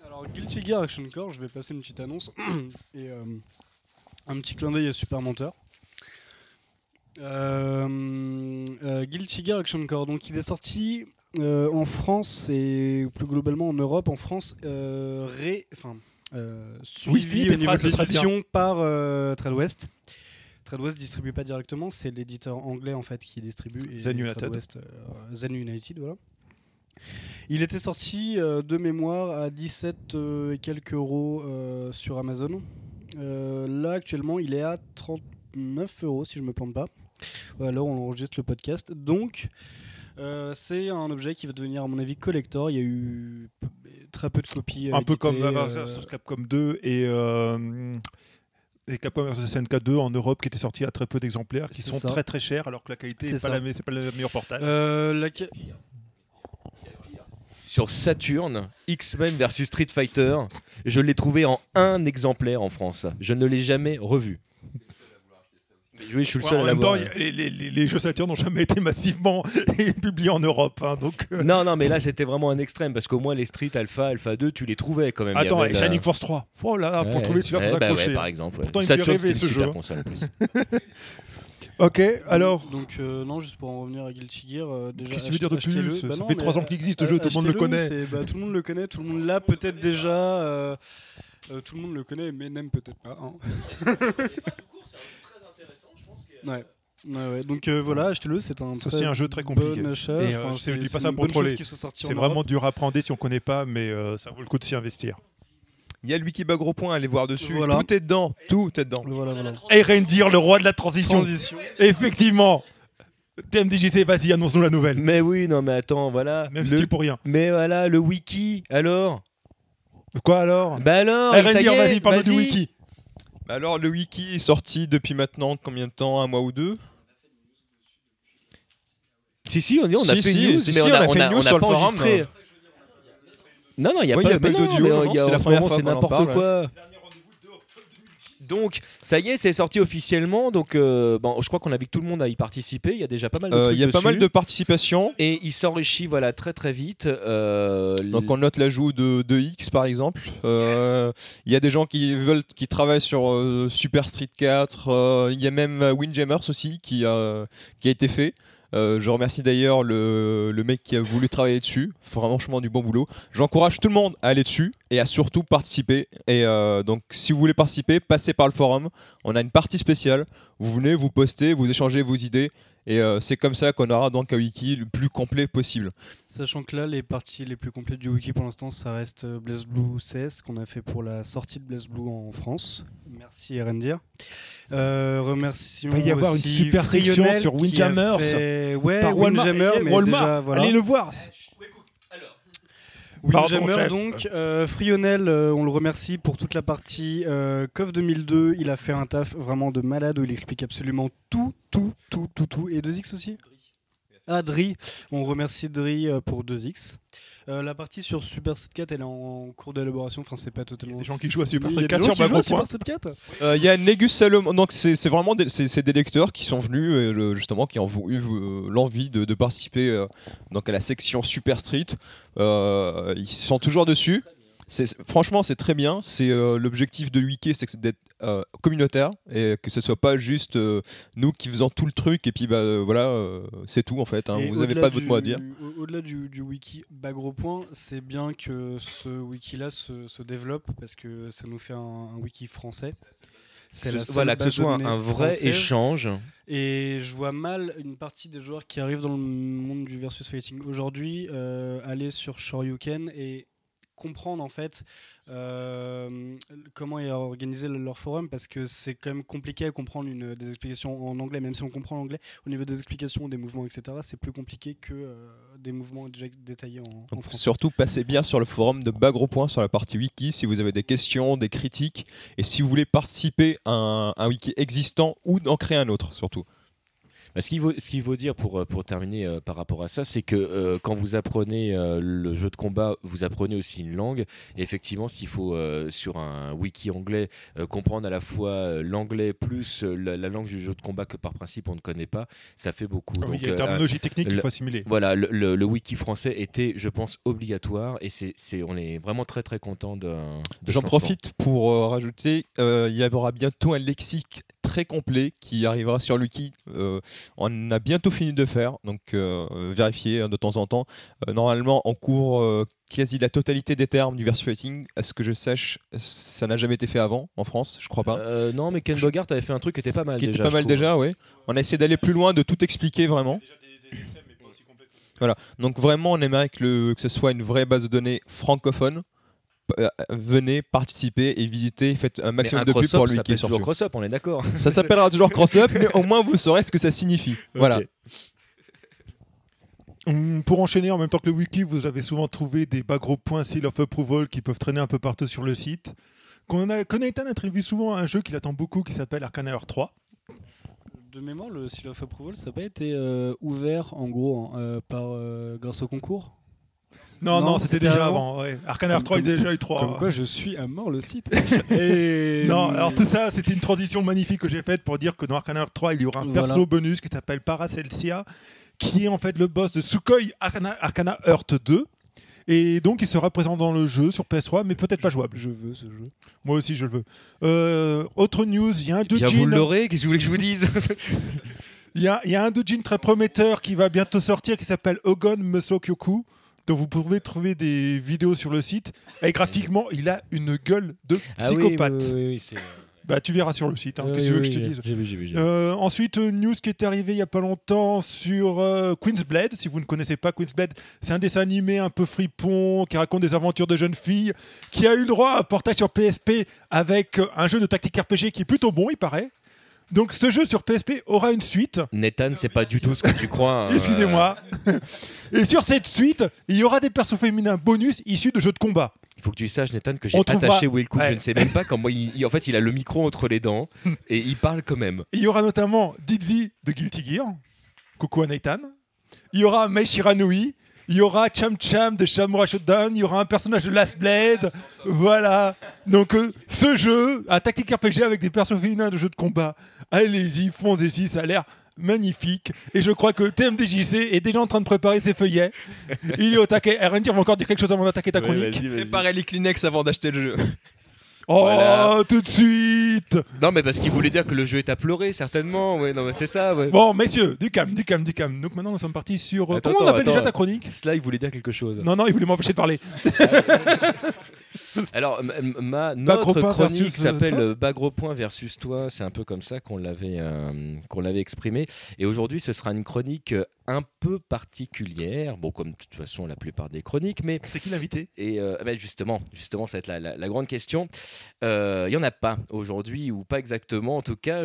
F: Alors, Guilty Gear Action Core, je vais passer une petite annonce et euh, un petit clin d'œil à Super Menteur. Euh, euh, Guilty Gear Action Core, donc il est sorti euh, en France et plus globalement en Europe. En France, euh, ré- enfin, euh, suivi
D: Philippe,
F: au
D: les
F: niveau
D: phrases,
F: de
D: ce serait
F: l'édition par euh, Tradewest. Tradewest distribue pas directement, c'est l'éditeur anglais en fait qui distribue. et
D: Zen United.
F: Tradewest, euh, Zen United, voilà. Il était sorti euh, de mémoire à 17 euh, et quelques euros euh, sur Amazon. Euh, là actuellement il est à 39 euros si je me plante pas. Ou alors on enregistre le podcast. Donc euh, c'est un objet qui va devenir à mon avis collector. Il y a eu p- très peu de copies. euh,
D: Un peu
F: éditées,
D: comme
F: euh,
D: euh, Capcom 2 et, euh, et Capcom vs SNK 2 en Europe qui étaient sortis à très peu d'exemplaires, qui
F: C'est
D: sont
F: ça.
D: très très chers alors que la qualité
F: C'est
D: n'est pas,
F: ça.
D: la me- c'est pas le meilleur portage.
F: euh, la ca-
A: Sur Saturn, X-Men versus Street Fighter, je l'ai trouvé en un exemplaire en France. Je ne l'ai jamais revu. Mais oui, je suis le
D: Ouais,
A: seul
D: en
A: à
D: même temps,
A: l'avoir.
D: il y a- les, les- les- les jeux Saturn n'ont jamais été massivement publiés en Europe. hein, donc, euh,
A: Non, non, mais là c'était vraiment un extrême parce qu'au moins les Street Alpha, Alpha 2, tu les trouvais quand même. Il y
D: Attends,
A: avait
D: et
A: la-
D: Shining Force 3. Oh là là,
A: euh, Ouais,
D: pour trouver celui-là,
A: ouais,
D: il faut
A: bah ouais,
D: s'accrocher.
A: par exemple. ouais.
D: Pourtant, il me fait
A: Saturn, c'était
D: rêver,
A: une
D: ce
A: super
D: jeu.
A: console. en plus.
D: ok, alors,
F: Donc euh, non, juste pour en revenir à Guilty Gear, euh, déjà.
D: qu'est-ce que tu veux dire de
F: achetez-
D: plus
F: achetez-le. Bah
D: Ça
F: non,
D: fait
F: mais,
D: 3 ans
F: euh,
D: qu'il existe le jeu, tout le monde le
F: achetez-le,
D: connaît.
F: c'est- bah, tout le monde le connaît, tout le monde l'a peut-être déjà. euh, euh, tout le monde le connaît, mais n'aime peut-être pas. hein. Ouais. Ouais, ouais. Donc euh, voilà, achetez-le, c'est un.
D: C'est aussi un jeu très compliqué.
F: Bon achat.
D: Et, euh,
F: Enfin,
D: je
F: c'est
D: dis pas
F: c'est
D: ça
F: une
D: pour
F: bonne chose
D: troller.
F: qu'il soit sorti
D: C'est
F: en
D: vraiment
F: Europe.
D: dur à prendre si on connaît pas, mais euh, ça vaut le coup de s'y investir.
E: Il y a lui qui bat gros point, allez voir dessus.
F: Voilà.
E: Tout est dedans, tout est dedans.
F: Voilà, voilà.
D: Erendir, le roi de la transition. Effectivement. TMDJC, vas-y, annonce-nous la nouvelle.
A: Mais oui, non, mais attends, voilà.
D: Même
A: Le-
D: si tu es pour rien.
A: Mais voilà, le wiki, alors
D: Quoi alors
A: Bah alors ça y
D: Erendir,
A: est,
D: vas-y, parle du
A: vas-y.
D: wiki.
E: Bah Alors, le wiki est sorti depuis maintenant combien de temps Un mois ou deux
A: Si, si, on, dit, on a
E: Si,
A: fait
E: si,
A: une news,
E: si,
A: mais
E: si,
A: on
E: on
A: a,
E: a fait
A: on a-
E: une news
A: on a
E: sur le
A: pas
E: forum. hein.
A: enregistré. Non, non, il n'y a
E: Oui,
A: pas,
E: y a
A: mais
E: pas eu
A: non,
E: d'audio,
A: mais
E: non,
A: il y a-
E: c'est la
A: en ce
E: première
A: moment,
E: fois
A: c'est
E: qu'on en
A: n'importe
E: parle,
A: quoi. Donc, ça y est, c'est sorti officiellement. Donc, euh, bon, je crois qu'on a vu que tout le monde a y participé. Il y a déjà pas mal de
E: Euh,
A: trucs
E: Il y a pas
A: dessus.
E: mal de participation.
A: Et il s'enrichit voilà, très très vite. Euh,
E: Donc on note l'ajout de, de X par exemple. Euh, Il y a des gens qui veulent, qui travaillent sur euh, Super Street 4. euh, Il y a même euh, Windjammers aussi qui a, qui a été fait. Euh, je remercie d'ailleurs le, le mec qui a voulu travailler dessus. Franchement du bon boulot. J'encourage tout le monde à aller dessus et à surtout participer. Et euh, donc si vous voulez participer, passez par le forum. On a une partie spéciale. Vous venez, vous postez, vous échangez vos idées. Et euh, c'est comme ça qu'on aura donc un wiki le plus complet possible.
F: Sachant que là, les parties les plus complètes du wiki pour l'instant, ça reste euh, Blaze Blue CS qu'on a fait pour la sortie de Blaze Blue en France. Merci Rendir. Euh, remercions.
D: Il va y avoir une
F: aussi
D: super section
F: Frionel
D: sur
F: qui a
D: Windjammers.
F: fait- Ouais,
D: Par Walmart-
F: Windjammer,
D: eh,
F: mais
D: Walmart,
F: déjà, voilà.
D: Allez le voir. Pardon,
F: Windjammer,
D: chef.
F: donc, euh, Frionel, euh, on le remercie pour toute la partie euh, CoF 2002. Il a fait un taf vraiment de malade où il explique absolument tout, tout, tout, tout, tout. Et 2X aussi Ah, Dri. On remercie Dri euh, pour 2X. Euh, la partie sur Super 7.4, elle est en cours d'élaboration. Enfin, c'est pas totalement.
D: Les gens qui jouent à Super
F: Il y a des
D: 4
F: gens
D: sur hein.
F: qui jouent à
D: Macro
F: Super 7.4.
E: Euh, Il y a Négus Salomon, donc c'est c'est vraiment des, c'est- c'est des lecteurs qui sont venus euh, le- justement qui ont vou- eu euh, l'envie de, de participer euh, donc à la section Super Street. Euh, ils sont toujours dessus. C'est- c'est- franchement, c'est très bien. C'est euh, l'objectif de Wiki, c'est que c'est d'être euh, communautaire et que ce soit pas juste euh, nous qui faisons tout le truc et puis bah euh, voilà, euh, c'est tout en fait. hein.
F: Et
E: Vous avez
F: au-delà
E: pas votre
F: du-
E: mot à dire.
F: au- Au-delà du, du wiki bas gros point, c'est bien que ce wiki-là se, se développe parce que ça nous fait un, un wiki français. C'est
A: Que
F: la
A: ce-
F: seule
A: voilà, que ce
F: base de
A: soit un,
F: données
A: un vrai
F: française.
A: échange.
F: Et je vois mal une partie des joueurs qui arrivent dans le monde du versus fighting aujourd'hui euh, aller sur Shoryuken et comprendre en fait euh, comment est organisé le- leur forum parce que c'est quand même compliqué à comprendre une, des explications en anglais même si on comprend l'anglais au niveau des explications des mouvements etc c'est plus compliqué que euh, des mouvements déjà détaillés en, en
E: Donc,
F: français
E: surtout, passez bien sur le forum de Bagro Point sur la partie wiki si vous avez des questions, des critiques et si vous voulez participer à un, un wiki existant ou d'en créer un autre surtout.
A: Bah, ce qu'il vaut, ce qu'il vaut dire pour, euh, pour terminer euh, par rapport à ça, c'est que euh, quand vous apprenez euh, le jeu de combat, vous apprenez aussi une langue. Et effectivement, s'il faut euh, sur un wiki anglais euh, comprendre à la fois euh, l'anglais plus euh, la, la langue du jeu de combat que par principe on ne connaît pas, ça fait beaucoup.
D: Ah Il y a
A: Donc,
D: une
A: euh,
D: terminologie technique qu'il
A: le-
D: faut assimiler.
A: voilà, le, le- le wiki français était, je pense, obligatoire et c'est, c'est- on est vraiment très très content de. de ce
E: J'en
A: lancement.
E: profite pour euh, rajouter, euh, il y aura bientôt un lexique très complet qui arrivera sur le wiki. Euh, on a bientôt fini de le faire, donc euh, vérifiez euh, de temps en temps. Euh, normalement, on court euh, quasi la totalité des termes du verse fighting. À ce que je sache, ça n'a jamais été fait avant en France, je crois pas.
A: Euh, non, mais Ken Bogart avait fait un truc qui était pas mal
E: qui
A: déjà.
E: était pas
A: je
E: mal
A: trouve.
E: déjà, oui. On a essayé d'aller plus loin, de tout expliquer vraiment. Voilà, donc vraiment, on aimerait que, le, que ce soit une vraie base de données francophone. P- euh, Venez participer et visiter, faites un
A: Mais
E: maximum
A: un
E: de pubs
A: cross-up,
E: pour
A: ça
E: lui qui
A: s'appelle
E: est sur
A: toujours cross-up, on est d'accord.
E: Ça s'appellera toujours cross-up, mais au moins vous saurez ce que ça signifie. Voilà.
D: Hum, Pour enchaîner, en même temps que le wiki, vous avez souvent trouvé des bas gros points seal of approval qui peuvent traîner un peu partout sur le site. Qu'on a- Connaitan attribue souvent à un jeu qu'il attend beaucoup qui s'appelle Arcane Hour 3.
F: de mémoire le seal of approval ça n'a pas été euh, ouvert en gros hein, euh, par euh, grâce au concours
D: Non, non,
F: Non,
D: c'était
F: c'était
D: déjà
F: avant.
D: avant. ouais. Arcane Hour
F: Comme-
D: 3, il y a déjà eu 3.
F: Comme quoi, je suis à mort le site. Et-
D: Non, alors tout ça, c'était une transition magnifique que j'ai faite pour dire que dans Arcane Hour 3, il y aura un
F: Voilà.
D: perso bonus qui s'appelle Paracelsia, qui est en fait le boss de Sukhoi Arcana, Arcana Heart 2. Et donc, il sera présent dans le jeu sur PS3, mais peut-être pas jouable.
F: Je veux ce jeu.
D: Moi aussi, je le veux. Euh, autre news, il y a un
A: Bien, vous
D: doujin,
A: l'aurez, qu'est-ce que vous voulez que je vous dise
D: il y a, il y a un doujin très prometteur qui va bientôt sortir, qui s'appelle Ogon Musokyoku, dont vous pouvez trouver des vidéos sur le site. Et graphiquement, il a une gueule de
A: Ah oui,
D: psychopathe.
A: oui, oui, oui, c'est-
D: Bah, tu verras sur le site, hein,
A: Oui,
D: qu'est-ce que tu veux
A: oui,
D: que je te
A: oui,
D: dise.
A: J'ai vu, j'ai vu. j'ai vu.
D: Euh, ensuite, euh, news qui est arrivée il n'y a pas longtemps sur euh, Queensblade. Si vous ne connaissez pas Queensblade, c'est un dessin animé un peu fripon qui raconte des aventures de jeunes filles, qui a eu le droit à un portage sur PSP avec euh, un jeu de tactique RPG qui est plutôt bon, il paraît. Donc ce jeu sur PSP aura une suite.
A: Nathan, c'est pas du tout ce que tu crois. hein.
D: Excusez-moi. Et sur cette suite, il y aura des persos féminins bonus issus de jeux de combat.
A: Il faut que tu saches, Nathan, que j'ai
D: On trouvera-
A: attaché Will Cook. Je
D: Ouais.
A: ne sais même pas comment. Il, il- en fait, il a le micro entre les dents et il parle quand même.
D: Il y aura notamment Dizzy de Guilty Gear. Coucou à Nathan. Il y aura Mei Shiranui. Il y aura Cham Cham de Samurai Shodown. Il y aura un personnage de Last Blade. Voilà. Donc, euh, ce jeu, un tactique RPG avec des persos féminins de jeux de combat. Allez-y, foncez-y, ça a l'air magnifique. Et je crois que TMDJC est déjà en train de préparer ses feuillets. Il est au taquet. Erendir va encore dire quelque chose avant d'attaquer ta chronique.
E: Préparez les Kleenex avant d'acheter le jeu.
D: oh,
E: Voilà.
D: tout de suite
A: Non, mais parce qu'il voulait dire que le jeu est à pleurer, certainement. Ouais, non, mais c'est ça. Ouais.
D: Bon, messieurs, du calme, du calme, du calme. Donc maintenant, nous sommes partis sur... euh,
A: Attends,
D: comment on
A: attends,
D: appelle déjà
A: attends.
D: ta chronique
A: Sly voulait dire quelque chose.
D: Non, non, il voulait m'empêcher de parler.
A: Alors, m- m- ma,
D: Bagro
A: notre
D: point
A: chronique
D: versus, euh,
A: s'appelle
D: toi
A: euh, Bagro Point versus toi. C'est un peu comme ça qu'on l'avait euh, qu'on l'avait exprimé. Et aujourd'hui, ce sera une chronique euh, un peu particulière. Bon, comme de toute façon la plupart des chroniques, mais
I: C'est qui l'invité
A: et euh, ben, justement, justement, ça va être la, la- la grande question. Euh, Il y en a pas aujourd'hui ou pas exactement. En tout cas,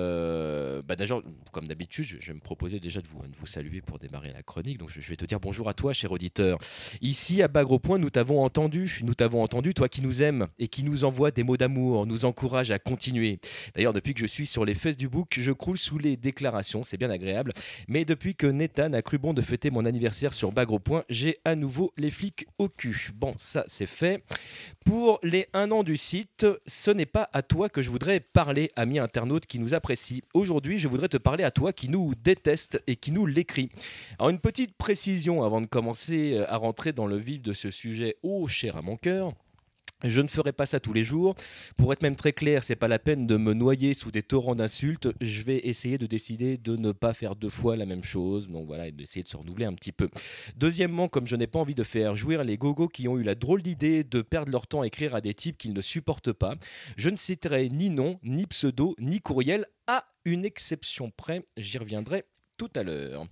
A: euh, bah, d'ailleurs, comme d'habitude, je, je vais me proposer déjà de vous, de vous saluer pour démarrer la chronique. Donc, je, je vais te dire bonjour à toi, cher auditeur. Ici à Bagro Point, nous t'avons entendu, nous t'avons entendu, toi qui nous aimes et qui nous envoie des mots d'amour, nous encourage à continuer. D'ailleurs, depuis que je suis sur les fesses du bouc, je croule sous les déclarations, c'est bien agréable. Mais depuis que Nathan a cru bon de fêter mon anniversaire sur Bagro Point, j'ai à nouveau les flics au cul. Bon, ça c'est fait. Pour les 1 an du site, ce n'est pas à toi que je voudrais parler, ami internaute qui nous apprécie. Aujourd'hui, je voudrais te parler à toi qui nous déteste et qui nous l'écrit. Alors, une petite précision avant de commencer euh, à rentrer dans le vif de ce sujet, ô cher à mon cœur. Je ne ferai pas ça tous les jours. Pour être même très clair, c'est pas la peine de me noyer sous des torrents d'insultes. Je vais essayer de décider de ne pas faire deux fois la même chose. Donc voilà, et d'essayer de se renouveler un petit peu. Deuxièmement, comme je n'ai pas envie de faire jouir les gogos qui ont eu la drôle d'idée de perdre leur temps à écrire à des types qu'ils ne supportent pas, je ne citerai ni nom, ni pseudo, ni courriel, à une exception près. J'y reviendrai tout à l'heure.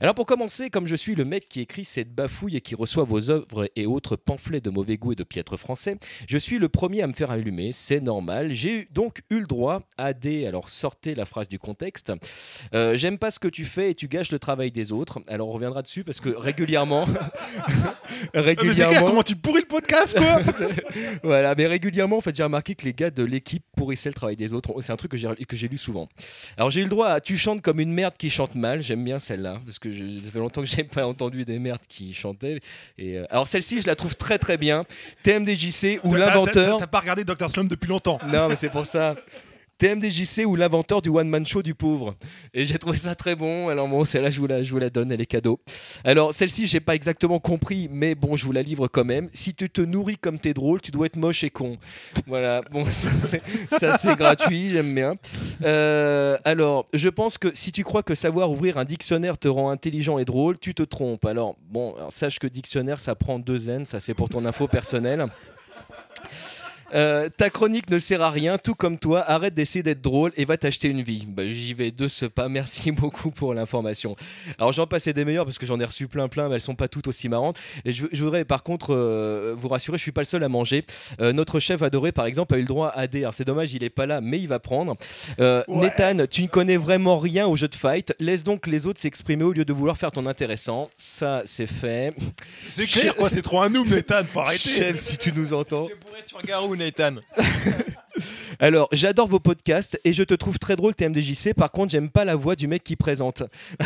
A: Alors pour commencer, comme je suis le mec qui écrit cette bafouille et qui reçoit vos œuvres et autres pamphlets de mauvais goût et de piètre français, je suis le premier à me faire allumer, c'est normal. J'ai eu- donc eu le droit à des... Alors sortez la phrase du contexte. Euh, J'aime pas ce que tu fais et tu gâches le travail des autres. Alors on reviendra dessus parce que régulièrement...
D: Ah, Mais c'est clair,
A: régulièrement...
D: comment tu pourris le podcast, quoi
A: voilà, mais régulièrement, en fait, j'ai remarqué que les gars de l'équipe pourrissaient le travail des autres. C'est un truc que j'ai que j'ai lu souvent. Alors, j'ai eu le droit à Tu chantes comme une merde qui chante mal. J'aime bien celle-là, parce que je, ça fait longtemps que j'ai pas entendu des merdes qui chantaient. Et, euh, alors, celle-ci, je la trouve très très bien. TMDJC ou
D: Ah, T'as- t'as-
A: l'inventeur.
D: T'as pas regardé Dr Slum depuis longtemps.
A: Non, mais c'est pour ça. TMDJC ou l'inventeur du one man show du pauvre. Et j'ai trouvé ça très bon. Alors bon, celle-là, je vous la, je vous la donne, elle est cadeau. Alors celle-ci, j'ai pas exactement compris, mais bon, je vous la livre quand même. Si tu te nourris comme t'es drôle, tu dois être moche et con. Voilà. Bon, ça c'est, ça, c'est gratuit, j'aime bien. Euh, alors, je pense que si tu crois que savoir ouvrir un dictionnaire te rend intelligent et drôle, tu te trompes. Alors bon, alors, sache que dictionnaire, ça prend deux N. Ça, c'est pour ton info personnelle. Euh, ta chronique ne sert à rien, tout comme toi. Arrête d'essayer d'être drôle et va t'acheter une vie. Bah, J'y vais de ce pas. Merci beaucoup pour l'information. Alors j'en passais des meilleures parce que j'en ai reçu plein plein, mais elles sont pas toutes aussi marrantes. Et je, je voudrais par contre euh, vous rassurer, je suis pas le seul à manger. Euh, notre chef adoré, par exemple, a eu le droit à des. Alors c'est dommage, il est pas là, mais il va prendre. Euh, Nathan, tu ne connais vraiment rien au jeu de fight. Laisse donc les autres s'exprimer au lieu de vouloir faire ton intéressant. Ça, c'est fait.
D: C'est clair, quoi, c'est trop un noob, Nathan, faut arrêter.
A: Chef, si tu nous entends.
E: sur Garou, Nathan.
A: Alors, j'adore vos podcasts et je te trouve très drôle, TMDJC. Par contre, j'aime pas la voix du mec qui présente.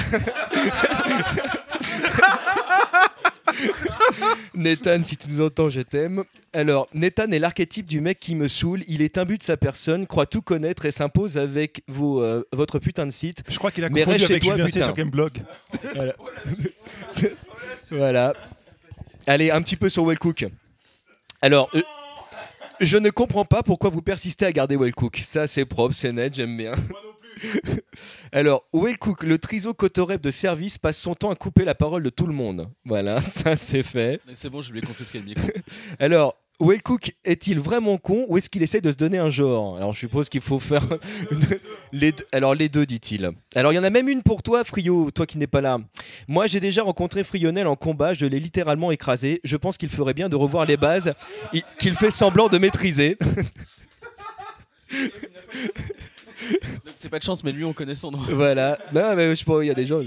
A: Nathan, si tu nous entends, je t'aime. Alors, Nathan est l'archétype du mec qui me saoule. Il est imbu de sa personne, croit tout connaître et s'impose avec vos, euh, votre putain de site.
D: Je crois qu'il a
A: Mais
D: confondu
A: reste chez
D: avec
A: toi,
D: Julien C
A: putain.
D: sur Gameblog.
A: Voilà. Allez, un petit peu sur Wellcook. Alors, euh, je ne comprends pas pourquoi vous persistez à garder Wellcook. Ça, c'est propre, c'est net, j'aime bien. Alors, Wellcook, le triso cotorep de service, passe son temps à couper la parole de tout le monde. Voilà, ça, c'est fait.
G: Mais C'est bon, je lui ai confisqué le micro.
A: Alors, Wellcook est-il vraiment con ou est-ce qu'il essaie de se donner un genre Alors, je suppose qu'il faut faire. les deux. Alors, les deux, dit-il. Alors, il y en a même une pour toi, Frio, toi qui n'es pas là. Moi, j'ai déjà rencontré Frionel en combat, je l'ai littéralement écrasé. Je pense qu'il ferait bien de revoir les bases i- qu'il fait semblant de maîtriser.
G: Donc, C'est pas de chance, mais lui, on connaît son nom.
A: voilà. Non, mais je pense, il y a des gens.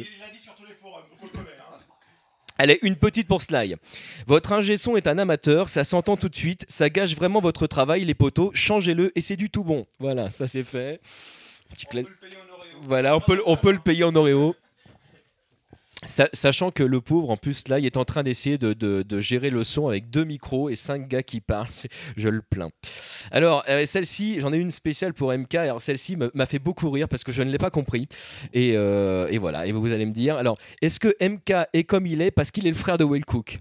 A: Allez, une petite pour Sly. Votre ingé son est un amateur, ça s'entend tout de suite, ça gâche vraiment votre travail, les poteaux, changez-le et c'est du tout bon. Voilà, ça c'est fait. Petit cla- Voilà, on peut, le- on peut le payer en Oreo. Sa- sachant que le pauvre, en plus, Sly est en train d'essayer de, de- de gérer le son avec deux micros et cinq gars qui parlent. C'est- Je le plains. Alors, euh, celle-ci, j'en ai une spéciale pour MK. Alors, celle-ci me- m'a fait beaucoup rire parce que je ne l'ai pas compris. Et, euh, et voilà, et vous allez me dire. Alors, est-ce que MK est comme il est parce qu'il est le frère de Will Cook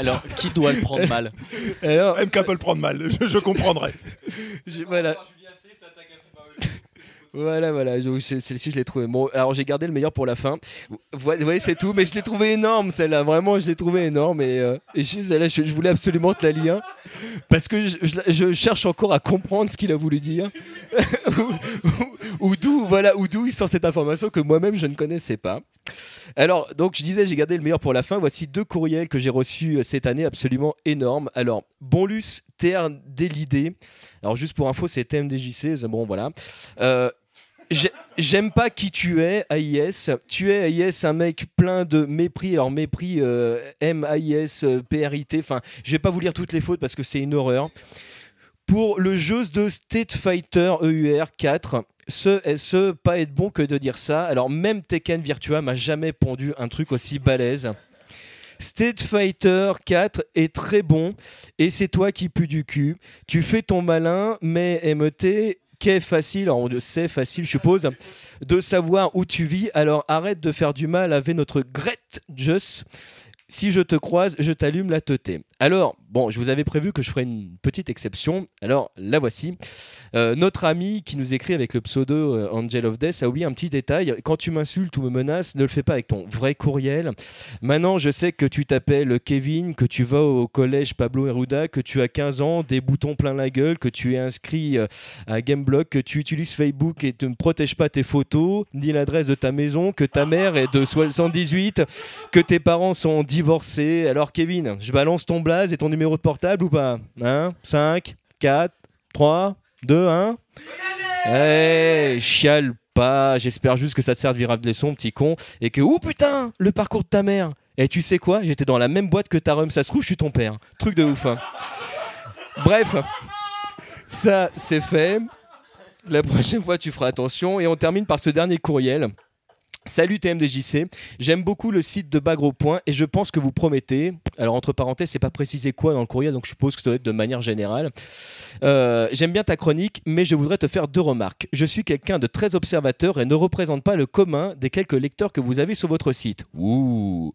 G: Alors, qui doit le prendre mal
A: Alors,
D: MK peut le prendre mal, je, je comprendrais.
A: j'ai- voilà. Voilà, voilà. donc c'est- Celle-ci, je l'ai trouvée. Bon, alors j'ai gardé le meilleur pour la fin. Vous vous voyez, c'est tout. Mais je l'ai trouvée énorme, celle-là. Vraiment, je l'ai trouvée énorme. Et, euh, et je, celle-là, je, je voulais absolument te la lire. Parce que je, je la- je cherche encore à comprendre ce qu'il a voulu dire. ou ou- ou d'où voilà, ou d'où il sort cette information que moi-même, je ne connaissais pas. Alors, donc, je disais, j'ai gardé le meilleur pour la fin. Voici deux courriels que j'ai reçus euh, cette année absolument énormes. Alors, Bonlus, Terre Délidée. Alors, juste pour info, c'est TMDJC. c'est- Bon, voilà. Euh, j'ai- J'aime pas qui tu es, AIS. Tu es, AIS, un mec plein de mépris. Alors, mépris, euh, M-A-I-S, euh, P-R-I-T. Enfin, je vais pas vous lire toutes les fautes parce que c'est une horreur. Pour le jeu de State Fighter E EUR 4, ce, ce pas être bon que de dire ça. Alors, même Tekken Virtua m'a jamais pondu un truc aussi balèze. State Fighter 4 est très bon et c'est toi qui pue du cul. Tu fais ton malin, mais MET, qu'est facile, alors c'est facile, je suppose, de savoir où tu vis. Alors arrête de faire du mal avec notre Grette Just. Si je te croise, je t'allume la teuté. Alors, bon, je vous avais prévu que je ferais une petite exception. Alors, la voici. Euh, notre ami qui nous écrit avec le pseudo euh, Angel of Death a oublié un petit détail. Quand tu m'insultes ou me menaces, ne le fais pas avec ton vrai courriel. Maintenant, je sais que tu t'appelles Kevin, que tu vas au collège Pablo Heruda, que tu as 15 ans, des boutons plein la gueule, que tu es inscrit euh, à Gameblock, que tu utilises Facebook et tu ne protèges pas tes photos, ni l'adresse de ta maison, que ta mère est de 78, que tes parents sont divorcés. Alors, Kevin, je balance ton blaze et ton numéro de portable ou pas 1, 5, 4, 3, 2, 1. Eh, chiale pas, j'espère juste que ça te servira de leçon, petit con, et que, ouh putain, le parcours de ta mère Et tu sais quoi, j'étais dans la même boîte que ta rhum, ça se trouve, je suis ton père. Truc de ouf. hein. Bref, ça, c'est fait. La prochaine fois, tu feras attention, et on termine par ce dernier courriel. Salut TMDJC, j'aime beaucoup le site de Bagro Point et je pense que vous promettez, alors entre parenthèses, c'est pas précisé quoi dans le courrier, donc je suppose que ça doit être de manière générale. Euh, j'aime bien ta chronique, mais je voudrais te faire deux remarques. Je suis quelqu'un de très observateur et ne représente pas le commun des quelques lecteurs que vous avez sur votre site. Ouh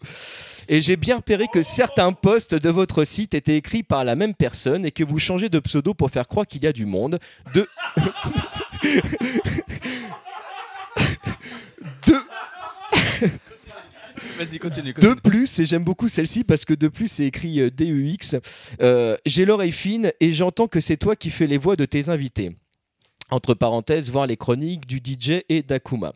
A: Et j'ai bien repéré que certains posts de votre site étaient écrits par la même personne et que vous changez de pseudo pour faire croire qu'il y a du monde. De. de.
G: Vas-y, continue.
A: De plus, et j'aime beaucoup celle-ci parce que de plus c'est écrit euh, DEX, euh, j'ai l'oreille fine et j'entends que c'est toi qui fais les voix de tes invités. Entre parenthèses, voir les chroniques du DJ et d'Akuma.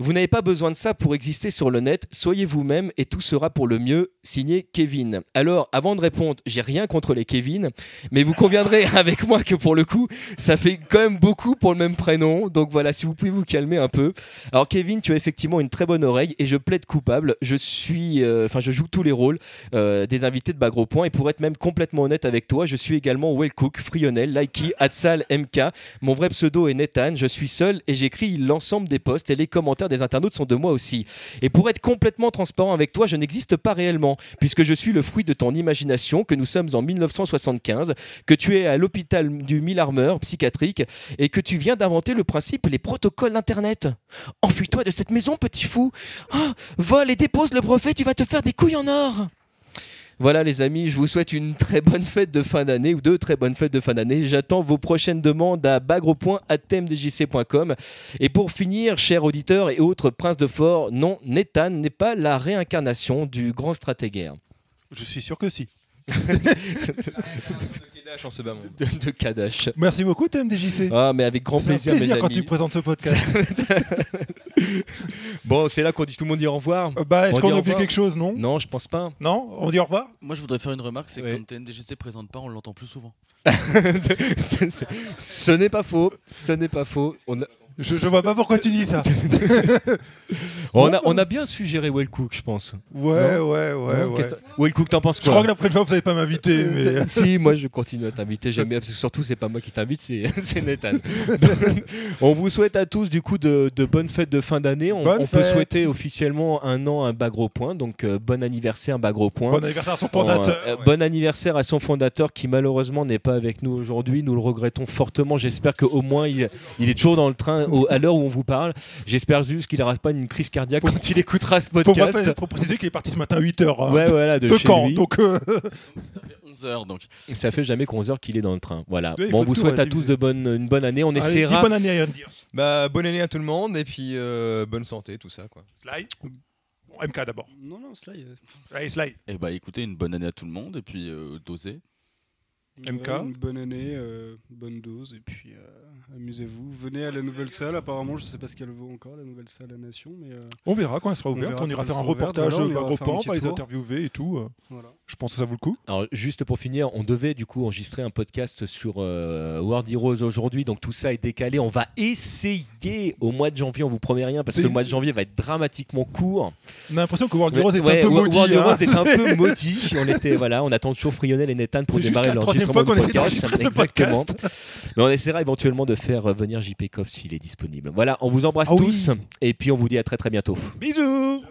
A: Vous n'avez pas besoin de ça pour exister sur le net, soyez vous-même et tout sera pour le mieux, signé Kevin. Alors, avant de répondre, j'ai rien contre les Kevin, mais vous conviendrez avec moi que pour le coup, ça fait quand même beaucoup pour le même prénom, donc voilà, si vous pouvez vous calmer un peu. Alors Kevin, tu as effectivement une très bonne oreille et je plaide coupable. Je suis, euh, enfin, je joue tous les rôles euh, des invités de Bagro Point et pour être même complètement honnête avec toi, je suis également Wellcook, Frionel, Likey, Hatsal, MK. Mon vrai pseudo est Nathan. Je suis seul et j'écris l'ensemble des posts et les commentaires des internautes sont de moi aussi. Et pour être complètement transparent avec toi, je n'existe pas réellement puisque je suis le fruit de ton imagination que nous sommes en 1975, que tu es à l'hôpital du Mille Armeur psychiatrique et que tu viens d'inventer le principe et les protocoles d'internet. Enfuis-toi de cette maison, petit fou Ah, Vole et dépose le brevet, tu vas te faire des couilles en or voilà les amis, je vous souhaite une très bonne fête de fin d'année ou deux très bonnes fêtes de fin d'année. J'attends vos prochaines demandes à bagro.atmdjc.com. Et pour finir, chers auditeurs et autres princes de fort, non, Nathan n'est pas la réincarnation du grand stratégaire
D: Je suis sûr que si.
A: de, de Kadash.
D: Merci beaucoup, TMDJC.
A: Ah mais avec grand
D: C'est un
A: plaisir,
D: plaisir
A: mes
D: quand
A: amis.
D: tu présentes ce podcast.
A: Bon, c'est là qu'on dit tout le monde dit au revoir.
D: Euh, bah, est-ce
A: On dit
D: qu'on
A: au
D: oublie
A: revoir.
D: quelque chose, non
A: Non, je pense pas.
D: Non On dit au revoir
G: Moi, je voudrais faire une remarque c'est que
A: Ouais.
G: comme TMDJC présente pas, on l'entend plus souvent.
A: Ce n'est pas faux, ce n'est pas faux. On a,
D: je, je vois pas pourquoi tu dis ça.
A: on a, on a bien suggéré Wellcook, je pense.
D: Ouais, ouais, ouais,
A: Hein,
D: ouais.
A: qu'est-ce que- Euh, Wellcook, t'en penses
D: Je
A: quoi
D: crois que la prochaine fois, vous n'allez pas m'inviter, mais...
A: Si, moi je continue à t'inviter, j'aime bien, parce que surtout c'est pas moi qui t'invite, c'est c'est Nathan. Donc, on vous souhaite à tous du coup de, de bonnes fêtes de fin d'année. On,
D: Bonnes
A: on peut
D: fêtes.
A: souhaiter officiellement un an à Bagro Point, donc euh, bon anniversaire Bagro Point.
D: Bon anniversaire à son fondateur.
A: Euh, euh, Bon anniversaire à son fondateur qui malheureusement n'est pas avec nous aujourd'hui. Nous le regrettons fortement. J'espère qu'au moins il, il est toujours dans le train au- à l'heure où on vous parle. J'espère juste qu'il n'aura pas une crise cardiaque
D: Pour-
A: quand il écoutera ce
D: Faut, pas-
A: podcast.
D: faut préciser qu'il est parti ce matin à 8h.
A: Ouais, voilà, de,
D: hein. de
A: chez
D: Caen,
A: lui.
D: donc euh,
G: 11h donc.
A: Et Ça fait jamais 11 heures qu'il est dans le train. Voilà.
D: Ouais, il
A: bon, on
D: faut
A: vous
D: tout
A: souhaite à tous
D: relativiser.
A: de bonnes, une bonne année. On
D: Allez, dis
A: essaiera.
D: bonne année à Ian Deere.
E: Bah, bonne année à tout le monde et puis euh, bonne santé, tout ça quoi.
D: Sly. Bon, MK d'abord.
F: Non, non, Sly. euh,
D: Allez, Sly.
G: Et bah écoutez, une bonne année à tout le monde et puis euh, doser.
D: MK.
F: une bonne année, euh, bonne dose, et puis euh, amusez-vous. Venez à la nouvelle salle, apparemment, je sais pas ce qu'elle vaut encore, la nouvelle salle à Nation, mais euh,
D: On verra quand elle sera
F: On
D: ouverte.
F: verra
D: On,
F: quand
D: ira
F: elle
D: faire un
F: sera ouverte,
D: reportage
F: voilà, on
D: euh,
F: ira
D: par
F: faire un
D: Gropan,
F: petit
D: par les
F: tour.
D: interviewer et tout. euh,
F: voilà.
D: Je pense que ça vaut le coup.
A: Alors, juste pour finir, on devait du coup enregistrer un podcast sur euh, World Heroes aujourd'hui, donc tout ça est décalé. On va essayer au mois de janvier, on vous promet rien, parce que
D: C'est-
A: le mois de janvier va être dramatiquement court.
D: On a l'impression que World Heroes est
A: Ouais,
D: un peu
A: Wo-
D: maudit.
A: World
D: hein.
A: Heroes est un peu maudit. On était voilà, on attend toujours Frionel et Nathan pour
D: C'est juste
A: démarrer
D: la
A: l'enregistrement
D: troisième fois
A: du
D: qu'on essaie
A: podcast.
D: d'enregistrer ce
A: Exactement. Mais on essaiera éventuellement de faire euh, venir JP Koff s'il est disponible. Voilà, on vous embrasse
D: Ah oui.
A: tous et puis on vous dit à très très bientôt.
D: Bisous.